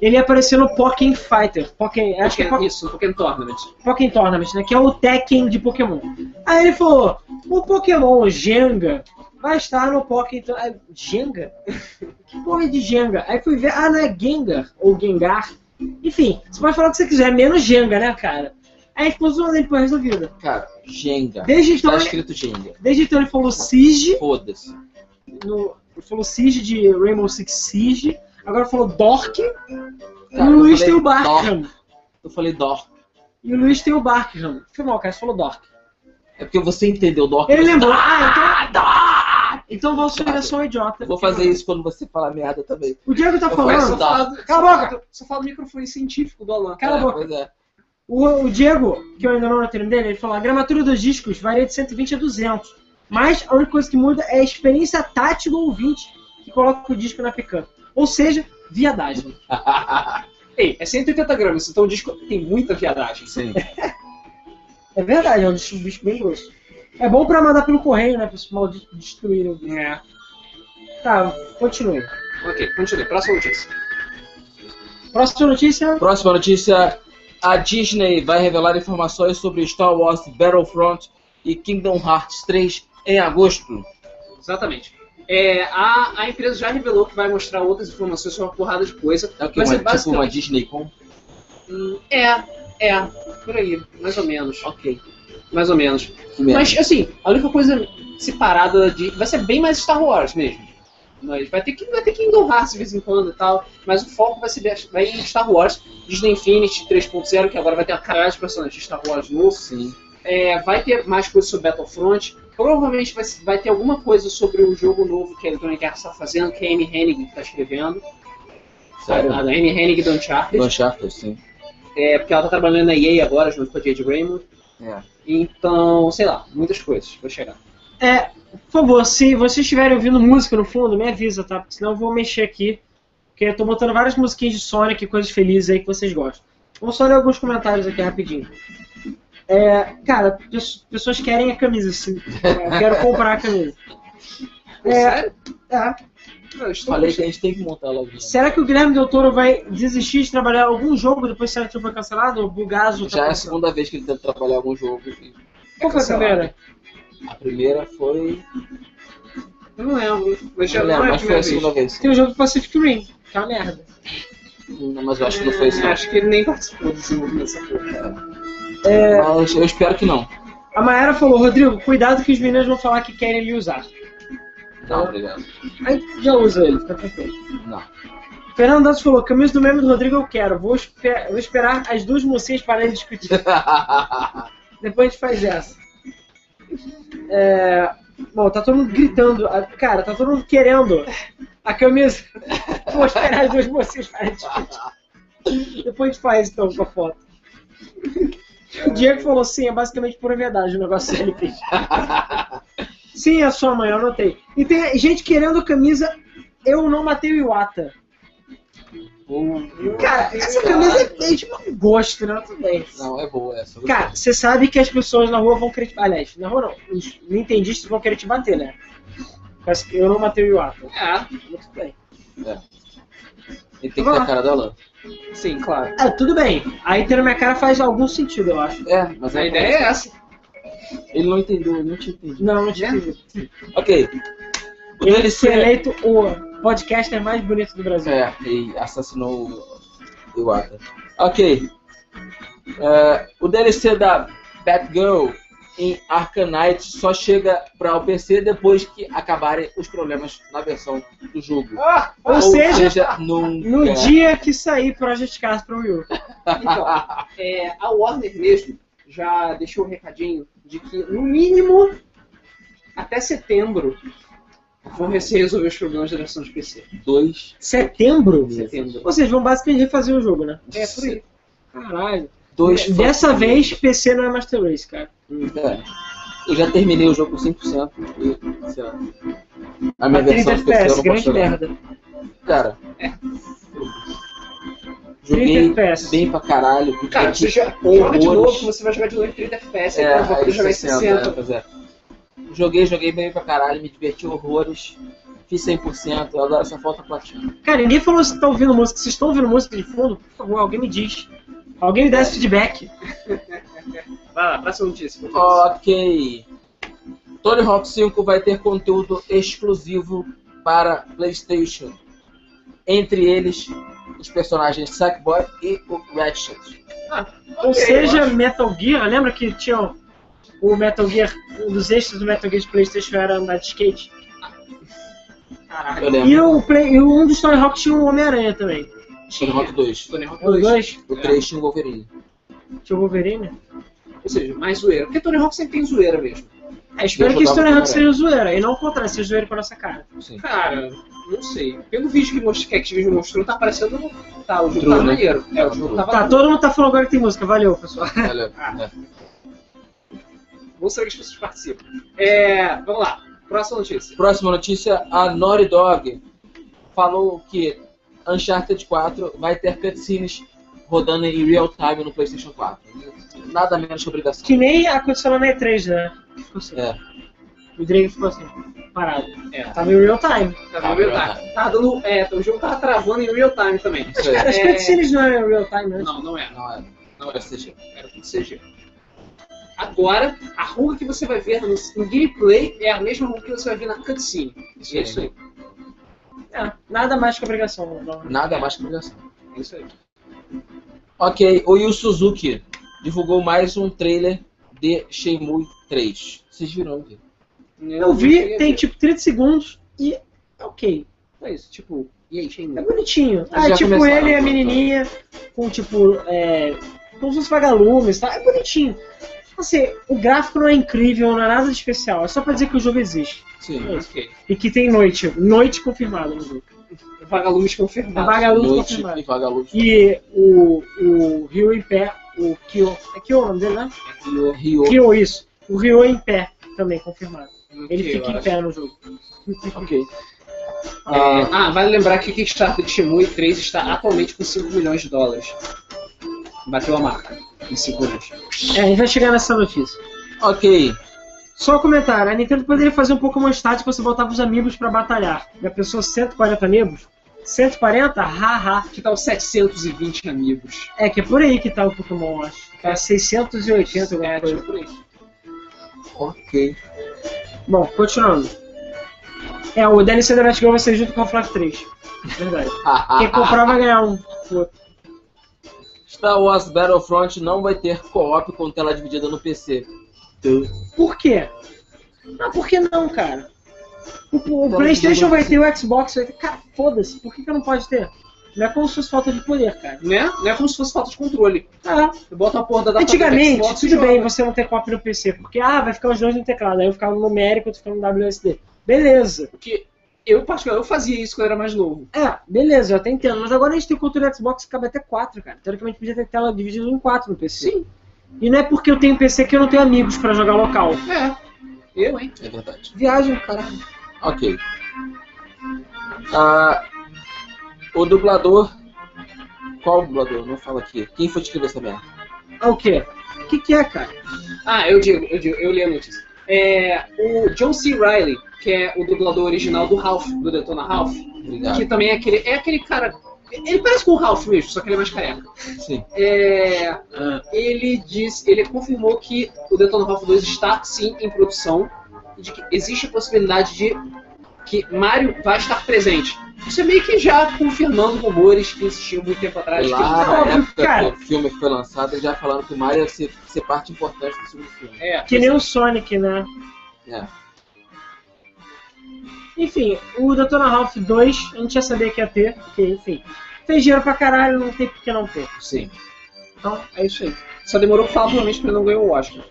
[SPEAKER 3] ele ia aparecer no Pokémon Fighter. Pokémon, acho que é
[SPEAKER 4] Pokémon-
[SPEAKER 3] Pokémon
[SPEAKER 4] Isso, um Pokémon Tournament.
[SPEAKER 3] Pokémon Tournament, né? Que é o Tekken de Pokémon. Aí ele falou: o Pokémon Jenga vai estar no Pokémon. Tour- Aí, Jenga? Que porra de Jenga? Aí fui ver, ah, não é Gengar ou Gengar. Enfim, você pode falar o que você quiser, menos Jenga, né, cara? Aí ficou zoando ele pro resto da vida.
[SPEAKER 2] Cara, Jenga.
[SPEAKER 3] Desde então,
[SPEAKER 2] Tá
[SPEAKER 3] ele,
[SPEAKER 2] escrito Jenga.
[SPEAKER 3] desde então ele falou Siege,
[SPEAKER 2] Foda-se.
[SPEAKER 3] no, ele falou Siege de Rainbow Six Siege, agora falou Dork, e
[SPEAKER 2] Cara,
[SPEAKER 3] o
[SPEAKER 2] Tá, eu
[SPEAKER 3] Luiz
[SPEAKER 2] falei
[SPEAKER 3] tem o
[SPEAKER 2] Dork.
[SPEAKER 3] Barkham.
[SPEAKER 2] Eu falei Dork.
[SPEAKER 3] E o Luiz tem o Barkham. Foi mal, cara, você falou Dork.
[SPEAKER 2] É porque você entendeu Dork.
[SPEAKER 3] Ele lembrou. Ah, então. Então você é só um idiota.
[SPEAKER 2] Eu vou fazer isso quando você falar merda também.
[SPEAKER 3] O Diego tá
[SPEAKER 2] Eu
[SPEAKER 3] falando.
[SPEAKER 2] faço. Tá.
[SPEAKER 3] Cala a boca!
[SPEAKER 4] Só fala do microfone científico do Alan.
[SPEAKER 3] Cala a
[SPEAKER 2] É,
[SPEAKER 3] boca.
[SPEAKER 2] Pois é.
[SPEAKER 3] O, o Diego, que eu ainda não anotei o nome dele, ele falou: a gramatura dos discos varia de 120 a 200. Mas a única coisa que muda é a experiência tátil do ouvinte que coloca o disco na pickup. Ou seja, viadagem.
[SPEAKER 4] Ei, é 180 gramas, então o disco tem muita viadagem.
[SPEAKER 2] Sim.
[SPEAKER 3] É verdade, é um disco, um disco bem grosso. É bom pra mandar pelo correio, né? Pra os malditos destruírem o disco.
[SPEAKER 4] É.
[SPEAKER 3] Tá, continue.
[SPEAKER 4] Ok, continue. Próxima notícia.
[SPEAKER 3] Próxima notícia.
[SPEAKER 2] Próxima notícia. A Disney vai revelar informações sobre Star Wars Battlefront e Kingdom Hearts 3 em agosto.
[SPEAKER 4] Exatamente. É, a, a empresa já revelou que vai mostrar outras informações sobre uma porrada de coisa.
[SPEAKER 2] É o que?
[SPEAKER 4] mas
[SPEAKER 2] Uma,
[SPEAKER 4] é
[SPEAKER 2] tipo uma
[SPEAKER 4] basicamente.
[SPEAKER 2] Disney com?
[SPEAKER 4] Hum, É, é, por aí. Mais ou menos.
[SPEAKER 2] Ok.
[SPEAKER 4] Mais ou menos.
[SPEAKER 2] Que merda.
[SPEAKER 4] Mas, assim, a única coisa separada de. Vai ser bem mais Star Wars mesmo. Mas vai ter que vai ter que endorar de vez em quando e tal. Mas o foco vai ser vai em Star Wars, Disney Infinity 3.0, que agora vai ter uma caralho de personagens de Star Wars novo.
[SPEAKER 2] Sim.
[SPEAKER 4] É, vai ter mais coisas sobre Battlefront. Provavelmente vai, vai ter alguma coisa sobre o jogo novo que a Electronic Arts está fazendo, que a Amy Hennig está escrevendo.
[SPEAKER 2] Sério?
[SPEAKER 4] Tá, A, a Amy Hennig do Uncharted.
[SPEAKER 2] Do Uncharted, sim.
[SPEAKER 4] um É, porque ela tá trabalhando na EA agora, junto com a Jade Raymond.
[SPEAKER 2] É.
[SPEAKER 4] Então, sei lá, muitas coisas. Vou chegar.
[SPEAKER 3] É, por favor, se vocês estiverem ouvindo música no fundo, me avisa, tá? Porque senão eu vou mexer aqui. Porque eu tô botando várias musiquinhas de Sonic e coisas felizes aí que vocês gostam. Vamos só ler alguns comentários aqui rapidinho. É, cara, pes- pessoas querem a camisa, sim. Eu quero comprar a camisa. É.
[SPEAKER 4] Sério?
[SPEAKER 3] É.
[SPEAKER 4] Não, eu estou
[SPEAKER 2] Falei que a gente tem que montar logo. isso.
[SPEAKER 3] Será que o Guilherme Del Toro vai desistir de trabalhar algum jogo depois que o foi cancelado? O Bugazo tá
[SPEAKER 2] Já é a
[SPEAKER 3] cancelado?
[SPEAKER 2] segunda vez que ele tenta trabalhar algum jogo. e
[SPEAKER 3] Qual foi a
[SPEAKER 4] cancelado.
[SPEAKER 3] primeira?
[SPEAKER 2] A primeira foi.
[SPEAKER 4] Eu não lembro. Mas já
[SPEAKER 2] Não
[SPEAKER 4] não,
[SPEAKER 2] lembro,
[SPEAKER 4] é a
[SPEAKER 2] mas foi a
[SPEAKER 4] primeira vez.
[SPEAKER 2] segunda vez.
[SPEAKER 3] Tem o jogo do Pacific Rim, que é uma merda.
[SPEAKER 2] Não, mas eu acho que não foi isso. não.
[SPEAKER 4] Acho que ele nem participou do desenvolvimento dessa porra.
[SPEAKER 2] Mas eu espero que não.
[SPEAKER 3] A Mayara falou, Rodrigo, cuidado que os meninos vão falar que querem lhe usar.
[SPEAKER 2] Não, obrigado.
[SPEAKER 3] Aí já usa ele, fica perfeito.
[SPEAKER 2] Não.
[SPEAKER 3] Fernando Dantas falou, camisa do meme do Rodrigo eu quero. Vou, espe- vou esperar as duas mocinhas pararem de discutir. Depois a gente faz essa. É... Bom, tá todo mundo gritando. Ah, Cara, tá todo mundo querendo a camisa. Vou esperar as duas mocinhas pararem de discutir. Depois a gente faz então com a foto. O Diego falou sim, é basicamente pura verdade o negócio que ele fez. Sim, é sua mãe, eu anotei. E tem gente querendo camisa Eu Não Matei o Iwata. Cara, essa camisa é de mau gosto, né? Tudo bem.
[SPEAKER 2] Não, é boa essa.
[SPEAKER 3] Cara, você sabe que as pessoas na rua vão querer te... Aliás, na rua não. Os nintendistas vão querer te bater, né? Mas eu não matei o Iwata.
[SPEAKER 4] É,
[SPEAKER 3] Muito bem.
[SPEAKER 2] É. Ele tem que ter a cara da lã.
[SPEAKER 4] sim, claro.
[SPEAKER 3] Ah, tudo bem. Aí ter na minha cara faz algum sentido, eu acho.
[SPEAKER 2] É, mas
[SPEAKER 4] A ideia é essa.
[SPEAKER 2] Ele não entendeu, ele não tinha entendido.
[SPEAKER 3] Não, não tinha.
[SPEAKER 2] Ok. O
[SPEAKER 3] Ele foi
[SPEAKER 2] DLC.
[SPEAKER 3] eleito o podcaster mais bonito do Brasil.
[SPEAKER 2] É, e assassinou o Iwata. Ok. É, o DLC da Batgirl em Arcanite só chega para o PC depois que acabarem os problemas na versão do jogo.
[SPEAKER 4] Ah,
[SPEAKER 3] Ou seja,
[SPEAKER 2] nunca.
[SPEAKER 3] no dia que sair Project Cars pra um Wii U.
[SPEAKER 4] Então, é, a Warner mesmo já deixou um recadinho de que, no mínimo, até setembro vão rece- resolver os problemas da geração de PC.
[SPEAKER 2] Dois.
[SPEAKER 3] Setembro?
[SPEAKER 4] Setembro.
[SPEAKER 3] Ou seja, vão basicamente refazer o jogo, né?
[SPEAKER 4] É, por aí.
[SPEAKER 3] Caralho.
[SPEAKER 2] Dois
[SPEAKER 3] Dessa
[SPEAKER 2] fãs.
[SPEAKER 3] vez, PC não é Master Race, cara.
[SPEAKER 2] É. Eu já terminei o jogo com 100% e, sei lá. A minha
[SPEAKER 4] 30
[SPEAKER 2] versão de PC eu
[SPEAKER 4] FPS,
[SPEAKER 2] não posso
[SPEAKER 4] grande
[SPEAKER 2] jogar.
[SPEAKER 4] merda.
[SPEAKER 2] Cara, joguei
[SPEAKER 3] 30 FPS.
[SPEAKER 2] bem pra caralho. me
[SPEAKER 4] Cara, você
[SPEAKER 2] diverti
[SPEAKER 4] já joga de
[SPEAKER 2] horrores.
[SPEAKER 4] novo, você vai jogar de novo em 30 FPS,
[SPEAKER 2] É,
[SPEAKER 4] então eu vou poder
[SPEAKER 2] aí
[SPEAKER 4] jogar em
[SPEAKER 2] 60,
[SPEAKER 4] 60.
[SPEAKER 2] é, pois é. Joguei, joguei bem pra caralho, me diverti horrores. Fiz 100%, agora só falta platina.
[SPEAKER 3] Cara, ninguém falou se tá ouvindo música. Vocês estão ouvindo música de fundo? Por favor, alguém me diz. Alguém me dá esse feedback.
[SPEAKER 4] Vai lá, um próxima notícia. meu Deus.
[SPEAKER 2] Ok. Tony Hawk 5 vai ter conteúdo exclusivo para PlayStation. Entre eles, os personagens Sackboy e o Ratchet.
[SPEAKER 4] Ok,
[SPEAKER 3] Ou
[SPEAKER 4] eu
[SPEAKER 3] seja,
[SPEAKER 4] acho.
[SPEAKER 3] Metal Gear, lembra que tinha o- o Metal Gear, um dos extras do Metal Gear de Playstation era andar de skate? Caralho.
[SPEAKER 2] Eu lembro.
[SPEAKER 3] E, o Play- e um dos Tony Hawk tinha o Homem-Aranha também.
[SPEAKER 2] Tony Hawk 2.
[SPEAKER 4] Tony Hawk
[SPEAKER 3] É Os
[SPEAKER 4] 2.
[SPEAKER 3] dois?
[SPEAKER 2] O 3 tinha o Wolverine.
[SPEAKER 3] Tinha o Wolverine?
[SPEAKER 4] Ou seja, mais zoeira. Porque Tony Hawk sempre tem zoeira mesmo.
[SPEAKER 3] É, espero que
[SPEAKER 2] Deixa eu
[SPEAKER 3] esse
[SPEAKER 2] dar
[SPEAKER 3] Tony
[SPEAKER 2] uma
[SPEAKER 3] Hawk seja zoeira e não o contrário, seja zoeira com a nossa cara.
[SPEAKER 2] Sim.
[SPEAKER 4] Cara, não sei. Pelo vídeo que, most... que a Activision mostrou, tá parecendo. Tá, o jogo
[SPEAKER 2] True,
[SPEAKER 4] tava
[SPEAKER 2] né?
[SPEAKER 4] maneiro. É, o jogo
[SPEAKER 2] True.
[SPEAKER 4] tava.
[SPEAKER 3] Tá, todo mundo tá falando agora que tem música, valeu pessoal.
[SPEAKER 2] Olha, né?
[SPEAKER 4] Vamos saber que as pessoas participam. É. Vamos lá. Próxima notícia.
[SPEAKER 2] Próxima notícia, a Naughty Dog falou que Uncharted 4 vai ter cutscenes rodando em real time no PlayStation 4. Nada menos que obrigação.
[SPEAKER 3] Que nem aconteceu lá na E3, né? Ficou assim.
[SPEAKER 2] É.
[SPEAKER 3] O Drake ficou assim, parado.
[SPEAKER 4] É, tá
[SPEAKER 3] Tava em real time.
[SPEAKER 4] tá vendo? Tá, tá dando. É, o jogo tava travando em real time também.
[SPEAKER 2] Isso aí.
[SPEAKER 3] Cara, as
[SPEAKER 4] É.
[SPEAKER 3] cutscenes não eram real time, né?
[SPEAKER 4] Não, não é.
[SPEAKER 2] Não é. Não é CG.
[SPEAKER 4] Era tudo CG. Agora, a ruga que você vai ver no, no gameplay é a mesma ruga que você vai ver na cutscene. Isso é isso aí.
[SPEAKER 3] É, nada mais que obrigação. né? Não.
[SPEAKER 2] Nada mais que obrigação.
[SPEAKER 4] É isso aí.
[SPEAKER 2] Ok, o Yu Suzuki divulgou mais um trailer de Shenmue 3. Vocês viram? né?
[SPEAKER 3] Eu vi, tem tipo 30 segundos e. Ok.
[SPEAKER 4] É isso, tipo. E aí, Shenmue?
[SPEAKER 3] É bonitinho.
[SPEAKER 2] Eles
[SPEAKER 3] Ah,
[SPEAKER 2] já
[SPEAKER 3] tipo
[SPEAKER 2] começaram,
[SPEAKER 3] ele e a
[SPEAKER 2] então.
[SPEAKER 3] menininha com tipo. É, como se fosse vagalumes, tá? É bonitinho. Assim, o gráfico não é incrível, não é nada de especial. É só pra dizer que o jogo existe.
[SPEAKER 4] É
[SPEAKER 2] Sim.
[SPEAKER 4] Ok.
[SPEAKER 3] E que tem noite. Noite confirmada no jogo.
[SPEAKER 4] Vagalumes
[SPEAKER 3] É
[SPEAKER 4] confirmados.
[SPEAKER 3] vagalume
[SPEAKER 2] Noite
[SPEAKER 3] confirmado.
[SPEAKER 2] e vagalume.
[SPEAKER 3] E o, o Rio em pé, o Kyo. É Kyo o nome dele, né?
[SPEAKER 2] E Ryo.
[SPEAKER 3] Kyo, isso. O Rio em pé também confirmado. Ele
[SPEAKER 4] Ok,
[SPEAKER 3] fica
[SPEAKER 4] eu
[SPEAKER 3] em
[SPEAKER 4] acho.
[SPEAKER 3] pé no jogo.
[SPEAKER 2] Ok.
[SPEAKER 4] É,
[SPEAKER 2] Ah,
[SPEAKER 4] ah, vale lembrar que o Kickstarter de Shenmue 3 está atualmente com 5 milhões de dólares. Bateu a marca em 5 milhões.
[SPEAKER 3] É, a gente vai chegar nessa notícia.
[SPEAKER 2] ok.
[SPEAKER 3] Só um comentário, a Nintendo poderia fazer um Pokémon Stadium que você botava os amigos pra batalhar. Já pensou 140 amigos? 140? Haha.
[SPEAKER 4] Que tá tal 720 amigos?
[SPEAKER 3] É que é por aí que tá o Pokémon, eu acho. Tá 680 alguma
[SPEAKER 4] é,
[SPEAKER 3] coisa.
[SPEAKER 4] tipo por aí.
[SPEAKER 2] Ok.
[SPEAKER 3] Bom, continuando. É, o DLC da Let's Go vai ser junto com o Half-Life 3. Verdade. Quem comprar vai ganhar um.
[SPEAKER 2] Star Wars Battlefront não vai ter co-op com tela dividida no PC. Tu.
[SPEAKER 3] Por quê? Ah, por que não, cara? O, o
[SPEAKER 2] Vamos
[SPEAKER 3] Playstation
[SPEAKER 2] jogar
[SPEAKER 3] vai ter, o Xbox vai ter. Cara, foda-se, por que, que eu não pode ter? Não é como se fosse falta de poder, cara.
[SPEAKER 4] Né? Não é como se fosse falta de controle.
[SPEAKER 3] Ah,
[SPEAKER 4] Eu boto a porra da data
[SPEAKER 3] Antigamente,
[SPEAKER 4] do Xbox e
[SPEAKER 3] tudo bem
[SPEAKER 4] jogo.
[SPEAKER 3] você não ter copy no PC, porque ah, vai ficar os dois no teclado, aí eu ficava no numérico, outro ficava no WSD. Beleza.
[SPEAKER 4] Porque eu, particularmente, eu fazia isso quando eu era mais novo.
[SPEAKER 3] É, beleza, eu até entendo, mas agora a gente tem cultura Xbox que cabe até 4, cara. Teoricamente podia ter tela dividida em 4 no PC. Sim. E não é porque eu tenho PC que eu não tenho amigos pra jogar local.
[SPEAKER 4] É. Eu, hein?
[SPEAKER 2] É verdade.
[SPEAKER 3] Viagem, caralho.
[SPEAKER 2] Ok. Ah, o dublador. Qual dublador? Não fala aqui. Quem foi que escreveu essa merda?
[SPEAKER 3] Ah, o quê? O que que é, cara?
[SPEAKER 4] Ah, eu digo, eu digo, eu li a notícia. É, o John C. Riley, que é o dublador original do Ralph, do Detona Ralph,
[SPEAKER 2] Obrigado.
[SPEAKER 4] que também é aquele, é aquele cara. Ele parece com o Ralph mesmo, só que ele é mais careca.
[SPEAKER 2] Sim.
[SPEAKER 4] É, ele diz, ele confirmou que o Detona Ralph 2 está sim em produção e de que existe a possibilidade de que Mario vai estar presente. Isso é meio que já confirmando rumores que existiam muito tempo atrás. de que-
[SPEAKER 2] Lá
[SPEAKER 3] Não,
[SPEAKER 2] na época
[SPEAKER 3] cara.
[SPEAKER 2] que o filme foi lançado, eles já falaram que o Mario ia ser, ser parte importante do segundo filme.
[SPEAKER 4] é,
[SPEAKER 3] Que nem o Sonic, né?
[SPEAKER 2] É.
[SPEAKER 3] Enfim, o Detona Ralph 2, a gente já sabia que ia ter, porque, enfim, fez dinheiro pra caralho, não tem por que não ter.
[SPEAKER 2] Sim.
[SPEAKER 3] Então,
[SPEAKER 4] é isso aí. Só demorou falavelmente pra ele não ganhar o Oscar.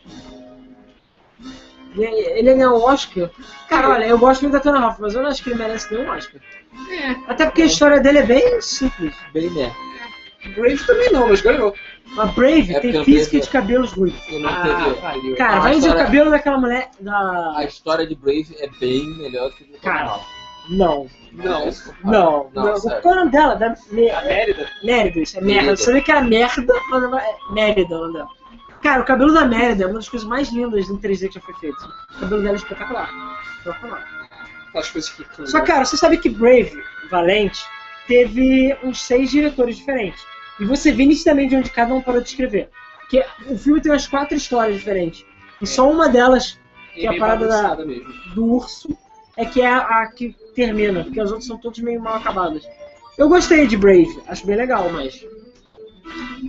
[SPEAKER 3] E Ele ele ia ganhar um Oscar. Cara, olha, eu gosto muito da Tona Ralph, mas eu não acho que ele merece nenhum Oscar. Até porque a história dele é bem simples.
[SPEAKER 2] Bem, né?
[SPEAKER 4] Brave também não, mas ganhou.
[SPEAKER 3] Mas Brave
[SPEAKER 2] É porque
[SPEAKER 3] tem
[SPEAKER 2] eu
[SPEAKER 3] física
[SPEAKER 2] vejo-
[SPEAKER 3] de cabelos ruivos.
[SPEAKER 2] Eu não
[SPEAKER 4] Ah,
[SPEAKER 2] entendi.
[SPEAKER 4] valeu.
[SPEAKER 3] Cara,
[SPEAKER 2] Ah,
[SPEAKER 3] vai medir o
[SPEAKER 2] cara.
[SPEAKER 3] cabelo daquela mulher. Da.
[SPEAKER 2] A história de Brave é bem melhor que do É
[SPEAKER 3] Cara,
[SPEAKER 2] normal.
[SPEAKER 3] Não,
[SPEAKER 4] Não.
[SPEAKER 3] não.
[SPEAKER 2] Ah, Não,
[SPEAKER 3] não.
[SPEAKER 2] sério.
[SPEAKER 3] O qual é o nome dela? Da Me-
[SPEAKER 4] A Mérida?
[SPEAKER 3] Mérida, isso é merda.
[SPEAKER 2] Mérida.
[SPEAKER 3] Eu sabia que era merda, mas ela é Mérida o nome dela. Cara, o cabelo da Mérida é uma das coisas mais lindas em 3D que já foi feito. O cabelo dela é espetacular. Espetacular.
[SPEAKER 4] Aquelas coisas que.
[SPEAKER 3] Só que, cara, você sabe que Brave, Valente, teve uns seis diretores diferentes. E você vê nitidamente onde cada um parou de escrever. Porque o filme tem umas quatro histórias diferentes. E só uma delas, que é a parada da-
[SPEAKER 4] da... mesmo.
[SPEAKER 3] do urso, é que é a, a que termina. Porque as outras são todas meio mal acabadas. Eu gostei de Brave, acho bem legal, mas.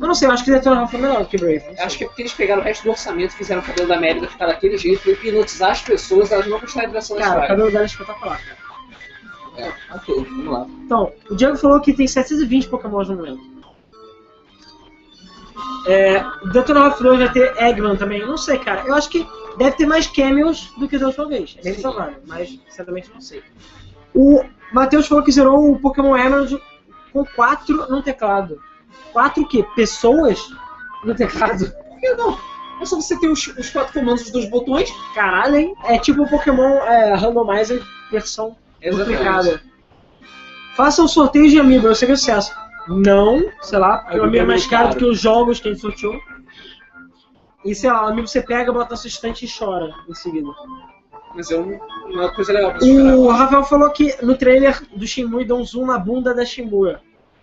[SPEAKER 3] Eu não sei, eu acho que Detona Ralph é melhor do que Brave. não sei.
[SPEAKER 4] Acho que é porque eles pegaram o resto do orçamento, fizeram o cabelo da Mérida ficar daquele jeito, hipnotizar as pessoas, elas não gostaram dessa
[SPEAKER 3] Cara, o
[SPEAKER 4] história.
[SPEAKER 3] cabelo dela é espetacular, cara.
[SPEAKER 2] É, Ok, vamos lá.
[SPEAKER 3] Então, o Diego falou que tem 720 pokémons no momento. É, o Detona Ralph 2 vai ter Eggman também. Eu não sei, cara. Eu acho que deve ter mais cameos do que da última vez. É bem provável, mas sinceramente não sei. O Matheus falou que zerou o Pokémon Emerald com 4 no teclado. 4 o quê? Pessoas no teclado?
[SPEAKER 4] Por que não? É só você ter os, os quatro comandos dos dois botões.
[SPEAKER 3] Caralho, hein? É tipo o Pokémon é, Randomizer versão duplicada. Faça um sorteio de amiibo, eu sei que é sucesso. Não, sei lá, porque o amigo é mais caro do que os jogos que a gente sorteou. E sei lá, o amigo você pega, bota na sua estante e chora em seguida.
[SPEAKER 4] Mas é um- uma coisa legal pra você esperar.
[SPEAKER 3] O Rafael falou que no trailer do Shenmue dão zoom na bunda da Shenmue.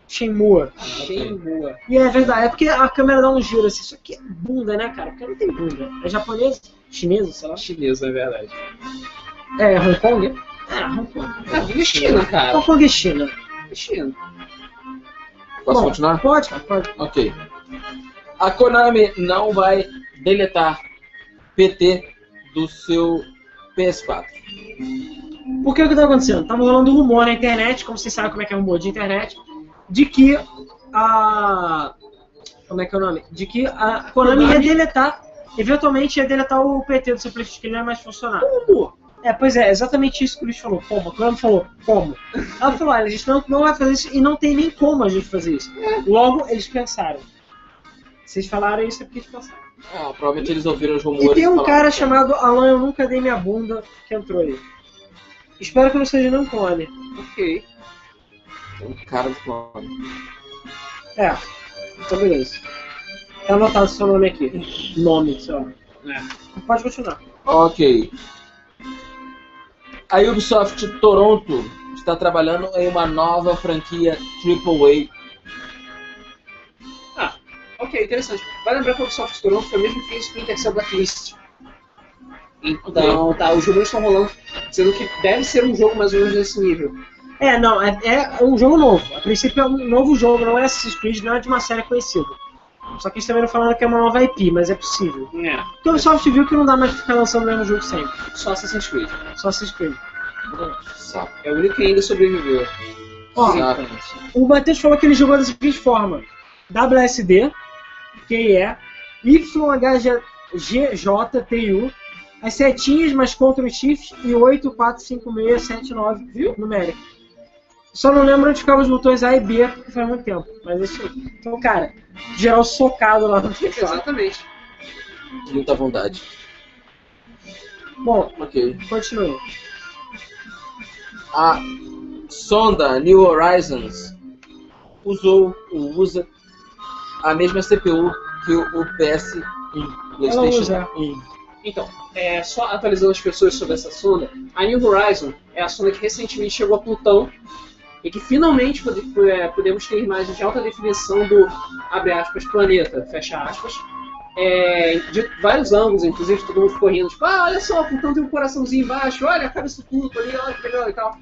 [SPEAKER 3] Shenmue.
[SPEAKER 4] Quem boa.
[SPEAKER 3] E é verdade, é porque a câmera dá um giro assim, isso aqui é bunda, né, cara? Porque não tem bunda. É japonês? Chinesa, sei lá.
[SPEAKER 4] Chinesa, é verdade.
[SPEAKER 3] É Hong Kong? É, Hong Kong.
[SPEAKER 4] A vida é China, cara.
[SPEAKER 3] Hong Kong é China.
[SPEAKER 4] É China.
[SPEAKER 2] Posso
[SPEAKER 3] Bom,
[SPEAKER 2] continuar?
[SPEAKER 3] Pode, cara, pode.
[SPEAKER 2] Ok. A Konami não vai deletar PT do seu PS4.
[SPEAKER 3] Porque o que tá acontecendo? Tava rolando um rumor na internet, como vocês sabem como é que é rumor de internet, de que a. Como é que é o nome? De que a Konami ia deletar, eventualmente ia deletar o PT do seu PlayStation, que ele não ia mais funcionar.
[SPEAKER 4] Como?
[SPEAKER 3] É, pois é, exatamente isso que o Luiz falou. Como? A Konami falou, como? Ela falou, olha, a gente não, não vai fazer isso e não tem nem como a gente fazer isso. Logo, eles pensaram. Vocês falaram isso é porque eles pensaram.
[SPEAKER 2] Ah, provavelmente eles ouviram os rumores.
[SPEAKER 3] E tem
[SPEAKER 2] e
[SPEAKER 3] um
[SPEAKER 2] falaram,
[SPEAKER 3] cara chamado Alan Eu Nunca Dei Minha Bunda que entrou aí. Espero que não seja nenhum clone.
[SPEAKER 4] Ok.
[SPEAKER 2] Um cara do Konami.
[SPEAKER 3] É, então beleza. Tá anotado seu nome aqui. Nome, sei lá. É. Pode continuar.
[SPEAKER 2] Ok. A Ubisoft Toronto está trabalhando em uma nova franquia AAA.
[SPEAKER 4] Ok, interessante. Vai lembrar que o Ubisoft Toronto foi o mesmo que fez Splinter Cell Blacklist. Então, tá, os rumores estão rolando, sendo que deve ser um jogo mais ou menos nesse nível.
[SPEAKER 3] É, não, é, é um jogo novo. A princípio é um novo jogo, não é Assassin's Creed, não é de uma série conhecida. Só que eles também não falaram que é uma nova IP, mas é possível.
[SPEAKER 4] É.
[SPEAKER 3] Porque o Ubisoft viu que não dá mais pra ficar lançando o mesmo jogo sempre.
[SPEAKER 4] Só Assassin's Creed.
[SPEAKER 3] Só Assassin's Creed.
[SPEAKER 2] Saco.
[SPEAKER 4] É o único que ainda sobreviveu.
[SPEAKER 3] Ó,
[SPEAKER 2] Saco.
[SPEAKER 3] O Matheus falou que ele jogou da seguinte forma: WSD, que é YHGJTU, as setinhas mais Ctrl Shift e 8, 4, 5, 6, 7, 9, viu? Numérico. Só não lembro onde ficavam os botões A e B, porque faz muito tempo. Mas é isso aí. Então, cara, geral socado lá no teclado.
[SPEAKER 4] Exatamente.
[SPEAKER 2] Muita vontade.
[SPEAKER 3] Bom,
[SPEAKER 2] Ok.
[SPEAKER 3] continua.
[SPEAKER 2] A sonda New Horizons usou ou usa a mesma CPU que o PS1. PlayStation
[SPEAKER 3] usa.
[SPEAKER 2] 1.
[SPEAKER 4] Então, é, só atualizando as pessoas sobre essa sonda, a New Horizon é a sonda que recentemente chegou a Plutão e que finalmente pode- é, podemos ter imagens de alta definição do, abre aspas, planeta, fecha aspas, é, de vários ângulos, inclusive todo mundo ficou rindo, tipo, ah, olha só, Plutão tem um coraçãozinho embaixo, olha, acaba isso tudo ali, olha que legal e tal.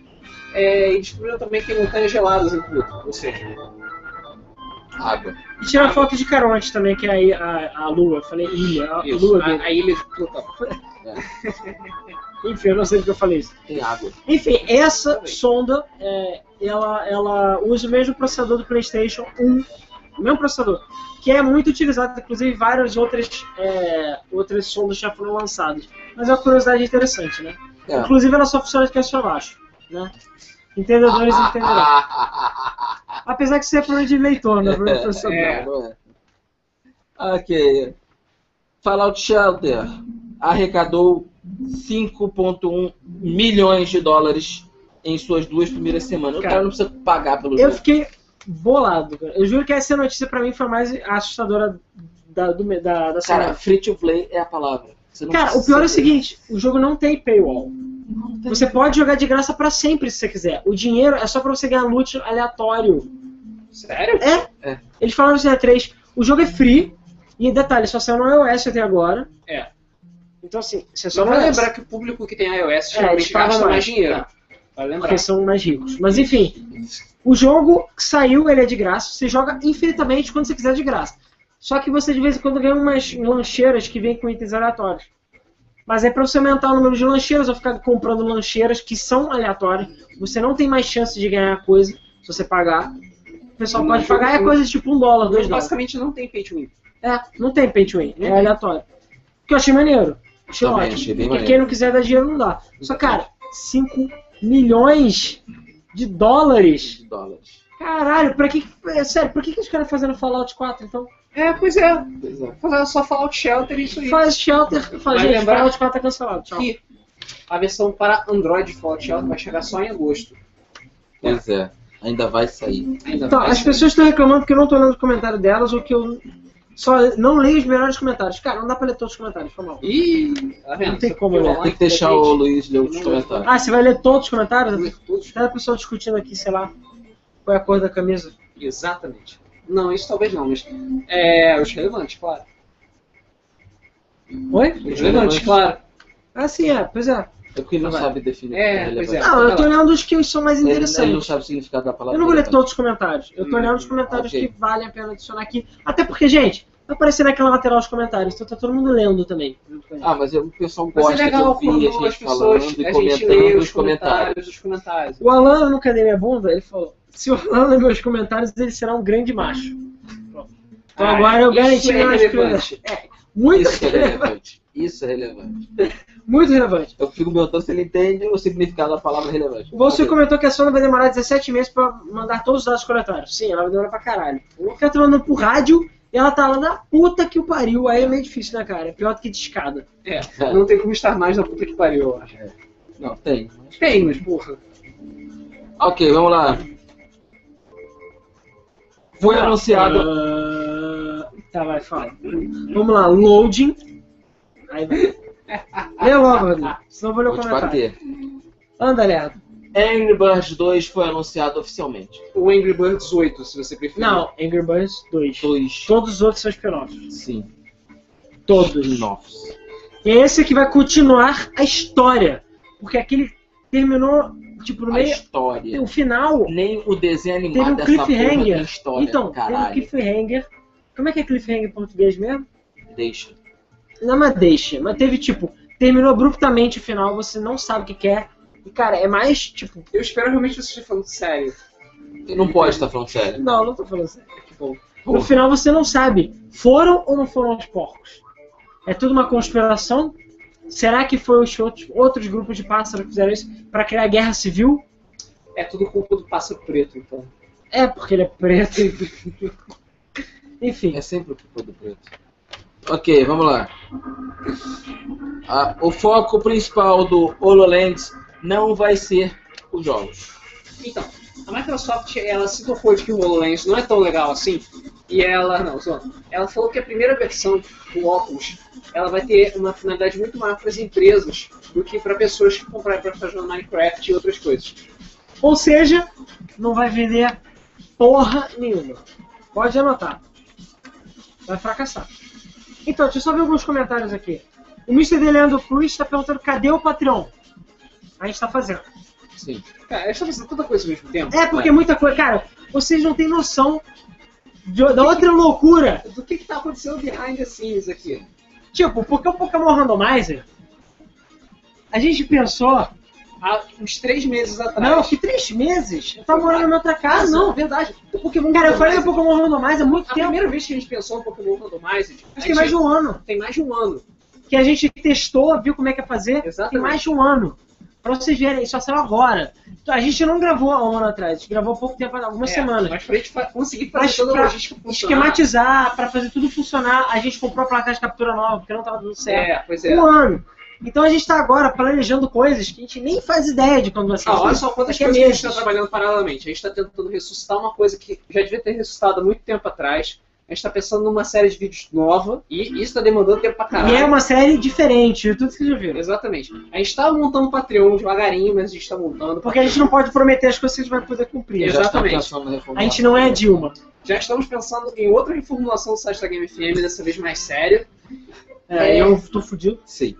[SPEAKER 4] É, e descobriram também que tem montanhas geladas em Plutão, ou seja,
[SPEAKER 2] Água.
[SPEAKER 3] E tirar foto de Caronte também, que é a, a, a lua. Eu falei ilha, a
[SPEAKER 4] isso,
[SPEAKER 3] lua
[SPEAKER 4] a,
[SPEAKER 3] dele.
[SPEAKER 4] a ilha de Plutão.
[SPEAKER 3] Enfim, eu não sei porque eu falei isso.
[SPEAKER 2] Tem água.
[SPEAKER 3] Enfim, essa
[SPEAKER 4] Também.
[SPEAKER 3] sonda, é, ela, ela usa o mesmo processador do PlayStation 1 o mesmo processador, que é muito utilizado, inclusive vários outros, é, outros sondos já foram lançados. Mas é uma curiosidade interessante, né?
[SPEAKER 2] É.
[SPEAKER 3] Inclusive ela só funciona de cabeça pra baixo, né? Entendedores
[SPEAKER 2] Ah,
[SPEAKER 3] entenderão. Apesar que isso é problema de leitor, né? Problema de processador.
[SPEAKER 2] É, não é. Ok. Fallout Shelter arrecadou 5,1 milhões de dólares em suas duas primeiras semanas. o
[SPEAKER 3] Cara,
[SPEAKER 2] cara não precisa pagar pelo
[SPEAKER 3] Eu
[SPEAKER 2] jogo.
[SPEAKER 3] fiquei bolado, cara. Eu juro que essa notícia pra mim foi mais assustadora da, do, me- da, da
[SPEAKER 2] Cara,
[SPEAKER 3] semana.
[SPEAKER 2] free to play é a palavra. Você não
[SPEAKER 3] assim, né? Cara, o
[SPEAKER 2] precisa
[SPEAKER 3] pior é o
[SPEAKER 2] ter.
[SPEAKER 3] seguinte, o jogo não tem paywall. Você pode jogar de graça pra sempre se você quiser. O dinheiro é só pra você ganhar loot aleatório.
[SPEAKER 4] Sério?
[SPEAKER 3] É?
[SPEAKER 2] É.
[SPEAKER 3] Eles falaram isso na 3. O jogo é free. E detalhe, só saiu no iOS até agora.
[SPEAKER 4] É.
[SPEAKER 3] Então assim, você só
[SPEAKER 4] Só
[SPEAKER 3] não
[SPEAKER 4] pra lembrar que o público que tem iOS
[SPEAKER 3] É, eles
[SPEAKER 4] geralmente
[SPEAKER 3] pagam
[SPEAKER 4] gasta
[SPEAKER 3] mais.
[SPEAKER 4] mais dinheiro.
[SPEAKER 3] Tá.
[SPEAKER 4] Vai lembrar.
[SPEAKER 3] porque são mais ricos. Mas enfim, o jogo que saiu, ele é de graça, você joga infinitamente quando você quiser de graça. Só que você de vez em quando ganha umas lancheiras que vêm com itens aleatórios. Mas é pra você aumentar o número de lancheiras ou ficar comprando lancheiras que são aleatórias. Você não tem mais chance de ganhar coisa se você pagar. O pessoal
[SPEAKER 4] Não,
[SPEAKER 3] pode
[SPEAKER 4] o jogo-
[SPEAKER 3] pagar é coisa tipo um dólar,
[SPEAKER 4] O
[SPEAKER 3] dois
[SPEAKER 4] jogo
[SPEAKER 3] dólares.
[SPEAKER 4] basicamente não tem pay to win.
[SPEAKER 3] É, não tem pay to win, é
[SPEAKER 4] Uhum.
[SPEAKER 3] aleatório. O que eu achei maneiro. Achei
[SPEAKER 2] Também
[SPEAKER 3] ótimo.
[SPEAKER 2] achei bem
[SPEAKER 3] Porque
[SPEAKER 2] maneiro.
[SPEAKER 3] quem não quiser dar dinheiro não dá. Só, cara, 5 milhões de dólares.
[SPEAKER 2] de dólares.
[SPEAKER 3] Caralho, pra que. que- é, Sério, por que, que os caras fazendo Fallout 4 então?
[SPEAKER 4] É, pois é.
[SPEAKER 2] Pois é.
[SPEAKER 4] Fazer só Fallout Shelter e isso aí.
[SPEAKER 3] Faz Shelter, faz
[SPEAKER 4] Vai
[SPEAKER 3] gente,
[SPEAKER 4] lembrar-
[SPEAKER 3] Fallout 4 tá cancelado. Tchau.
[SPEAKER 4] que a versão para Android de Fallout Shelter vai chegar só em agosto.
[SPEAKER 2] Pois é. Ainda vai sair.
[SPEAKER 4] Ainda
[SPEAKER 3] Então,
[SPEAKER 4] vai
[SPEAKER 3] as
[SPEAKER 4] ser.
[SPEAKER 3] pessoas estão reclamando que eu não tô lendo os comentários delas ou que eu só não leio os melhores comentários. Cara, não dá pra ler todos os comentários, foi mal.
[SPEAKER 4] Ih, tá vendo?
[SPEAKER 3] Não tem
[SPEAKER 4] Você
[SPEAKER 3] como,
[SPEAKER 4] pulou
[SPEAKER 3] né?
[SPEAKER 4] lá
[SPEAKER 2] Tem
[SPEAKER 4] e
[SPEAKER 2] que deixar
[SPEAKER 4] foi
[SPEAKER 2] o
[SPEAKER 4] triste.
[SPEAKER 2] Luiz ler os comentários.
[SPEAKER 3] Ah, você vai ler todos os comentários?
[SPEAKER 4] Ler todos?
[SPEAKER 3] Tá o pessoal discutindo aqui, sei lá, qual é a cor da camisa.
[SPEAKER 4] Exatamente. Não, isso talvez não, mas. É, os relevantes, claro.
[SPEAKER 3] Oi?
[SPEAKER 4] Os relevantes, claro.
[SPEAKER 3] Ah, sim, é, pois é.
[SPEAKER 2] É porque ele não
[SPEAKER 4] Vai.
[SPEAKER 2] sabe definir
[SPEAKER 4] É,
[SPEAKER 2] o que
[SPEAKER 4] pois
[SPEAKER 2] relevante.
[SPEAKER 4] é.
[SPEAKER 3] Não, eu tô olhando os que são mais
[SPEAKER 2] Ele- Ele, não
[SPEAKER 3] interessantes.
[SPEAKER 2] sabe o significado da palavra.
[SPEAKER 3] Ah, Eu não vou ler
[SPEAKER 2] relevante.
[SPEAKER 3] todos os comentários. Eu tô olhando os comentários
[SPEAKER 2] ok.
[SPEAKER 3] que vale a pena adicionar aqui. Até porque, gente, tá aparecendo naquela lateral os comentários, então tá todo mundo lendo também.
[SPEAKER 2] Ah, mas eu- o pessoal
[SPEAKER 4] Mas
[SPEAKER 2] gosta
[SPEAKER 4] é
[SPEAKER 2] de
[SPEAKER 4] legal
[SPEAKER 2] ouvir a
[SPEAKER 4] quando
[SPEAKER 2] gente
[SPEAKER 4] as
[SPEAKER 2] falando
[SPEAKER 4] pessoas.
[SPEAKER 2] e
[SPEAKER 4] A gente lê
[SPEAKER 2] comentando nos
[SPEAKER 4] os
[SPEAKER 2] comentários.
[SPEAKER 4] comentários, os comentários.
[SPEAKER 3] O Alan no Cadê Minha Bunda, ele falou: se o Alan ler meus comentários, ele será um grande macho. Pronto. Então
[SPEAKER 4] Ah,
[SPEAKER 3] agora eu
[SPEAKER 4] isso
[SPEAKER 3] garanti
[SPEAKER 4] é
[SPEAKER 3] minhas
[SPEAKER 4] relevante.
[SPEAKER 3] prioridades. É, muito,
[SPEAKER 2] Isso é relevante. Isso é relevante.
[SPEAKER 3] muito relevante.
[SPEAKER 2] Eu fico perguntando se ele entende o significado da palavra relevante.
[SPEAKER 3] Você
[SPEAKER 2] Ok.
[SPEAKER 3] comentou que a Sony vai demorar 17 meses pra mandar todos os dados coletados. Sim, ela vai demorar pra caralho. O cara tá mandando pro rádio e ela tá lá na puta que o pariu. Aí é meio difícil, né, cara? É pior do que discada.
[SPEAKER 4] É, não tem como estar mais na puta que pariu, eu acho.
[SPEAKER 2] Não, tem.
[SPEAKER 4] Tem, mas porra.
[SPEAKER 2] Ok, vamos lá. Foi
[SPEAKER 3] Ah,
[SPEAKER 2] anunciado.
[SPEAKER 3] ah, tá, vai, fala. Vamos lá, loading. Aí vai. Lê logo, Rodrigo. Senão eu vou ler o
[SPEAKER 2] Vou te é.
[SPEAKER 3] comentário.
[SPEAKER 2] bater.
[SPEAKER 3] Anda, Lerdo.
[SPEAKER 2] Angry Birds 2 foi anunciado oficialmente.
[SPEAKER 4] O Angry Birds 8, se você preferir.
[SPEAKER 3] Não, Angry Birds 2.
[SPEAKER 2] 2.
[SPEAKER 3] Todos os outros são spin-offs.
[SPEAKER 2] Sim.
[SPEAKER 3] Todos.
[SPEAKER 2] Novos.
[SPEAKER 3] E é esse que vai continuar a história. Porque aquele terminou, tipo, no
[SPEAKER 2] A
[SPEAKER 3] meio.
[SPEAKER 2] história.
[SPEAKER 3] O final.
[SPEAKER 2] Nem o desenho
[SPEAKER 3] Teve
[SPEAKER 2] animado
[SPEAKER 3] um
[SPEAKER 2] dessa porra tem
[SPEAKER 3] cliffhanger.
[SPEAKER 2] história.
[SPEAKER 3] Então, teve um
[SPEAKER 2] caralho.
[SPEAKER 3] cliffhanger. Como é que é cliffhanger em português mesmo?
[SPEAKER 2] Deixa.
[SPEAKER 3] Não, mas deixa. Mas teve tipo, terminou abruptamente o final, você não sabe o que quer. E cara, é mais tipo.
[SPEAKER 4] Eu espero realmente que você esteja falando sério. É
[SPEAKER 2] Você não pode estar falando sério.
[SPEAKER 3] Não, não tô falando sério.
[SPEAKER 4] Que bom.
[SPEAKER 3] No
[SPEAKER 2] Porra.
[SPEAKER 3] final você não sabe, foram ou não foram os porcos? É tudo uma conspiração? Será que foi os outros, outros grupos de pássaros que fizeram isso pra criar guerra civil?
[SPEAKER 4] É tudo culpa do pássaro preto, então.
[SPEAKER 3] É, porque ele é preto. Enfim.
[SPEAKER 2] É sempre o que do preto. Ok, vamos lá. Ah, o foco principal do HoloLens não vai ser os jogos.
[SPEAKER 4] Então, a Microsoft, ela se tocou de que o HoloLens não é tão legal assim, e ela, não, só, ela falou que a primeira versão do óculos, ela vai ter uma finalidade muito maior para as empresas do que para pessoas que comprarem para estar jogando Minecraft e outras coisas.
[SPEAKER 3] Ou seja, não vai vender porra nenhuma. Pode anotar. Vai fracassar. Então, deixa eu só ver alguns comentários aqui. O Mr. Deleandro Cruz está perguntando cadê o Patreon? A gente está fazendo.
[SPEAKER 2] Sim.
[SPEAKER 4] Cara, eles estão fazendo tanta coisa ao mesmo tempo.
[SPEAKER 3] É, porque muita coisa. Cara, vocês não têm noção de- da outra loucura.
[SPEAKER 4] Do que está acontecendo behind the scenes aqui?
[SPEAKER 3] Tipo, porque o Pokémon Randomizer, a gente pensou
[SPEAKER 4] há uns três meses atrás.
[SPEAKER 3] Não, que três meses? Eu tava morando na outra
[SPEAKER 4] Ah,
[SPEAKER 3] casa.
[SPEAKER 4] não, Ah, verdade. O Pokémon
[SPEAKER 3] Cara, eu
[SPEAKER 4] Randomizer-
[SPEAKER 3] falei do Pokémon Randomize há muito
[SPEAKER 4] A
[SPEAKER 3] tempo.
[SPEAKER 4] primeira vez que a gente pensou um no Pokémon Randomizer, a
[SPEAKER 3] Acho que
[SPEAKER 4] gente-
[SPEAKER 3] é mais de um ano.
[SPEAKER 4] tem mais de um ano.
[SPEAKER 3] Que a gente testou, viu como é que é fazer. Tem
[SPEAKER 4] Exatamente.
[SPEAKER 3] mais de um ano. Pra vocês verem, isso saiu agora. Então, A gente não gravou há um ano atrás, a gente gravou há pouco tempo, há algumas
[SPEAKER 4] É,
[SPEAKER 3] semanas.
[SPEAKER 4] Mas pra gente fa- conseguir
[SPEAKER 3] Mas
[SPEAKER 4] fazer toda
[SPEAKER 3] pra
[SPEAKER 4] a logística funcionar-
[SPEAKER 3] Esquematizar, pra fazer tudo funcionar, a gente comprou a placa de captura nova, porque não tava dando certo.
[SPEAKER 4] É, pois é.
[SPEAKER 3] Um ano. Então a gente tá agora planejando coisas que a gente nem faz ideia de quando vai ser.
[SPEAKER 4] Ah, olha só quantas
[SPEAKER 3] Daqui
[SPEAKER 4] coisas que
[SPEAKER 3] a
[SPEAKER 4] a gente
[SPEAKER 3] meses.
[SPEAKER 4] está trabalhando paralelamente. A gente está tentando ressuscitar uma coisa que já devia ter ressuscitado há muito tempo atrás. A gente está pensando numa série de vídeos nova e isso está demandando tempo pra caralho.
[SPEAKER 3] E é uma série diferente, tudo que vocês já viram.
[SPEAKER 4] Exatamente. A gente estava montando um Patreon devagarinho, mas a gente está montando.
[SPEAKER 3] Porque a gente não pode prometer as coisas que a gente vai poder cumprir.
[SPEAKER 4] Exato. exatamente.
[SPEAKER 3] A gente não é a Dilma.
[SPEAKER 4] Já estamos pensando em outra reformulação do site da Game FM, dessa vez mais séria.
[SPEAKER 3] É,
[SPEAKER 4] É.
[SPEAKER 3] eu tô fudido.
[SPEAKER 2] Sim.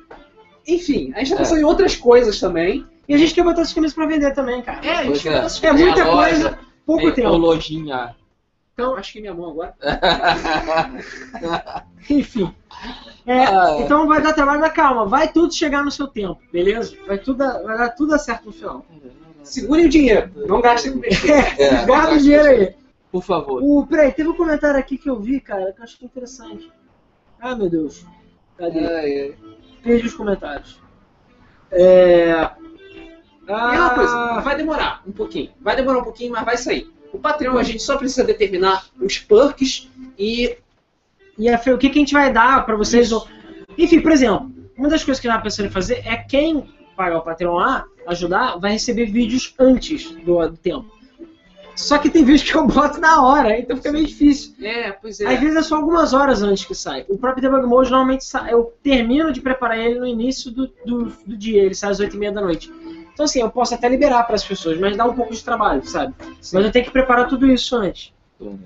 [SPEAKER 4] Enfim, a gente está pensando em outras coisas também.
[SPEAKER 3] E a gente quer botar essas camisas pra vender também, cara.
[SPEAKER 4] É, a gente
[SPEAKER 2] Pois é.
[SPEAKER 4] tá pensando-
[SPEAKER 3] É muita
[SPEAKER 2] a loja,
[SPEAKER 3] coisa, pouco
[SPEAKER 2] é,
[SPEAKER 3] tempo.
[SPEAKER 2] É o lojinha.
[SPEAKER 4] Então, acho que minha mão agora.
[SPEAKER 3] Enfim. É,
[SPEAKER 2] Ah, é.
[SPEAKER 3] Então vai dar trabalho, mas calma, vai tudo chegar no seu tempo, beleza? Vai, tudo, dar- vai dar tudo dar certo no final.
[SPEAKER 4] Segurem o dinheiro. Não gastem com besteira.
[SPEAKER 2] É,
[SPEAKER 3] Guarda o dinheiro aí.
[SPEAKER 2] Por favor.
[SPEAKER 3] O, peraí, teve um comentário aqui que eu vi, cara, que eu achei interessante. Ah, meu Deus. Cadê?
[SPEAKER 4] Ai, ai.
[SPEAKER 3] Perdi os comentários. É. Ah,
[SPEAKER 4] É uma coisa, vai demorar um pouquinho. Vai demorar um pouquinho, mas vai sair. O Patreon a gente só precisa determinar os perks e.
[SPEAKER 3] E a Fê, o que, que a gente vai dar pra vocês? Enfim, por exemplo, uma das coisas que eu tava pensando em fazer é quem pagar o Patreon lá, ajudar, vai receber vídeos antes do, do tempo. Só que tem vídeos que eu boto na hora, então fica meio difícil.
[SPEAKER 4] É, pois
[SPEAKER 3] Às vezes é só algumas horas antes que sai. O próprio Debug Mode normalmente sai, eu termino de preparar ele no início do, do, do dia, ele sai às 8h30 da noite. Então assim, eu posso até liberar para as pessoas, mas dá um pouco de trabalho, sabe? Mas eu tenho que preparar tudo isso antes.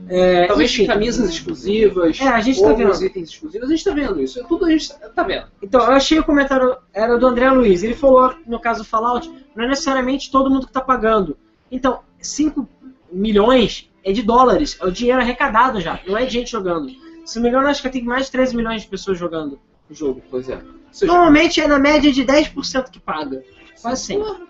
[SPEAKER 3] É,
[SPEAKER 4] Talvez
[SPEAKER 3] enfim.
[SPEAKER 4] camisas exclusivas.
[SPEAKER 3] É, a gente tá
[SPEAKER 4] outros
[SPEAKER 3] vendo.
[SPEAKER 4] itens exclusivos. A gente tá vendo isso. Tudo a gente tá vendo.
[SPEAKER 3] Então, eu achei o comentário, era do André Luiz. Ele falou, no caso do Fallout, não é necessariamente todo mundo que está pagando. Então, 5 milhões é de dólares, é o dinheiro arrecadado já, não é de gente jogando. Se não me engano, acho que tem mais de 13 milhões de pessoas jogando o jogo.
[SPEAKER 2] Pois é.
[SPEAKER 4] Ou seja,
[SPEAKER 3] Normalmente é na média de 10% que paga. assim. Quase sempre.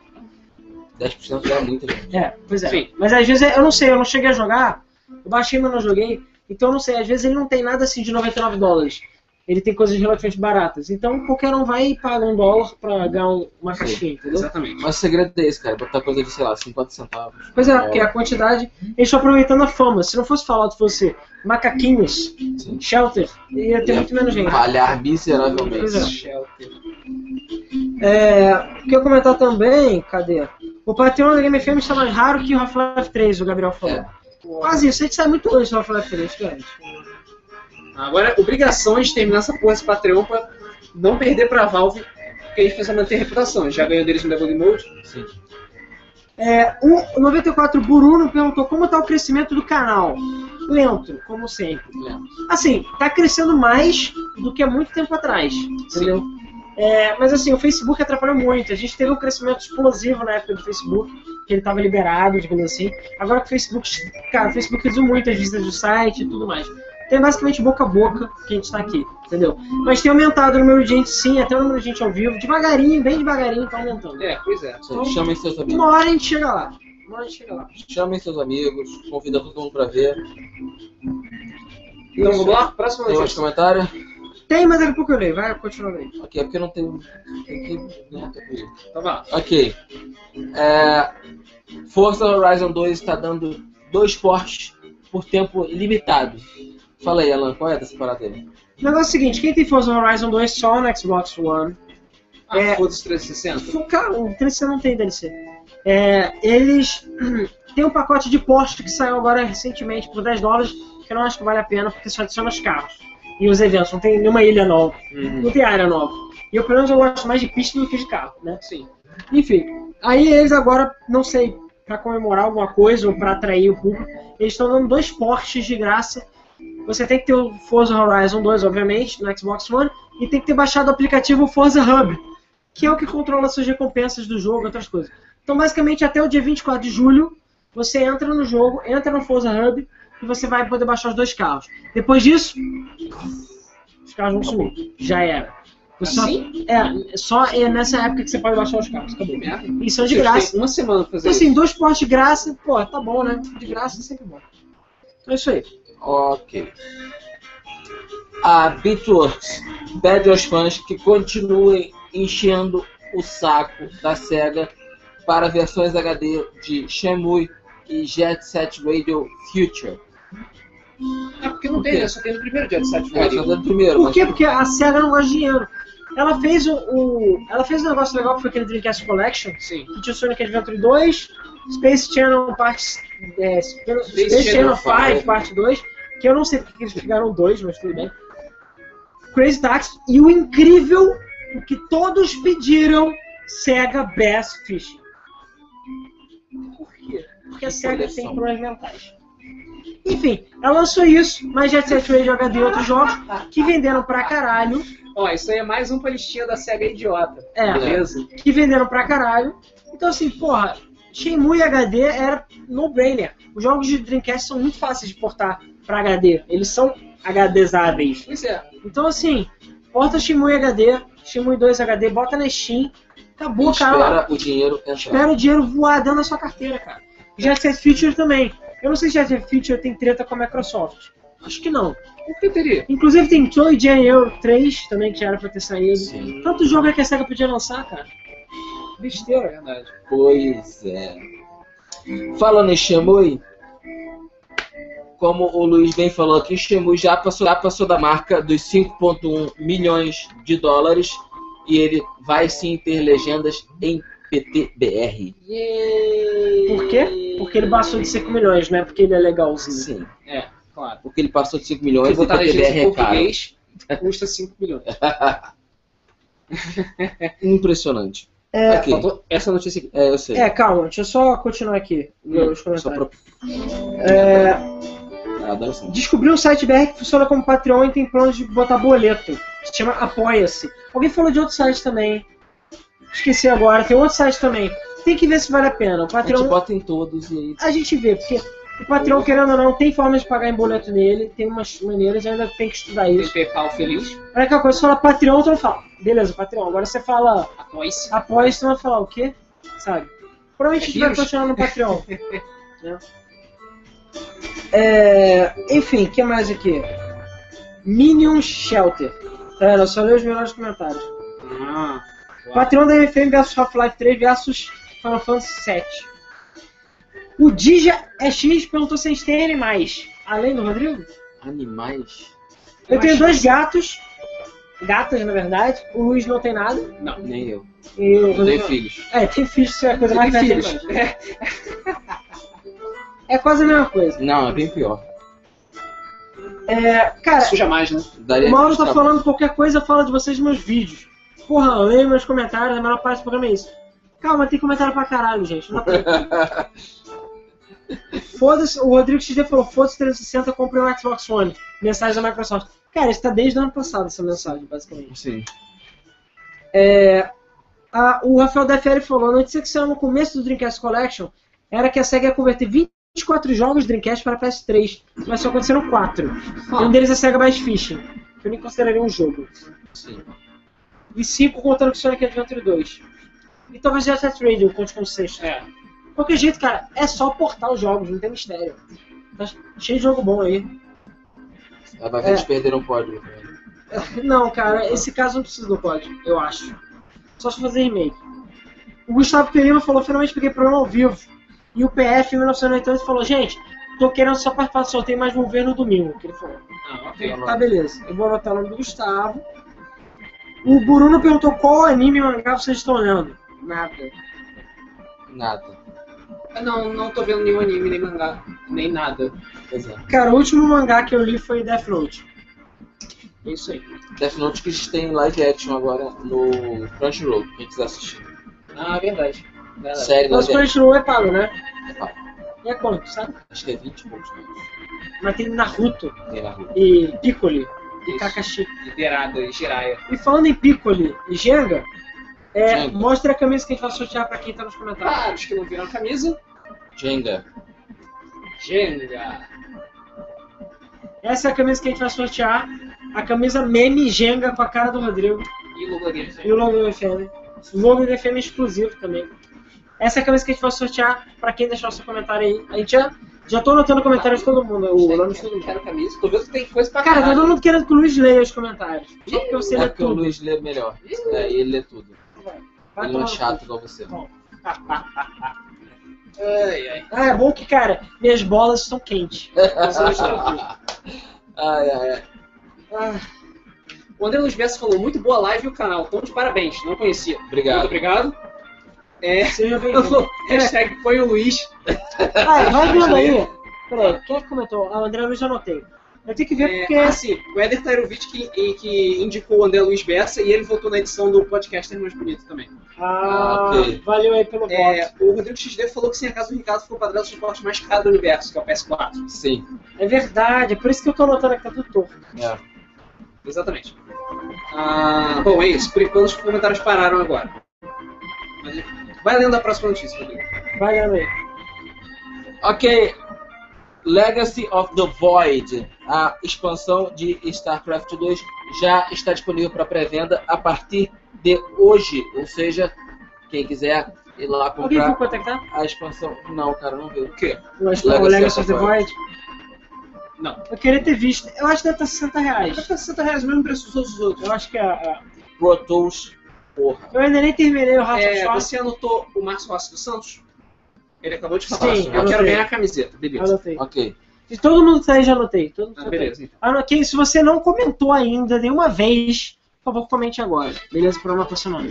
[SPEAKER 2] 10% já é muita gente.
[SPEAKER 3] É, pois é.
[SPEAKER 4] Sim.
[SPEAKER 3] Mas às vezes eu não sei, eu não cheguei a jogar, eu baixei, mas não joguei. Então eu não sei, às vezes ele não tem nada assim de 99 dólares. Ele tem coisas relativamente baratas. Então qualquer um vai e paga um dólar pra ganhar um- uma
[SPEAKER 2] Sim.
[SPEAKER 3] caixinha, entendeu?
[SPEAKER 4] Exatamente.
[SPEAKER 2] Mas o segredo é esse, cara. Botar coisa de, sei lá, 50 centavos.
[SPEAKER 3] Pois é, porque a quantidade. Eles estão aproveitando a fama. Se não fosse falado fosse macaquinhos,
[SPEAKER 2] Sim.
[SPEAKER 3] shelter, ia ter muito menos gente.
[SPEAKER 2] Falhar miseravelmente.
[SPEAKER 3] Pois é.
[SPEAKER 4] Shelter.
[SPEAKER 3] É, o que eu ia comentar também, cadê? O Patreon da Game FM está mais raro que o Half-Life 3, o Gabriel falou.
[SPEAKER 2] É.
[SPEAKER 3] Quase isso, a gente sai muito hoje do Half-Life 3, cara.
[SPEAKER 4] Agora, obrigação é de terminar essa porra, esse Patreon, pra não perder pra Valve, porque a gente precisa manter a reputação. A gente já ganhou deles no Devil Mode.
[SPEAKER 2] Sim.
[SPEAKER 3] É, o 94 Bruno perguntou como tá o crescimento do canal. Lento, como sempre.
[SPEAKER 2] Lento.
[SPEAKER 3] Assim, tá crescendo mais do que há muito tempo atrás. Entendeu? É, mas assim, o Facebook atrapalhou muito. A gente teve um crescimento explosivo na época do Facebook, que ele tava liberado, digamos assim. Agora que o Facebook. Cara, o Facebook reduziu muito as visitas do site e tudo mais. Então é basicamente boca a boca que a gente tá aqui, entendeu? Mas tem aumentado o número de gente sim, até o número de gente ao vivo, devagarinho, bem devagarinho, tá aumentando.
[SPEAKER 4] É, pois é.
[SPEAKER 2] Sim. Chamem seus amigos.
[SPEAKER 3] Uma hora a gente chega lá. Uma hora a gente chega lá.
[SPEAKER 2] Chamem seus amigos. Convida todo mundo pra ver.
[SPEAKER 4] Então vamos lá? Próxima
[SPEAKER 2] Tem outros
[SPEAKER 4] notícia.
[SPEAKER 2] comentários?
[SPEAKER 3] Tem, mas daqui a pouco eu leio. Vai, continua aí.
[SPEAKER 2] Ok, é porque não tem. Tem que. Não, tá comigo.
[SPEAKER 4] Então vai lá.
[SPEAKER 2] Ok. É, Forza Horizon 2 está dando dois portes por tempo limitado. Fala aí, Alan, qual é dessa parada aí?
[SPEAKER 3] O negócio é o seguinte: quem tem Forza Horizon 2 só no Xbox One.
[SPEAKER 4] Ah,
[SPEAKER 3] É.
[SPEAKER 4] foda-se 360.
[SPEAKER 3] Cara, o DLC não tem DLC. É, eles. Tem um pacote de Porsche que saiu agora recentemente por 10 dólares, que eu não acho que vale a pena, porque só adiciona os carros. E os eventos, não tem nenhuma ilha nova, não tem área nova. E eu, pelo menos, eu gosto mais de pista do que de carro, né?
[SPEAKER 4] Sim.
[SPEAKER 3] Enfim, aí eles agora, não sei, pra comemorar alguma coisa ou pra atrair o público, eles estão dando dois portes de graça. Você tem que ter o Forza Horizon 2, obviamente, no Xbox One, e tem que ter baixado o aplicativo Forza Hub, que é o que controla suas recompensas do jogo e outras coisas. Então, basicamente, até o dia 24 de julho, você entra no jogo, entra no Forza Hub, e você vai poder baixar os dois carros. Depois disso, os carros vão sumir. Já era. Você só-
[SPEAKER 4] Assim?
[SPEAKER 3] é, só é nessa época que você pode baixar os carros. Acabou.
[SPEAKER 4] Que merda.
[SPEAKER 3] E são de
[SPEAKER 4] É? Vocês
[SPEAKER 3] graça.
[SPEAKER 4] têm Uma semana pra fazer
[SPEAKER 3] Então,
[SPEAKER 4] isso.
[SPEAKER 3] assim, dois portes de graça, pô, tá bom, né? De graça é sempre bom. Então é isso aí.
[SPEAKER 2] Ok. A Beatworks pede aos fãs que continuem enchendo o saco da SEGA para versões HD de Shenmue e Jet Set Radio Future.
[SPEAKER 4] É porque não tem,
[SPEAKER 2] Por quê?
[SPEAKER 4] né? Só tem no primeiro dia de 7 de
[SPEAKER 2] É, só
[SPEAKER 4] abril.
[SPEAKER 2] dando primeiro,
[SPEAKER 3] Por
[SPEAKER 2] mas
[SPEAKER 3] quê? Porque a SEGA não gosta de dinheiro. Ela fez o, o- Ela fez um negócio legal que foi aquele Dreamcast Collection,
[SPEAKER 4] Sim.
[SPEAKER 3] que tinha o Sonic Adventure 2, Space Channel Parte. É, Space, Channel
[SPEAKER 2] Channel
[SPEAKER 3] 5
[SPEAKER 2] 5,
[SPEAKER 3] Parte 2, que eu não sei porque eles pegaram dois, mas tudo bem. Crazy Taxi e o incrível, o que todos pediram, SEGA Bass Fishing. Por quê? Porque a SEGA tem
[SPEAKER 2] coleção.
[SPEAKER 3] problemas mentais. Enfim, ela lançou isso, mas Jet Set Radio HD e outros jogos que venderam pra caralho.
[SPEAKER 4] Ó, isso aí é mais um pra listinha da SEGA idiota.
[SPEAKER 3] É,
[SPEAKER 4] Beleza?
[SPEAKER 3] que venderam pra caralho. Então, assim, porra, Shenmue HD era no-brainer. Os jogos de Dreamcast são muito fáceis de portar pra HD. Eles são HDzáveis.
[SPEAKER 4] Pois é.
[SPEAKER 3] Então, assim, porta Shenmue HD, Shenmue 2 HD, bota na Steam. Acabou, cara.
[SPEAKER 2] espera o dinheiro entrar.
[SPEAKER 3] Espera o dinheiro voar dentro da sua carteira, cara. Jet Set Future também. Eu não sei se Jet Set Future tem treta com a Microsoft. Acho que não.
[SPEAKER 4] O que teria?
[SPEAKER 3] Inclusive tem Joy Jane Euro 3 também, que já era pra ter saído.
[SPEAKER 2] Sim.
[SPEAKER 3] Tanto jogo é que a SEGA podia lançar, cara.
[SPEAKER 4] Besteira. Verdade.
[SPEAKER 2] Pois é. Falando em Shenmue, como o Luiz bem falou aqui, Shenmue já passou, já passou da marca dos 5.1 milhões de dólares e ele vai sim ter legendas em PTBR.
[SPEAKER 3] Por quê? Porque ele passou de 5 milhões, né? Porque ele é legalzinho.
[SPEAKER 2] Sim,
[SPEAKER 4] É, claro.
[SPEAKER 2] porque ele passou de 5
[SPEAKER 4] Se
[SPEAKER 2] milhões e
[SPEAKER 4] botar na legenda
[SPEAKER 2] PTBR
[SPEAKER 4] em
[SPEAKER 2] é caro.
[SPEAKER 4] português, custa 5 milhões.
[SPEAKER 2] Impressionante.
[SPEAKER 3] É,
[SPEAKER 2] Aqui.
[SPEAKER 4] Faltou essa notícia aqui.
[SPEAKER 2] É, eu sei.
[SPEAKER 3] é, calma, deixa eu só continuar aqui. os comentários.
[SPEAKER 2] Só pra...
[SPEAKER 3] É,
[SPEAKER 2] Ah, dá licença.
[SPEAKER 3] descobri um site BR que funciona como Patreon e tem plano de botar boleto. Se chama Apoia-se. Alguém falou de outro site também. Esqueci agora, tem outro site também. Tem que ver se vale a pena. O
[SPEAKER 2] A gente
[SPEAKER 3] Patreon
[SPEAKER 2] bota em todos e aí
[SPEAKER 3] a gente vê, porque o Patreon, querendo ou não, tem forma de pagar em boleto nele, tem umas maneiras, ainda tem que estudar
[SPEAKER 4] Tem
[SPEAKER 3] isso.
[SPEAKER 4] PayPal feliz.
[SPEAKER 3] Aí aquela coisa, você fala Patreon, tu não fala, beleza, Patreon. Agora você fala
[SPEAKER 4] Apoie-se.
[SPEAKER 3] após, tu vai falar o quê? Sabe? Provavelmente a gente vai
[SPEAKER 4] É Vírus.
[SPEAKER 3] continuar no Patreon. né? É, enfim, o que mais aqui? Minion Shelter. Tá, eu só leio os melhores comentários.
[SPEAKER 4] Ah,
[SPEAKER 3] Patreon da MFM versus Half-Life 3 versus Final Fantasy 7. O Dija SX perguntou se eles têm animais. Além do Rodrigo?
[SPEAKER 2] animais.
[SPEAKER 3] Eu tenho
[SPEAKER 4] Mas-
[SPEAKER 3] dois gatos. Gatas, na verdade. O Luiz não tem nada.
[SPEAKER 4] Não.
[SPEAKER 2] Nem eu.
[SPEAKER 3] E o
[SPEAKER 2] Eu tenho
[SPEAKER 3] Rodrigo.
[SPEAKER 2] filhos.
[SPEAKER 3] É, tem filhos, isso é a coisa
[SPEAKER 4] Tem
[SPEAKER 3] mais
[SPEAKER 4] filhos.
[SPEAKER 3] velha. É quase a mesma coisa.
[SPEAKER 2] Não, é bem pior.
[SPEAKER 3] É, cara,
[SPEAKER 4] Suja mais, né?
[SPEAKER 2] Daria
[SPEAKER 3] o Mauro
[SPEAKER 2] pra
[SPEAKER 3] tá
[SPEAKER 2] escapar.
[SPEAKER 3] falando qualquer coisa, fala de vocês nos meus vídeos. Porra, eu leio meus comentários, a maior parte do programa é isso. Calma, tem comentário pra caralho, gente. Não tem. Foda-se, o Rodrigo XD falou: foda-se 360, comprei um Xbox One. Mensagem da Microsoft. Cara, isso tá desde o ano passado, essa mensagem, basicamente.
[SPEAKER 2] Sim.
[SPEAKER 3] Ah, o Rafael da FL falou: a notícia que saiu no começo do Dreamcast Collection era que a SEGA ia converter 24 jogos Dreamcast para PS3, mas só aconteceram 4. E um deles é SEGA Bass Fishing, que eu nem consideraria um jogo.
[SPEAKER 2] Sim.
[SPEAKER 3] E 5 contando com Sonic Adventure 2. E talvez Jet Set Radio conte com 6.
[SPEAKER 4] É.
[SPEAKER 3] De qualquer jeito, cara, é só portar os jogos, não tem mistério. Tá cheio de jogo bom aí.
[SPEAKER 2] Ah, Vai
[SPEAKER 3] É.
[SPEAKER 2] ver eles perderam o né? código também.
[SPEAKER 3] Não, cara, esse caso não precisa do código, eu acho. Só se fazer remake. O Gustavo Perino falou, finalmente peguei programa ao vivo. E o PF em 1998 falou, gente, tô querendo só participar do sorteio, mas vou ver no domingo, que ele falou.
[SPEAKER 4] Ah, ok.
[SPEAKER 3] Tá, beleza. Eu vou anotar o nome do Gustavo. O Bruno perguntou qual anime e mangá vocês estão olhando. Nada.
[SPEAKER 2] Nada.
[SPEAKER 4] Ah, Não, não tô vendo nenhum anime, nem mangá, nem nada.
[SPEAKER 2] Pois é.
[SPEAKER 3] Cara, o último mangá que eu li foi Death Note. É isso aí.
[SPEAKER 2] Death Note que eles têm live action agora no Crunchyroll, quem quiser assistir.
[SPEAKER 4] Ah, verdade. Verdade.
[SPEAKER 2] Série
[SPEAKER 3] Mas
[SPEAKER 2] live
[SPEAKER 3] o Crunchyroll é pago, né?
[SPEAKER 2] action. Ah,
[SPEAKER 3] E é quanto, sabe?
[SPEAKER 2] acho que é 20 e poucos minutos.
[SPEAKER 3] Mas tem Naruto
[SPEAKER 2] Tem na rua.
[SPEAKER 3] e Piccoli e
[SPEAKER 4] Isso.
[SPEAKER 3] Kakashi.
[SPEAKER 4] Liderada e Jiraiya.
[SPEAKER 3] E falando em Piccoli e Jenga, é,
[SPEAKER 2] Jenga.
[SPEAKER 3] mostra a camisa que a gente vai sortear pra quem tá nos comentários.
[SPEAKER 4] Ah, os que não viram a camisa.
[SPEAKER 2] Jenga.
[SPEAKER 4] Jenga.
[SPEAKER 3] Essa é a camisa que a gente vai sortear. A camisa meme Jenga com a cara do Rodrigo.
[SPEAKER 4] E o logo dele.
[SPEAKER 3] E o logo do FM. Logo do FM exclusivo também. Essa é a camisa que a gente vai sortear pra quem deixar o seu comentário aí. A gente já, já tô anotando o comentário de todo mundo, o nome de todo
[SPEAKER 4] Quero-
[SPEAKER 3] mundo.
[SPEAKER 4] Quero camisa. Tô vendo que tem coisa pra
[SPEAKER 3] Cara, tá
[SPEAKER 4] caralho.
[SPEAKER 3] todo mundo querendo que o Luiz leia os comentários. Só porque você
[SPEAKER 2] É
[SPEAKER 3] lê
[SPEAKER 2] porque o
[SPEAKER 3] tudo.
[SPEAKER 2] Luiz lê melhor. É, ele lê tudo.
[SPEAKER 3] Vai
[SPEAKER 2] ele não
[SPEAKER 3] tomar
[SPEAKER 2] é
[SPEAKER 3] no
[SPEAKER 2] chato igual você.
[SPEAKER 4] Ai, ai.
[SPEAKER 3] cu. Ah, é bom que, cara, minhas bolas estão quentes.
[SPEAKER 2] ai, ai, ai.
[SPEAKER 3] Ah,
[SPEAKER 4] O André Luiz Bessa falou, muito boa live e o canal. Então, de parabéns. Não conhecia. Muito
[SPEAKER 2] Obrigado.
[SPEAKER 4] obrigado.
[SPEAKER 3] seja
[SPEAKER 4] Ele
[SPEAKER 3] bem-vindo.
[SPEAKER 4] falou, hashtag foi o Luiz.
[SPEAKER 3] Ah, vai vendo aí. Peraí, quem é que comentou? Ah, o André Luiz eu anotei. Eu tenho que ver
[SPEAKER 4] É,
[SPEAKER 3] porque.
[SPEAKER 4] ah, sim, o Eder Tairovic que, e- que indicou o André Luiz Bessa e ele votou na edição do podcaster mais bonito também.
[SPEAKER 3] Ah,
[SPEAKER 2] ok.
[SPEAKER 3] valeu aí pelo voto.
[SPEAKER 4] É,
[SPEAKER 3] É,
[SPEAKER 4] o Rodrigo XD falou que sem a casa do Ricardo ficou quadrado do suporte mais caro do universo, que é o PS4.
[SPEAKER 2] Sim.
[SPEAKER 3] verdade, é por isso que eu tô anotando aqui tá tudo torto.
[SPEAKER 2] É.
[SPEAKER 4] Exatamente. Ah, bom, é isso. Por enquanto os comentários pararam agora. Mas, Vai lendo a próxima notícia, Rodrigo.
[SPEAKER 3] Vai lendo aí.
[SPEAKER 2] Ok. Legacy of the Void, a expansão de StarCraft 2, já está disponível para pré-venda a partir de hoje. Ou seja, quem quiser ir lá
[SPEAKER 3] Alguém viu
[SPEAKER 2] comprar
[SPEAKER 3] quanto é que tá?
[SPEAKER 2] a expansão. Não, cara, não viu.
[SPEAKER 3] Eu acho que
[SPEAKER 2] Legacy
[SPEAKER 3] o Legacy
[SPEAKER 2] of
[SPEAKER 3] of the
[SPEAKER 2] the
[SPEAKER 3] Void.
[SPEAKER 4] Não.
[SPEAKER 3] Eu queria ter visto. Eu acho que deve estar 60
[SPEAKER 4] Acho
[SPEAKER 3] reais.
[SPEAKER 4] que é 60 reais o mesmo preço dos outros. outros.
[SPEAKER 3] Eu acho que é. é.
[SPEAKER 2] Pro Tools, porra.
[SPEAKER 3] Eu ainda nem terminei o Rafa
[SPEAKER 4] É,
[SPEAKER 3] é,
[SPEAKER 4] você anotou o Márcio Rossi dos Santos? Ele acabou de falar.
[SPEAKER 3] Sim,
[SPEAKER 4] eu
[SPEAKER 3] anotei.
[SPEAKER 4] quero ganhar a camiseta. Beleza.
[SPEAKER 3] Anotei.
[SPEAKER 2] Ok.
[SPEAKER 3] De todo mundo que tá aí já anotei. Todo mundo
[SPEAKER 4] Ah,
[SPEAKER 3] que tá aí.
[SPEAKER 4] beleza. então.
[SPEAKER 3] Anotei. Se você não comentou ainda nenhuma vez, por favor, comente agora. Beleza? Programa tá pra semana.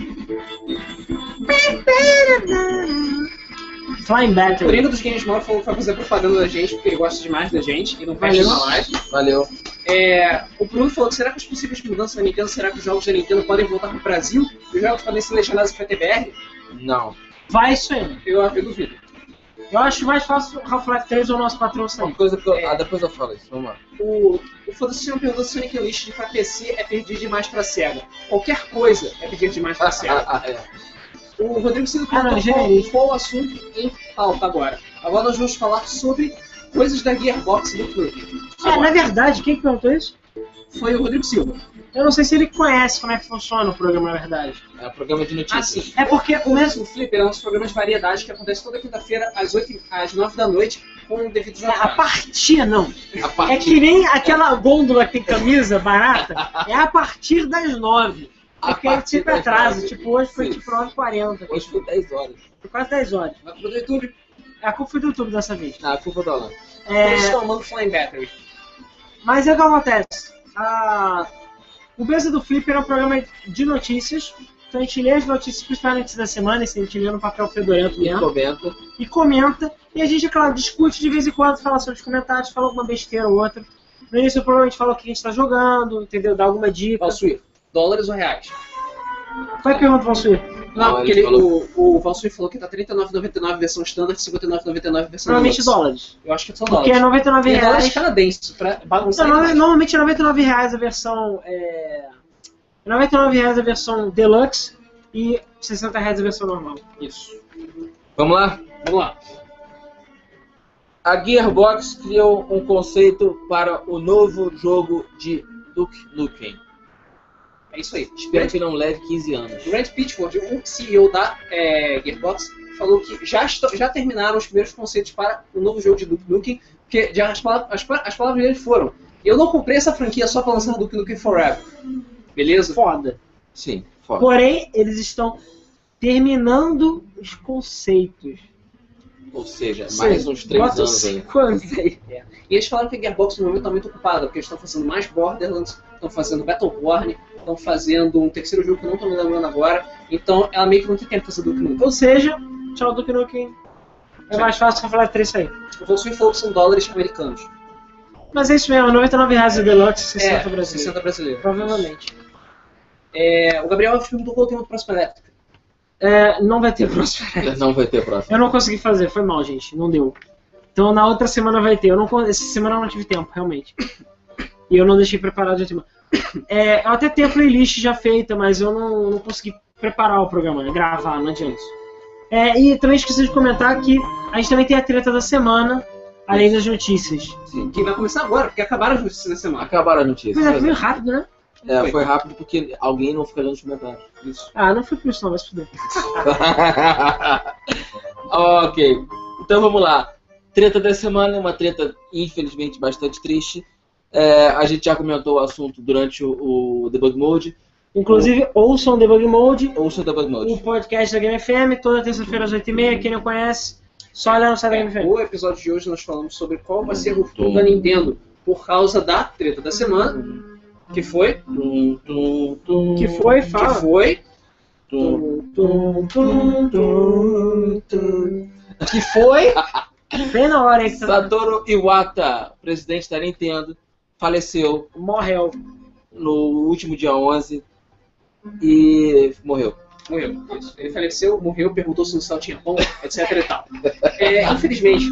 [SPEAKER 3] Flying
[SPEAKER 4] O
[SPEAKER 3] Battle.
[SPEAKER 4] Coringa dos Games Mal falou que vai fazer propaganda da gente, porque ele gosta demais da gente e não vai
[SPEAKER 3] Valeu.
[SPEAKER 4] na live.
[SPEAKER 2] Valeu.
[SPEAKER 4] É, o Bruno falou que será que as possíveis mudanças da Nintendo, será que os jogos da Nintendo podem voltar pro Brasil? E Os jogos podem ser legendados em PTBR?
[SPEAKER 2] Não.
[SPEAKER 3] Vai isso aí.
[SPEAKER 4] Eu, eu duvido.
[SPEAKER 3] Eu acho mais fácil o Half-Life 3 ou o nosso patrão
[SPEAKER 2] Uma
[SPEAKER 3] sair.
[SPEAKER 2] coisa que eu...
[SPEAKER 4] É.
[SPEAKER 2] Ah, depois eu falo isso. Vamos lá.
[SPEAKER 4] O, o Foda-se Senhor perguntou se Sonic Unleashed pra PC é pedir demais pra SEGA. Qualquer coisa é pedir demais pra SEGA.
[SPEAKER 2] Ah, ah, é.
[SPEAKER 4] O Rodrigo Silva
[SPEAKER 3] Ah, não,
[SPEAKER 4] perguntou qual,
[SPEAKER 3] gente.
[SPEAKER 4] qual o assunto em pauta agora. Agora nós vamos falar sobre coisas da Gearbox do clube.
[SPEAKER 3] É, na verdade, quem que perguntou isso?
[SPEAKER 4] Foi o Rodrigo Silva.
[SPEAKER 3] Eu não sei se ele conhece como é que funciona o programa, na verdade.
[SPEAKER 2] É programa de
[SPEAKER 4] Ah,
[SPEAKER 2] notícias.
[SPEAKER 4] sim.
[SPEAKER 3] É porque o
[SPEAKER 4] O
[SPEAKER 3] mesmo.
[SPEAKER 4] mesmo Flipper é um dos programas de variedade que acontece toda quinta-feira às, 8, às 9 da noite com devidos
[SPEAKER 3] é, A
[SPEAKER 4] atrasos.
[SPEAKER 3] partir não.
[SPEAKER 2] A
[SPEAKER 3] É
[SPEAKER 2] partir,
[SPEAKER 3] que nem aquela gôndola que tem camisa barata. É a partir das nove.
[SPEAKER 2] A
[SPEAKER 3] Porque a gente
[SPEAKER 2] partir
[SPEAKER 3] sempre
[SPEAKER 2] das
[SPEAKER 3] atrasa.
[SPEAKER 2] nove.
[SPEAKER 3] Tipo, hoje foi
[SPEAKER 2] Sim.
[SPEAKER 3] tipo 9h40.
[SPEAKER 2] Hoje foi 10 horas.
[SPEAKER 3] Foi quase 10 horas. É
[SPEAKER 4] Vai pro YouTube,
[SPEAKER 3] A culpa foi do YouTube dessa vez.
[SPEAKER 2] Na curva da Holanda.
[SPEAKER 3] É,
[SPEAKER 4] eles tomando Flying Battery.
[SPEAKER 3] Mas é o que acontece. A- O Mesa do Flipper é um programa de notícias. Então a gente lê as notícias, principalmente da semana, isso a gente lê no papel fedorento
[SPEAKER 2] E
[SPEAKER 3] mesmo,
[SPEAKER 2] comenta.
[SPEAKER 3] e comenta. E a gente, é claro, discute de vez em quando, fala sobre os comentários, fala alguma besteira ou outra. No início, provavelmente fala o que a gente está jogando, entendeu? Dá alguma dica.
[SPEAKER 4] Valsuí, dólares ou reais?
[SPEAKER 3] Vai pergunta pra você.
[SPEAKER 4] Não,
[SPEAKER 2] Ah,
[SPEAKER 4] porque
[SPEAKER 2] ele
[SPEAKER 4] ele-
[SPEAKER 2] falou-
[SPEAKER 4] o, o Valsuí falou que tá 39,99 versão standard, 59,99 versão
[SPEAKER 3] Normalmente
[SPEAKER 4] deluxe.
[SPEAKER 3] dólares.
[SPEAKER 4] Eu acho que são
[SPEAKER 3] Porque é
[SPEAKER 4] dólares.
[SPEAKER 3] 99
[SPEAKER 4] E é dólares
[SPEAKER 3] reais.
[SPEAKER 4] canadenses, pra bagunçar.
[SPEAKER 3] Não,
[SPEAKER 4] a
[SPEAKER 3] no-
[SPEAKER 4] imagem.
[SPEAKER 3] normalmente é 99 reais a versão. É... 99 reais a versão deluxe e 60 reais a versão normal.
[SPEAKER 4] Isso.
[SPEAKER 2] Vamos lá?
[SPEAKER 4] Vamos lá.
[SPEAKER 2] A Gearbox criou um conceito para o novo jogo de Duke Nukem.
[SPEAKER 4] É isso aí.
[SPEAKER 2] Espero que não leve 15 anos.
[SPEAKER 4] Grant Pitchford, o CEO da é, Gearbox, falou que já, esto- já terminaram os primeiros conceitos para o novo jogo de Duke Nukem, porque já as, pala- as pa- as palavras dele foram: Eu não comprei essa franquia só para lançar Duke Nukem Forever. Beleza?
[SPEAKER 3] Foda.
[SPEAKER 2] Sim, foda.
[SPEAKER 3] Porém, eles estão terminando os conceitos.
[SPEAKER 2] Ou seja,
[SPEAKER 3] Sim,
[SPEAKER 2] mais uns 3
[SPEAKER 3] Bota
[SPEAKER 2] anos aí.
[SPEAKER 3] cinco anos aí.
[SPEAKER 4] É. E eles falaram que a Gearbox no momento está muito ocupada, porque eles estão fazendo mais Borderlands, estão fazendo Battleborn, estão fazendo um terceiro jogo que eu não estou me lembrando agora. Então ela meio que não tem tempo para fazer Duke Nukem.
[SPEAKER 3] Ou seja, tchau do Nukem. É mais fácil que eu falar três aí.
[SPEAKER 4] O Volkswagen falou que são dólares americanos.
[SPEAKER 3] Mas é isso mesmo, 99 reais o Deluxe,
[SPEAKER 4] é,
[SPEAKER 3] 60 brasileiro.
[SPEAKER 4] 60 brasileiro.
[SPEAKER 3] Provavelmente.
[SPEAKER 4] É, o Gabriel perguntou qual o tema do próximo elétrico.
[SPEAKER 3] É, não vai ter próximo.
[SPEAKER 2] Não vai ter próximo.
[SPEAKER 3] Eu não consegui fazer, foi mal, gente. Não deu. Então na outra semana vai ter. Eu não, con- essa semana eu não tive tempo, realmente. E eu não deixei preparado de antemão. É, eu até tenho a playlist já feita, mas eu não, não consegui preparar o programa, né? gravar, não adianta. É, e também esqueci de comentar que a gente também tem a treta da semana, além das notícias.
[SPEAKER 2] Sim.
[SPEAKER 4] Que vai começar agora, porque acabaram as notícias da semana.
[SPEAKER 2] Acabaram as notícias.
[SPEAKER 3] Mas é
[SPEAKER 2] pois é.
[SPEAKER 3] meio rápido, né?
[SPEAKER 2] É, foi. rápido porque alguém não fica olhando os comentários. Isso.
[SPEAKER 4] Ah, não foi por isso não, vai se fuder.
[SPEAKER 2] ok. Então vamos lá. Treta da semana, uma treta infelizmente bastante triste. É, a gente já comentou o assunto durante o, o Debug Mode.
[SPEAKER 3] Inclusive, ouçam o Debug Mode,
[SPEAKER 2] Ouça o Debug
[SPEAKER 3] o
[SPEAKER 2] Mode.
[SPEAKER 3] podcast da Game FM, toda terça-feira às 8h30. Quem não conhece, só olha
[SPEAKER 4] Tá
[SPEAKER 3] no site da Game FM.
[SPEAKER 4] O episódio de hoje nós falamos sobre qual vai ser o futuro da Nintendo por causa da treta da semana, que foi,
[SPEAKER 2] Tum, tum, tum,
[SPEAKER 3] Que foi, fala.
[SPEAKER 4] que foi,
[SPEAKER 2] tum.
[SPEAKER 3] Tum, tum, tum, tum.
[SPEAKER 4] que foi
[SPEAKER 3] Bem na hora, hein? que tá-
[SPEAKER 2] Satoru Iwata, presidente da Nintendo, faleceu
[SPEAKER 3] Morreu.
[SPEAKER 2] no último dia 11 e morreu.
[SPEAKER 4] Morreu. Isso. Ele faleceu, morreu, perguntou se o céu tinha pão, etc e tal. É, infelizmente,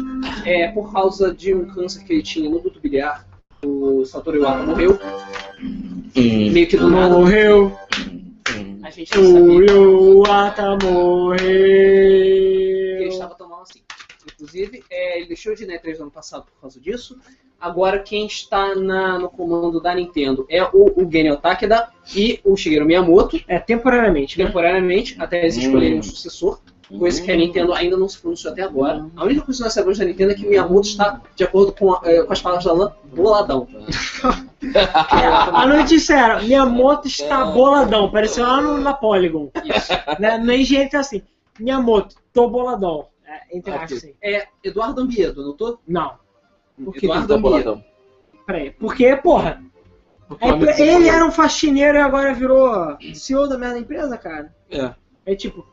[SPEAKER 4] é, por causa de um câncer que ele tinha no duto biliar, o Satoru Iwata morreu, meio que do nada.
[SPEAKER 3] Morreu.
[SPEAKER 4] A gente não sabia
[SPEAKER 3] Toyota
[SPEAKER 4] que ele
[SPEAKER 3] morreu.
[SPEAKER 4] estava tão mal assim. Inclusive, é, ele deixou de ir na E3 no ano passado por causa disso. Agora, quem está na- no comando da Nintendo é o, o Genio Takeda e o Shigeru Miyamoto,
[SPEAKER 3] É, temporariamente, né?
[SPEAKER 4] temporariamente, até eles
[SPEAKER 2] Hum.
[SPEAKER 4] escolherem um sucessor. Coisa que a Nintendo ainda não se pronunciou até agora. A única coisa que nós sabemos da Nintendo é que o Miyamoto está, de acordo com, a- eh, com as palavras da Lan, boladão.
[SPEAKER 3] A notícia era, Miyamoto está boladão, pareceu lá no, na Polygon.
[SPEAKER 4] É. Isso.
[SPEAKER 3] Né? No engenheiro tá assim, Miyamoto, tô boladão. É, entre
[SPEAKER 2] Ah,
[SPEAKER 3] aspas, assim.
[SPEAKER 4] É Eduardo Ambiedo, não tô?
[SPEAKER 3] Não,
[SPEAKER 2] Por
[SPEAKER 4] que
[SPEAKER 2] Eduardo
[SPEAKER 4] tá boladão?
[SPEAKER 2] Mia?
[SPEAKER 3] peraí. Porque, porra,
[SPEAKER 2] Porque
[SPEAKER 3] é-
[SPEAKER 2] o homem- tá
[SPEAKER 3] ele era um faxineiro e agora virou CEO da merda da empresa, cara.
[SPEAKER 2] É.
[SPEAKER 3] É tipo,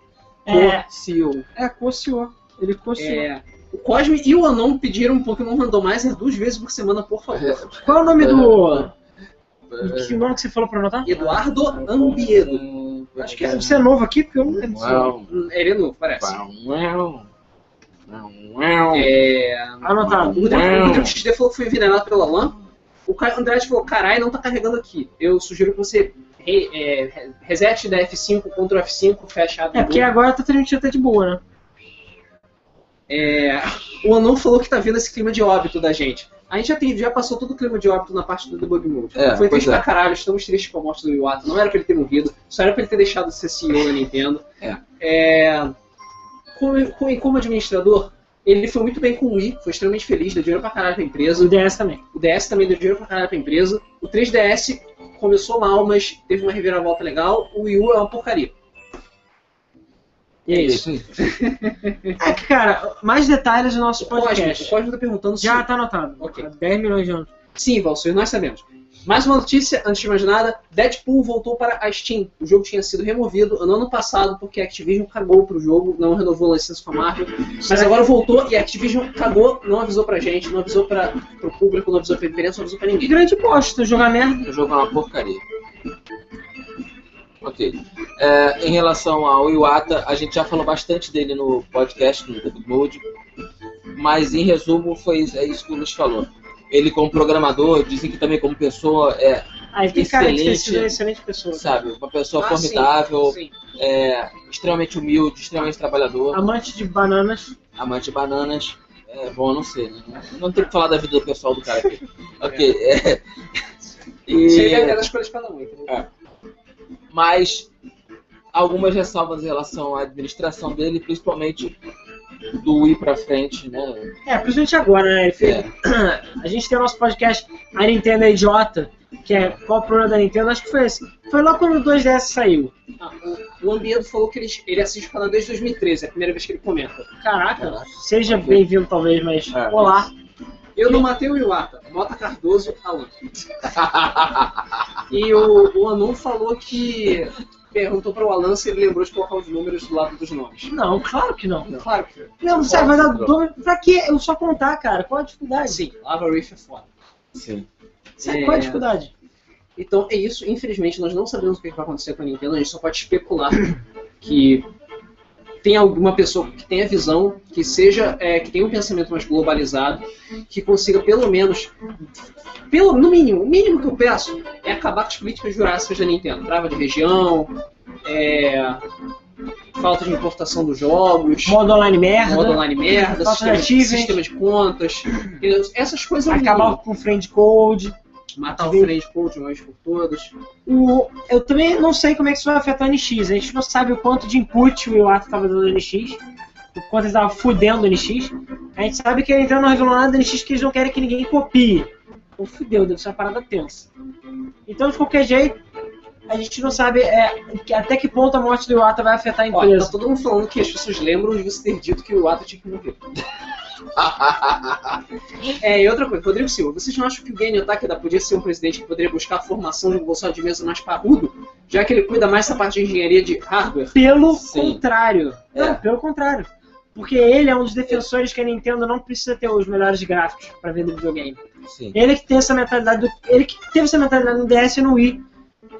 [SPEAKER 3] é,
[SPEAKER 4] CEO.
[SPEAKER 3] é co-CEO. Ele co-CEO.
[SPEAKER 4] É, o Cosme e o Anon pediram um Pokémon Randomizer duas vezes por semana, por favor.
[SPEAKER 3] Qual é o nome do...
[SPEAKER 2] É.
[SPEAKER 3] Que nome que você falou pra anotar?
[SPEAKER 4] Eduardo Ambiedo.
[SPEAKER 2] Hum,
[SPEAKER 4] Acho que é-
[SPEAKER 3] Deve ser novo aqui, porque eu não lembro. disso.
[SPEAKER 2] Uau,
[SPEAKER 4] Hum, Ele é novo, parece.
[SPEAKER 2] um, uau, uau, uau.
[SPEAKER 4] É,
[SPEAKER 3] Anotado.
[SPEAKER 4] o Dra-
[SPEAKER 2] Uau.
[SPEAKER 4] o XD falou que foi envenenado pela lã. O Ca- Andrade falou, carai, não tá carregando aqui. Eu sugiro que você re- é, re- resete da F5 contra o F5, fecha a aba
[SPEAKER 3] É porque
[SPEAKER 4] do-
[SPEAKER 3] agora tá transmitindo até de boa, né?
[SPEAKER 4] É, O Anon falou que tá vendo esse clima de óbito da gente. A gente já, tem- já passou todo o clima de óbito na parte do debug mode.
[SPEAKER 2] É,
[SPEAKER 4] Foi
[SPEAKER 2] pois
[SPEAKER 4] triste
[SPEAKER 2] é.
[SPEAKER 4] pra caralho, estamos tristes com a morte do Iwata. Não era pra ele ter morrido, só era pra ele ter deixado de ser CEO da Nintendo.
[SPEAKER 2] É.
[SPEAKER 4] É, como, como- como administrador, ele foi muito bem com o Wii, foi extremamente feliz, deu dinheiro pra caralho pra empresa.
[SPEAKER 3] O DS também.
[SPEAKER 4] O DS também deu dinheiro pra caralho pra empresa. O 3DS começou mal, mas teve uma reviravolta legal. O Wii U é uma porcaria.
[SPEAKER 3] E é isso.
[SPEAKER 2] aí.
[SPEAKER 3] É que, cara, mais detalhes do nosso
[SPEAKER 4] O Cosme, o
[SPEAKER 3] podcast.
[SPEAKER 4] Cosme tá perguntando se
[SPEAKER 3] Já tá anotado.
[SPEAKER 4] Ok.
[SPEAKER 3] Há 10 milhões de anos.
[SPEAKER 4] Sim, Valsir, nós sabemos. Mais uma notícia, antes de mais nada, Deadpool voltou para a Steam. O jogo tinha sido removido no ano passado porque a Activision cagou pro jogo, não renovou a licença com a Marvel, mas agora voltou e a Activision cagou, não avisou pra gente, não avisou para pro público, não avisou pra imprensa, não avisou pra
[SPEAKER 3] Que
[SPEAKER 4] ninguém.
[SPEAKER 3] grande bosta, jogar merda.
[SPEAKER 2] O jogo é uma porcaria. Ok. É, em relação ao Iwata, a gente já falou bastante dele no podcast, no Debug Mode. Mas, em resumo, foi isso- é isso que o Luiz falou. Ele, como programador, dizem que também como pessoa, é,
[SPEAKER 3] Aí tem cara de ter
[SPEAKER 2] Excelente.
[SPEAKER 3] sido uma excelente pessoa.
[SPEAKER 2] sabe, uma pessoa
[SPEAKER 4] Ah, sim,
[SPEAKER 2] formidável,
[SPEAKER 4] sim.
[SPEAKER 2] é, extremamente humilde, extremamente trabalhador,
[SPEAKER 3] Amante de bananas.
[SPEAKER 2] amante de bananas. É bom, eu não sei. né? Não tem o que falar da vida do pessoal do cara aqui. ok. é. E-
[SPEAKER 4] Isso aí deve das coisas de cada um. entendeu?
[SPEAKER 2] mas algumas ressalvas em relação à administração dele, principalmente do ir pra frente, né?
[SPEAKER 3] É, principalmente agora, né? Ele fez-
[SPEAKER 2] É,
[SPEAKER 3] A gente tem o nosso podcast A Nintendo é Idiota, que é qual o problema da Nintendo, acho que foi esse. Foi lá quando o 2DS saiu.
[SPEAKER 4] Ah, o, o Ambiedo falou que ele, ele assiste o canal desde 2013, é a primeira vez que ele comenta.
[SPEAKER 3] Caraca,
[SPEAKER 2] Caraca.
[SPEAKER 3] seja
[SPEAKER 2] Ok.
[SPEAKER 3] bem-vindo talvez, mas
[SPEAKER 2] É.
[SPEAKER 3] olá.
[SPEAKER 4] Eu não matei o Iwata, Mota Cardoso, Alan. E o, o Anon falou que perguntou para o Alan se ele lembrou de colocar os números do lado dos nomes.
[SPEAKER 3] Não, claro que não.
[SPEAKER 4] Claro que
[SPEAKER 3] Não, não serve, vai dar
[SPEAKER 2] Não.
[SPEAKER 3] dobro. Pra quê? Eu só contar, cara. Qual a dificuldade?
[SPEAKER 4] sim, Lava Reef é foda.
[SPEAKER 2] sim.
[SPEAKER 3] Sabe Qual a
[SPEAKER 4] É.
[SPEAKER 3] dificuldade?
[SPEAKER 4] Então é isso, infelizmente nós não sabemos o que vai acontecer com a Nintendo, a gente só pode especular que tem alguma pessoa que tenha visão, que seja, é, que tenha um pensamento mais globalizado, que consiga pelo menos, pelo, no mínimo, o mínimo que eu peço é acabar com as políticas jurássicas da Nintendo. Trava de região, é, falta de importação dos jogos.
[SPEAKER 3] Modo online merda.
[SPEAKER 4] modo online merda,
[SPEAKER 3] Falta
[SPEAKER 4] sistema,
[SPEAKER 3] de achievement.
[SPEAKER 4] sistema de contas, entendeu? essas coisas
[SPEAKER 3] acabar com o friend code.
[SPEAKER 4] Matar o Fred Colt de uma vez por todas.
[SPEAKER 3] O, eu também não sei como é que isso vai afetar o NX. A gente não sabe o quanto de input o Iwata estava dando no NX, o quanto ele estava fudendo o NX. A gente sabe que ele ainda não revelou nada do NX que eles não querem que ninguém copie. Então fudeu, deve ser uma parada tensa. Então, de qualquer jeito, a gente não sabe é, que- até que ponto a morte do Iwata vai afetar a
[SPEAKER 4] Ó,
[SPEAKER 3] empresa.
[SPEAKER 4] tá todo mundo falando que as pessoas lembram de você ter dito que o Ato tinha que morrer. É, e outra coisa, Rodrigo Silva, vocês não acham que o Gany Otakeda podia ser um presidente que poderia buscar a formação de um Bolsonaro de mesa mais parrudo? Já que ele cuida mais dessa parte de engenharia de hardware.
[SPEAKER 3] Pelo
[SPEAKER 2] Sim.
[SPEAKER 3] contrário.
[SPEAKER 2] É.
[SPEAKER 3] Não, pelo contrário. Porque ele é um dos defensores que a Nintendo não precisa ter os melhores gráficos para vender videogame.
[SPEAKER 2] Sim.
[SPEAKER 3] Ele que tem essa mentalidade, do- ele que teve essa mentalidade no DS e no Wii.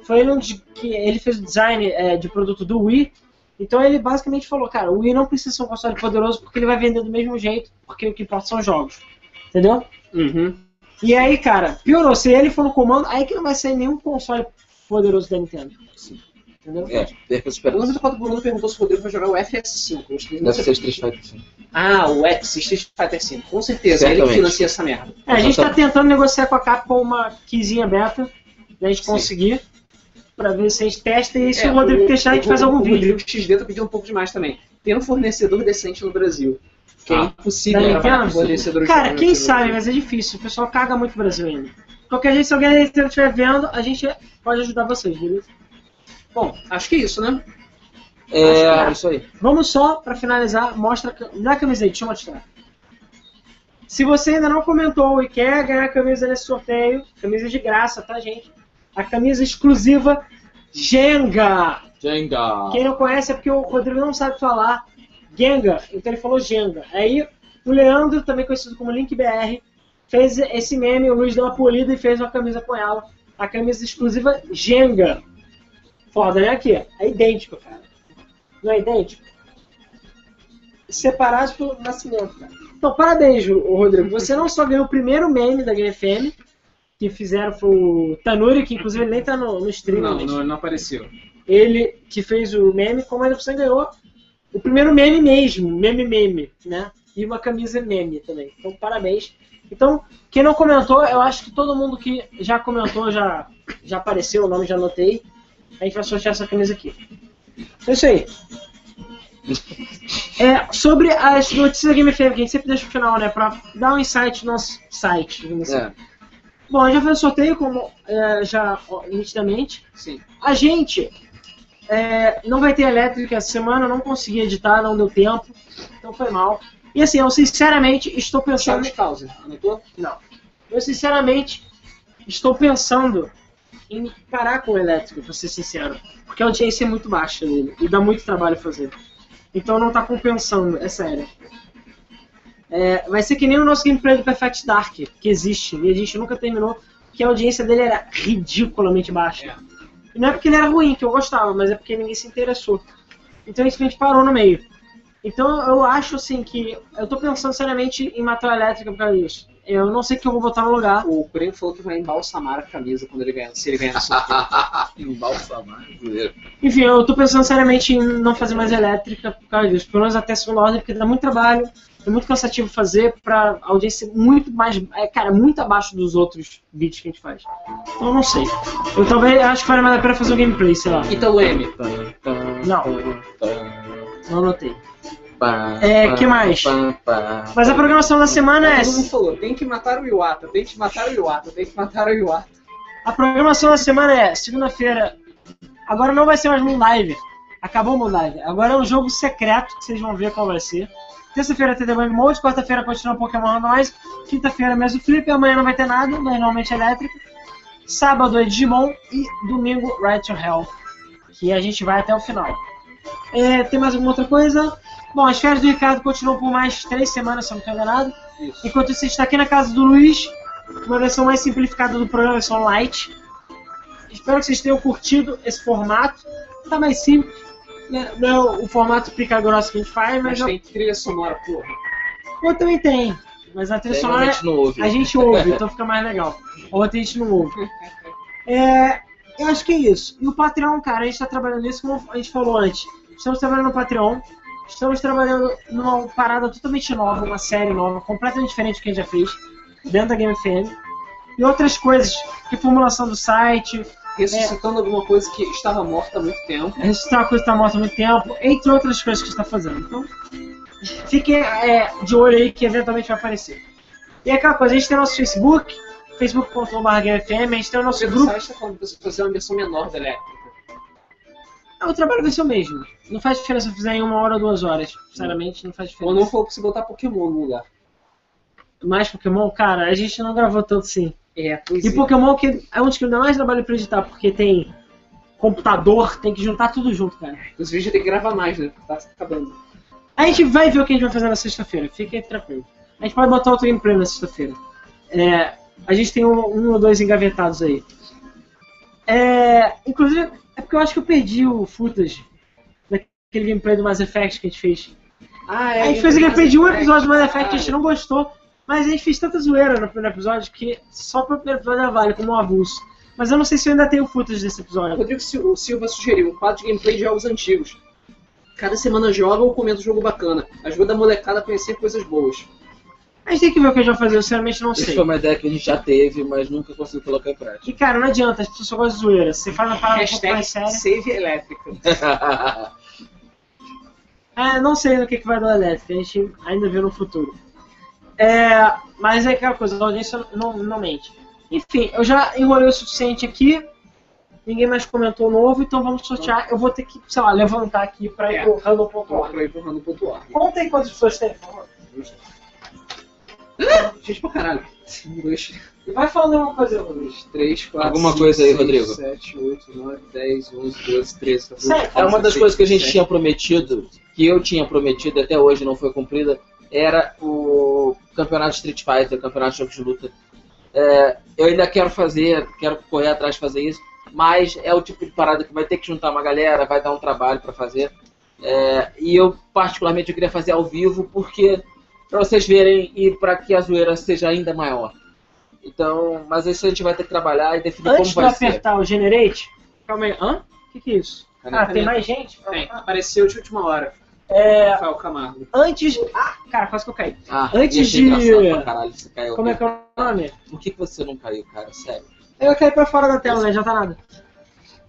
[SPEAKER 3] Foi ele onde que ele fez o design é, de produto do Wii. Então ele basicamente falou, cara, o Wii não precisa ser um console poderoso porque ele vai vender do mesmo jeito, porque o que importa são jogos. Entendeu?
[SPEAKER 4] Uhum.
[SPEAKER 3] E aí, cara, piorou. Se ele for no comando, aí que não vai ser nenhum console poderoso da Nintendo.
[SPEAKER 2] Sim.
[SPEAKER 3] Entendeu?
[SPEAKER 2] É, perca a
[SPEAKER 4] O
[SPEAKER 2] esperança.
[SPEAKER 4] número 4 Bruno perguntou se o Rodrigo vai jogar o FS5. Eu acho que ele não
[SPEAKER 2] Deve
[SPEAKER 4] sabe.
[SPEAKER 2] ser Street Fighter 5.
[SPEAKER 4] Ah, o X, Street Fighter 5. Com certeza, é ele que
[SPEAKER 2] Certamente.
[SPEAKER 4] financia essa merda.
[SPEAKER 3] É, a gente tá tentando negociar com a Capcom uma quizinha beta, pra gente
[SPEAKER 2] Sim.
[SPEAKER 3] conseguir, pra ver se a gente testa e se
[SPEAKER 4] É,
[SPEAKER 3] o Rodrigo deixar a gente
[SPEAKER 4] o-
[SPEAKER 3] faz algum
[SPEAKER 4] o
[SPEAKER 3] vídeo.
[SPEAKER 4] Rodrigo XD tá pedindo um pouco demais também. Ter um fornecedor decente no Brasil. Que é
[SPEAKER 2] Ah.
[SPEAKER 4] impossível
[SPEAKER 3] Tá
[SPEAKER 4] trabalhar
[SPEAKER 3] ligado?
[SPEAKER 4] com fornecedores
[SPEAKER 3] Cara,
[SPEAKER 4] de
[SPEAKER 3] quem
[SPEAKER 4] fornecedores.
[SPEAKER 3] sabe, mas é difícil, o pessoal caga muito o Brasil ainda. Qualquer jeito, se alguém da Nintendo estiver vendo, a gente pode ajudar vocês, beleza?
[SPEAKER 4] Bom, acho que é isso, né?
[SPEAKER 2] É, isso aí.
[SPEAKER 3] Vamos só, pra finalizar, mostra é a cam- na camiseta, deixa eu mostrar. Se você ainda não comentou e quer ganhar a camisa nesse sorteio, camisa de graça, tá, gente? A camisa exclusiva Jenga!
[SPEAKER 2] Jenga.
[SPEAKER 3] Quem não conhece é porque o Rodrigo não sabe falar Gengar, então ele falou Jenga. Aí o Leandro, também conhecido como LinkBR, fez esse meme, o Luiz deu uma polida e fez uma camisa com ela. A camisa exclusiva Jenga. Foda, né? Aqui, é idêntico, cara. Não é idêntico? Separados pelo nascimento, cara. Então, parabéns, ô, Rodrigo. Você não só ganhou o primeiro meme da GameFM, que fizeram foi o Tanuri, que inclusive ele nem tá no, no stream, mas-
[SPEAKER 4] apareceu.
[SPEAKER 3] ele que fez o meme, como ainda você ganhou o primeiro meme mesmo, meme meme, né? E uma camisa meme também. Então, parabéns. Então, quem não comentou, eu acho que todo mundo que já comentou, já, já apareceu, o nome já anotei. A gente vai sortear essa camisa aqui. É isso aí. É, sobre as notícias da Game FM, que a gente sempre deixa pro final, né? Pra dar um insight no nosso site. digamos assim.
[SPEAKER 2] É,
[SPEAKER 3] Bom, a gente já fez o sorteio, como é, já ó, nitidamente.
[SPEAKER 4] Sim.
[SPEAKER 3] A gente é, não vai ter elétrica essa semana, eu não consegui editar, não deu tempo, então foi mal. E assim, eu sinceramente estou pensando.
[SPEAKER 4] Charles Causa, anotou?
[SPEAKER 3] Não. Eu sinceramente estou pensando em parar com o elétrico, pra ser sincero. Porque a audiência é muito baixa dele e dá muito trabalho fazer. Então não tá compensando, é sério. É, vai ser que nem o nosso gameplay do Perfect Dark, que existe, e a gente nunca terminou, que a audiência dele era ridiculamente baixa.
[SPEAKER 4] É.
[SPEAKER 3] E não é porque ele era ruim, que eu gostava, mas é porque ninguém se interessou. Então isso que a gente parou no meio. Então eu acho assim que. Eu tô pensando seriamente em matar a elétrica por causa disso. Eu não sei o que eu vou botar no lugar.
[SPEAKER 4] O Corinho falou que vai embalsamar a camisa quando ele ganhar, se ele ganhar no sorteio.
[SPEAKER 2] Embalsamar. brasileiro.
[SPEAKER 3] Enfim, eu tô pensando seriamente em não fazer mais elétrica por causa disso. Pelo menos até segunda ordem, porque dá muito trabalho, é muito cansativo fazer pra audiência muito mais. é, Cara, muito abaixo dos outros beats que a gente faz. Então eu não sei. Eu talvez acho que vale mais a pena fazer um gameplay, sei lá.
[SPEAKER 4] Italo M.
[SPEAKER 3] Não. Não anotei. É,
[SPEAKER 2] É,
[SPEAKER 3] que mais? Mas a programação da semana é.
[SPEAKER 4] Todo mundo falou, tem que matar o Iwata, tem que matar o Iwata, tem que matar o Iwata.
[SPEAKER 3] A programação da semana é segunda-feira. Agora não vai ser mais Moon Live. Acabou o Moon Live. Agora é um jogo secreto que vocês vão ver qual vai ser. Terça-feira tem The Bang Mode, quarta-feira continua Pokémon Randonais, quinta-feira mesmo Flip, amanhã não vai ter nada, mas normalmente é elétrico. Sábado é Digimon e domingo Right to Hell, que a gente vai até o final. É, tem mais alguma outra coisa? Bom, as férias do Ricardo continuam por mais três semanas, se eu não estou enganado.
[SPEAKER 4] Isso.
[SPEAKER 3] Enquanto isso, a gente está aqui na casa do Luiz, uma versão mais simplificada do programa, versão light. Espero que vocês tenham curtido esse formato. Tá mais simples, né? não é o formato pica grossa que a gente faz, mas,
[SPEAKER 4] Mas tem trilha sonora, porra.
[SPEAKER 3] eu, eu também tem. Mas a trilha sonora
[SPEAKER 2] Realmente não ouve.
[SPEAKER 3] é a gente ouve, então fica mais legal. Ontem a gente não ouve. É, eu acho que é isso. E o Patreon, cara, a gente tá trabalhando nisso, como a gente falou antes. Estamos trabalhando no Patreon, estamos trabalhando numa parada totalmente nova, uma série nova, completamente diferente do que a gente já fez, dentro da Game FM. e outras coisas. Reformulação do site,
[SPEAKER 4] Ressuscitando alguma coisa que estava morta há muito tempo.
[SPEAKER 3] registrar uma coisa que está morta há muito tempo, entre outras coisas que está fazendo. Então, fiquem é, de olho aí que eventualmente vai aparecer. E é aquela coisa, a gente tem nosso Facebook, facebook.com.br, GameFM, a gente tem o nosso
[SPEAKER 4] Você
[SPEAKER 3] grupo.
[SPEAKER 4] grupo... está falando que você fazer uma versão menor da elétrica.
[SPEAKER 3] Ah, O trabalho vai ser o mesmo. Não faz diferença se fizer em uma hora ou duas horas. Sinceramente, não faz
[SPEAKER 4] Ou
[SPEAKER 3] diferença.
[SPEAKER 4] não falou pra você botar Pokémon no lugar.
[SPEAKER 3] Mais Pokémon, cara, a gente não gravou tanto sim.
[SPEAKER 4] É, pois
[SPEAKER 3] E Pokémon que é um dos que dá mais trabalho pra editar, porque tem computador, tem que juntar tudo junto, cara.
[SPEAKER 4] Os vídeos tem que gravar mais, né? Tá acabando.
[SPEAKER 3] A gente vai ver o que a gente vai fazer na sexta-feira, fiquem tranquilos. A gente pode botar outro gameplay na sexta-feira. É, a gente tem um, um ou dois engavetados aí. É, inclusive, é porque eu acho que eu perdi o footage daquele gameplay do Mass Effect que a gente fez.
[SPEAKER 4] Ah,
[SPEAKER 3] A gente fez o gameplay de um episódio do Mass Effect, a gente não gostou, mas a gente fez tanta zoeira no primeiro episódio que só pro primeiro episódio já vale, como um avulso. Mas eu não sei se eu ainda tenho footage
[SPEAKER 4] O
[SPEAKER 3] desse episódio.
[SPEAKER 4] Rodrigo Sil- o Silva sugeriu um quadro de gameplay de jogos antigos. Cada semana joga ou comenta um jogo bacana. Ajuda a molecada a conhecer coisas boas.
[SPEAKER 3] A gente tem que ver o que a gente vai fazer, eu sinceramente não
[SPEAKER 2] Isso
[SPEAKER 3] sei.
[SPEAKER 2] foi uma ideia que a gente já teve, mas nunca conseguiu colocar em prática.
[SPEAKER 3] E cara, não adianta, as pessoas só gostam de zoeira. Você fala uma parada um pouco
[SPEAKER 4] Hashtag
[SPEAKER 3] mais séria.
[SPEAKER 4] Save Elétrica.
[SPEAKER 3] É, não sei no que, que vai dar o elétrico, a gente ainda vê no futuro. É, mas é aquela coisa, a audiência não, não mente. Enfim, eu já enrolei o suficiente aqui, ninguém mais comentou novo, então vamos sortear. Eu vou ter que, sei lá, levantar aqui pra ir
[SPEAKER 4] É.
[SPEAKER 3] pro random.org.
[SPEAKER 4] Pra ir pro random.org.
[SPEAKER 3] Conta aí quantas pessoas tem, por favor.
[SPEAKER 4] Gente pra caralho. Um, dois,
[SPEAKER 3] E vai falando alguma coisa, Rodrigo.
[SPEAKER 4] 3, 4,
[SPEAKER 2] Alguma
[SPEAKER 4] 5,
[SPEAKER 2] coisa aí,
[SPEAKER 4] 6,
[SPEAKER 2] Rodrigo.
[SPEAKER 4] 7, 8, 9, 10, 11, 12, 13, 14,
[SPEAKER 3] Sério?
[SPEAKER 2] É uma das
[SPEAKER 4] 16,
[SPEAKER 2] coisas que a gente
[SPEAKER 4] 17.
[SPEAKER 2] tinha prometido, que eu tinha prometido e até hoje não foi cumprida, era o campeonato Street Fighter, campeonato de jogos de luta. É, eu ainda quero fazer, quero correr atrás de fazer isso, mas é o tipo de parada que vai ter que juntar uma galera, vai dar um trabalho pra fazer. É, e eu, particularmente, eu queria fazer ao vivo, porque pra vocês verem e pra que a zoeira seja ainda maior. Então, mas isso a gente vai ter que trabalhar e definir
[SPEAKER 3] Antes de
[SPEAKER 2] como
[SPEAKER 3] eu
[SPEAKER 2] vai ser.
[SPEAKER 3] apertar o generate, calma aí, hã? O que, que é isso? Ah,
[SPEAKER 4] Caneta.
[SPEAKER 3] tem mais gente?
[SPEAKER 4] Tem, apareceu de última hora.
[SPEAKER 3] É,
[SPEAKER 4] Rafael Camargo.
[SPEAKER 3] antes. Ah, cara, quase que eu caí.
[SPEAKER 2] Ah,
[SPEAKER 3] Antes
[SPEAKER 2] ia ser
[SPEAKER 3] de-
[SPEAKER 2] engraçado pra caralho se caiu
[SPEAKER 3] Como é que é o nome?
[SPEAKER 2] Por que, que você não caiu, cara? Sério.
[SPEAKER 3] Eu caí pra fora da tela, né? Já tá nada.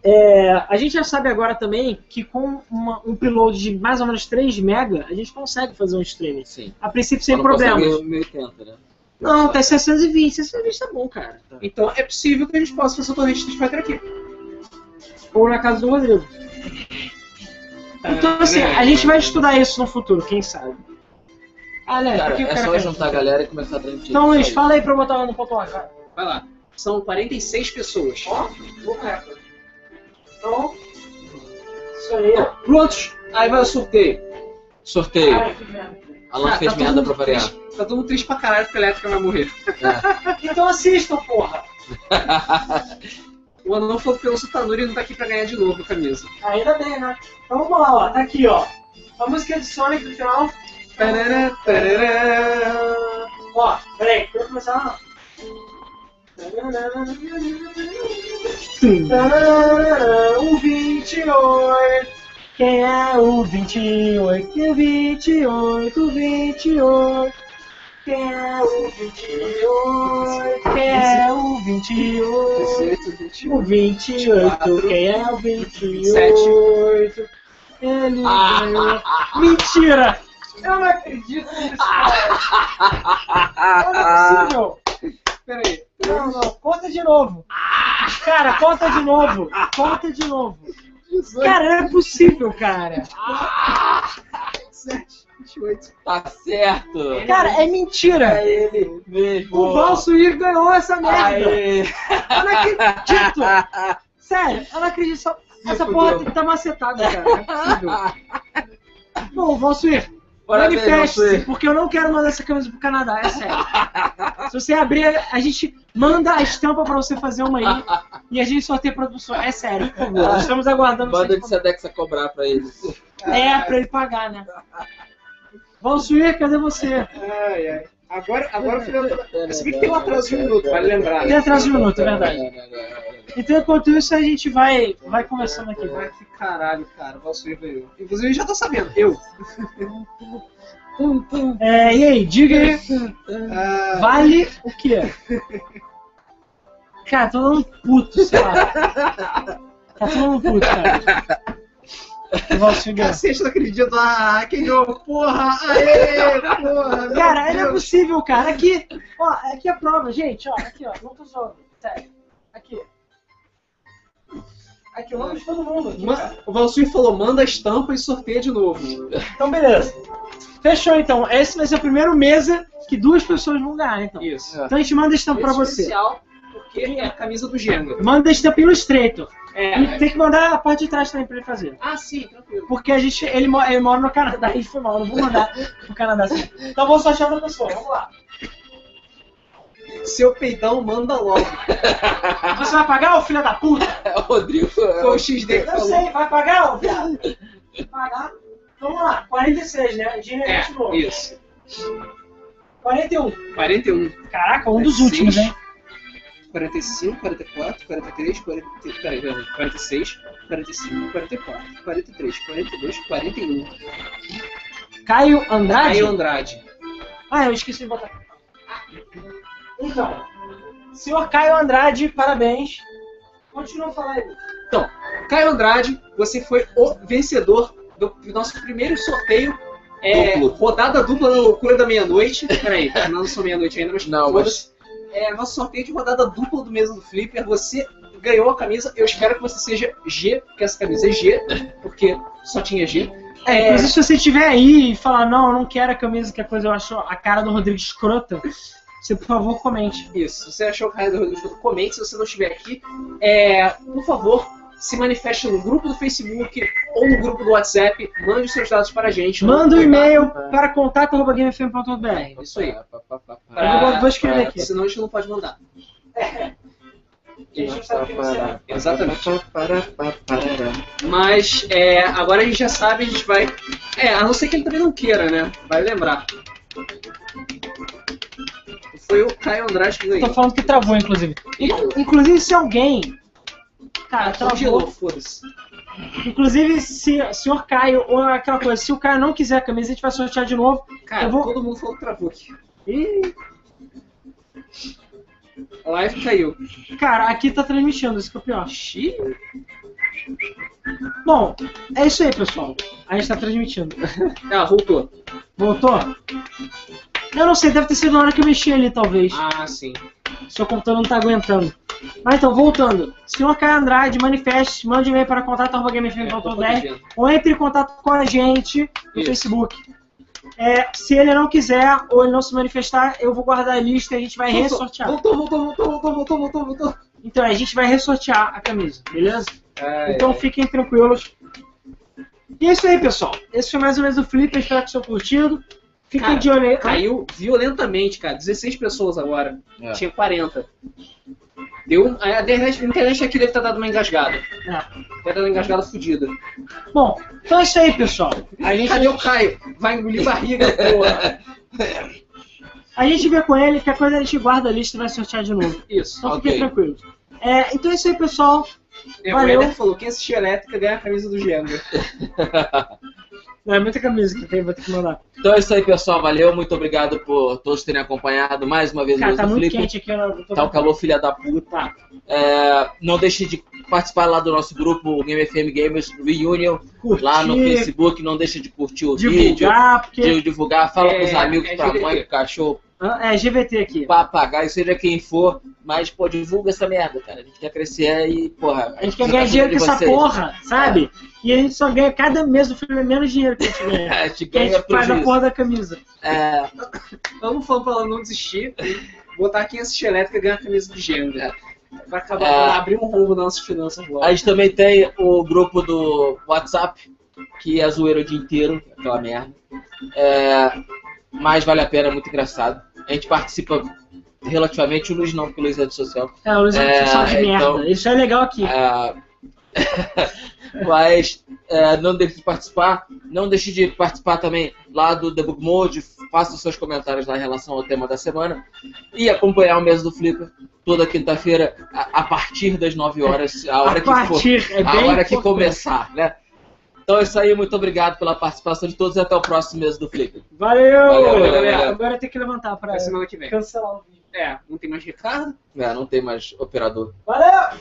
[SPEAKER 3] É, a gente já sabe agora também que com uma- um upload de mais ou menos 3 mega, a gente consegue fazer um streaming.
[SPEAKER 2] Sim.
[SPEAKER 3] A princípio sem
[SPEAKER 2] Só não consegue
[SPEAKER 3] problemas.
[SPEAKER 2] 1080, né?
[SPEAKER 3] Não, tá em 620. 620 tá bom, cara.
[SPEAKER 4] Então é possível que a gente possa fazer o torneio de Street Fighter aqui.
[SPEAKER 3] Ou na casa do Rodrigo. Então, assim, a gente vai estudar isso no futuro, quem sabe. Ah, né?
[SPEAKER 2] Cara,
[SPEAKER 3] por que o
[SPEAKER 2] é
[SPEAKER 3] cara
[SPEAKER 2] só
[SPEAKER 3] quer-
[SPEAKER 2] juntar a galera e começar a transmitir.
[SPEAKER 3] Então, Luiz,
[SPEAKER 2] Só isso.
[SPEAKER 3] fala aí pra eu botar lá no ponto lá, cara.
[SPEAKER 4] Vai lá. São 46 pessoas.
[SPEAKER 3] Então, isso aí. ó.
[SPEAKER 4] Prontos? Aí vai o sorteio.
[SPEAKER 2] Sorteio.
[SPEAKER 3] Cara, que merda.
[SPEAKER 2] Alan
[SPEAKER 4] Ah,
[SPEAKER 2] fez
[SPEAKER 4] todo
[SPEAKER 2] merda
[SPEAKER 4] mundo
[SPEAKER 2] pra variar.
[SPEAKER 4] triste- Tá todo mundo triste pra caralho porque a elétrica vai morrer.
[SPEAKER 3] Então assistam, porra.
[SPEAKER 4] O anão falou que pelo Satanuri e não tá aqui pra ganhar de novo a camisa.
[SPEAKER 3] Ainda bem, né? Então vamos lá, ó. Tá aqui, ó. A música de Sonic no final.
[SPEAKER 4] Tarará, tarará.
[SPEAKER 3] Ó, peraí, deixa eu começar. O 28. Quem é o 28? E é o 28, o 28. Quem é o 28? Quem é o 28?
[SPEAKER 4] 18, 21.
[SPEAKER 3] O 28, quem é o 28?
[SPEAKER 4] 27.
[SPEAKER 3] Ele ganhou. Mentira! Eu não acredito nisso.
[SPEAKER 4] Ah.
[SPEAKER 3] Não é possível.
[SPEAKER 4] Pera aí.
[SPEAKER 3] Não, não, conta de novo. Cara, conta de novo. Conta de novo.
[SPEAKER 4] 18,
[SPEAKER 3] Cara, não é possível, cara.
[SPEAKER 4] 17, 28.
[SPEAKER 2] Tá certo!
[SPEAKER 3] Cara, é mentira.
[SPEAKER 2] É ele mesmo!
[SPEAKER 3] O Valsuir ganhou essa merda.
[SPEAKER 2] Aê!
[SPEAKER 3] Eu não acredito. Sério, eu não acredito. Só... Essa porra tem que tá macetada, cara. Não é possível. Bom, Valsuir,
[SPEAKER 2] Parabéns,
[SPEAKER 3] manifeste-se,
[SPEAKER 2] Valsuir.
[SPEAKER 3] porque eu não quero mandar essa camisa pro Canadá, é sério. Se você abrir, a gente manda a estampa pra você fazer uma aí e a gente só tem produção. É sério, por favor. Nós Estamos aguardando
[SPEAKER 2] Ah, Banda
[SPEAKER 3] vocês
[SPEAKER 2] de Sedex a cobrar pra eles.
[SPEAKER 3] É, pra ele pagar, né? Valsuir, cadê você?
[SPEAKER 4] Ai, ai. Agora, agora o final da...
[SPEAKER 2] Eu
[SPEAKER 4] Se bem que tem um atraso de um minuto, vale lembrar.
[SPEAKER 3] Tem atraso de um minuto, é verdade. Então, enquanto isso, a gente vai, vai conversando aqui.
[SPEAKER 4] Ai, que caralho, cara. O Valsuir veio. Inclusive, ele já tá sabendo. Eu.
[SPEAKER 3] É, e aí, diga aí,
[SPEAKER 4] Ah,
[SPEAKER 3] vale o quê? Cara, tô dando um puto, sei lá. Tá todo mundo puto, cara. O Valtinho ganhou.
[SPEAKER 4] Cacete, não acredito. Ah, quem ganhou? Porra! Aê, porra! meu
[SPEAKER 3] Cara, não é
[SPEAKER 4] Deus.
[SPEAKER 3] possível, cara. Aqui, ó, aqui é a prova, gente, ó. Aqui, ó. Não tô zoando. Sério. Aqui. Aqui, o nome de todo mundo. aqui, cara.
[SPEAKER 4] Ma- O Valsui falou, manda a estampa e sorteia de novo.
[SPEAKER 3] Então, beleza. Fechou, então. Esse vai ser o primeiro mesa que duas pessoas vão ganhar, então.
[SPEAKER 4] Isso.
[SPEAKER 3] Então a gente manda estampa pra
[SPEAKER 4] Esse é
[SPEAKER 3] você.
[SPEAKER 4] especial, porque é a camisa do Jenga.
[SPEAKER 3] Manda estampa Illustrator. E
[SPEAKER 4] É.
[SPEAKER 3] tem que mandar a parte de trás também pra ele fazer.
[SPEAKER 4] Ah, sim, tranquilo.
[SPEAKER 3] Porque a gente, ele, mo- ele mora no Canadá, ele foi mal, eu não vou mandar pro Canadá assim. Então vou só achar outra pessoa, vamos lá.
[SPEAKER 4] Seu peidão manda logo.
[SPEAKER 3] Você vai pagar, ô filha da puta?
[SPEAKER 2] É o Rodrigo. é
[SPEAKER 4] Foi
[SPEAKER 2] o-
[SPEAKER 4] o XD que
[SPEAKER 3] Eu
[SPEAKER 4] falou.
[SPEAKER 3] sei, vai pagar, ô viado? Vai Pagar? Então vamos lá, 46, né? Generalmente novo.
[SPEAKER 4] É, isso.
[SPEAKER 3] 41.
[SPEAKER 4] 41,
[SPEAKER 3] Caraca, um dos
[SPEAKER 4] 46.
[SPEAKER 3] últimos, hein?
[SPEAKER 4] 45, 44, 43, 40, peraí, não, 46, 45, 44, 43, 42, 41.
[SPEAKER 3] Caio Andrade?
[SPEAKER 4] Aí Andrade.
[SPEAKER 3] Ah, eu esqueci de botar. Então, senhor Caio Andrade, parabéns. Continua falando.
[SPEAKER 4] Caio Andrade, você foi o vencedor do nosso primeiro sorteio. É,
[SPEAKER 2] Duplo.
[SPEAKER 4] rodada dupla da loucura da meia-noite. Peraí, não sou meia-noite ainda, mas.
[SPEAKER 2] Não,
[SPEAKER 4] foda-se. É, nosso sorteio de rodada dupla do mesmo do Flipper. Você ganhou a camisa. Eu espero que você seja G, porque essa camisa é G, porque só tinha G.
[SPEAKER 3] É,
[SPEAKER 4] É.
[SPEAKER 3] inclusive se você estiver aí e falar, não, eu não quero a camisa, que a coisa eu acho a cara do Rodrigo escrota, você por favor comente.
[SPEAKER 4] Isso. Se você achou o Caio do Rodrigo, Escroto, comente. Se você não estiver aqui, é, por favor, se manifeste no grupo do Facebook ou no grupo do WhatsApp. Mande os seus dados para a gente.
[SPEAKER 3] Manda um
[SPEAKER 4] Não-
[SPEAKER 3] e-mail para contato.gamefm.br.
[SPEAKER 4] Isso aí.
[SPEAKER 2] Pá, pá, pá, pá.
[SPEAKER 3] Eu vou, vou escrever aqui.
[SPEAKER 4] É, Senão a gente não pode mandar. É.
[SPEAKER 3] A gente não sabe quem você é.
[SPEAKER 4] Exatamente. Mas é, agora a gente já sabe, a gente vai. É, a não ser que ele também não queira, né? Vai lembrar. Foi o Caio Andrade que
[SPEAKER 3] Tô
[SPEAKER 4] ganhou.
[SPEAKER 3] falando que travou, inclusive. Inc- Inclusive, se alguém. Cara,
[SPEAKER 4] Congelou,
[SPEAKER 3] Ah, travou.
[SPEAKER 4] foda-se.
[SPEAKER 3] Inclusive, se o senhor Caio, ou aquela coisa, se o Caio não quiser a camisa, a gente vai sortear de novo.
[SPEAKER 4] Cara,
[SPEAKER 3] Eu vou-
[SPEAKER 4] todo mundo falou que travou aqui.
[SPEAKER 3] Ih,
[SPEAKER 4] A live caiu.
[SPEAKER 3] cara, aqui tá transmitindo, isso que é o pior. Bom, é isso aí, pessoal. A gente tá transmitindo.
[SPEAKER 4] Ah, voltou.
[SPEAKER 3] Voltou? Eu não sei, deve ter sido na hora que eu mexi ali, talvez.
[SPEAKER 4] Ah, sim.
[SPEAKER 3] Seu computador não tá aguentando. Mas então, voltando. Senhor Caio Andrade, manifeste, mande e-mail para
[SPEAKER 4] É, tô
[SPEAKER 3] contato.gamefm.br
[SPEAKER 4] corrigindo.
[SPEAKER 3] ou entre em contato com a gente no
[SPEAKER 4] Isso.
[SPEAKER 3] Facebook. É, se ele não quiser ou ele não se manifestar, eu vou guardar a lista e a gente vai ressortear.
[SPEAKER 4] voltou, voltou, voltou, voltou, voltou, voltou, voltou.
[SPEAKER 3] Então, a gente vai ressortear a camisa, beleza?
[SPEAKER 4] Ah,
[SPEAKER 2] É,
[SPEAKER 3] Então fiquem tranquilos. E é isso aí, pessoal. Esse foi mais ou menos o Flip, eu espero que vocês tenham curtido. Fiquem
[SPEAKER 4] Cara,
[SPEAKER 3] de olho aí.
[SPEAKER 4] É, Caiu violentamente, cara. 16 pessoas agora.
[SPEAKER 2] É.
[SPEAKER 4] Tinha 40. Deu. um, é, A internet, a internet aqui deve ter dado uma engasgada.
[SPEAKER 3] É.
[SPEAKER 4] Deve ter dado uma engasgada fodida.
[SPEAKER 3] Bom, então é isso aí, pessoal. A gente,
[SPEAKER 4] Cadê o Caio? Vai engolir barriga, porra.
[SPEAKER 3] a gente vê com ele, que a coisa a gente guarda a lista e vai sortear de novo.
[SPEAKER 4] Isso.
[SPEAKER 3] Então fiquem
[SPEAKER 2] Ok.
[SPEAKER 3] tranquilos. É, então é isso aí, pessoal.
[SPEAKER 4] É,
[SPEAKER 3] Valeu.
[SPEAKER 4] O Eder falou: quem assistir elétrica ganha a camisa do Genga.
[SPEAKER 3] Não, é muita camisa que tem, vou ter que mandar.
[SPEAKER 2] Então é isso aí, pessoal. Valeu, muito obrigado por todos terem acompanhado mais uma vez
[SPEAKER 3] Cara,
[SPEAKER 2] o
[SPEAKER 3] tá
[SPEAKER 2] nosso
[SPEAKER 3] muito
[SPEAKER 2] Flip.
[SPEAKER 3] quente aqui. Eu tô...
[SPEAKER 2] Tá o calor, filha da puta.
[SPEAKER 3] Tá.
[SPEAKER 2] É, não deixe de participar lá do nosso grupo, o Game FM Gamers Reunion, lá no
[SPEAKER 3] Curtir,
[SPEAKER 2] Facebook. Não deixe de curtir o vídeo,
[SPEAKER 3] divulgar, porque...
[SPEAKER 2] de divulgar, fala
[SPEAKER 4] É,
[SPEAKER 2] com os amigos,
[SPEAKER 4] é
[SPEAKER 2] pra
[SPEAKER 4] GVT.
[SPEAKER 2] mãe, pro cachorro,
[SPEAKER 3] É, GVT aqui.
[SPEAKER 2] papagaio, seja quem for, mas pô, divulga essa merda, cara. A gente quer crescer e, porra.
[SPEAKER 3] A gente quer ganhar dinheiro com essa porra, sabe?
[SPEAKER 2] É.
[SPEAKER 3] E a gente só ganha cada mês do filme é menos dinheiro que a gente ganha.
[SPEAKER 2] A gente
[SPEAKER 3] Que a
[SPEAKER 2] É. ganha
[SPEAKER 3] gente faz a
[SPEAKER 2] prejuízo.
[SPEAKER 3] porra da camisa.
[SPEAKER 2] É,
[SPEAKER 4] Vamos falando pra ela não desistir. Botar quem assistir elétrica ganha a camisa do Genga. Vai acabar
[SPEAKER 2] É.
[SPEAKER 4] vai abrir um rombo nas nossas finanças logo.
[SPEAKER 2] a gente também tem o grupo do WhatsApp, que é zoeira o dia inteiro, aquela merda. É, mas vale a pena, é muito engraçado. A gente participa relativamente, o Luiz não, porque o Luiz é de social.
[SPEAKER 3] É, o Luiz é um
[SPEAKER 2] É,
[SPEAKER 3] profissional de merda.
[SPEAKER 2] então-
[SPEAKER 3] Isso é legal aqui.
[SPEAKER 2] Ah, mas é, não deixe de participar. Não deixe de participar também lá do Debug Mode. Faça os seus comentários lá em relação ao tema da semana. E acompanhar o mês do Flipper toda quinta-feira, a, a partir das 9 horas, a hora
[SPEAKER 3] a
[SPEAKER 2] que for,
[SPEAKER 3] partir, é
[SPEAKER 2] a
[SPEAKER 3] bem
[SPEAKER 2] hora que
[SPEAKER 3] importante.
[SPEAKER 2] começar, né? Então é isso aí, muito obrigado pela participação de todos e até o próximo mês do Flipper.
[SPEAKER 3] Valeu!
[SPEAKER 2] Valeu,
[SPEAKER 4] galera.
[SPEAKER 3] Agora tem que levantar pra
[SPEAKER 4] Até semana que vem.
[SPEAKER 3] cancelar o vídeo.
[SPEAKER 4] É, não tem mais Ricardo.
[SPEAKER 2] É, não tem mais operador.
[SPEAKER 3] Valeu!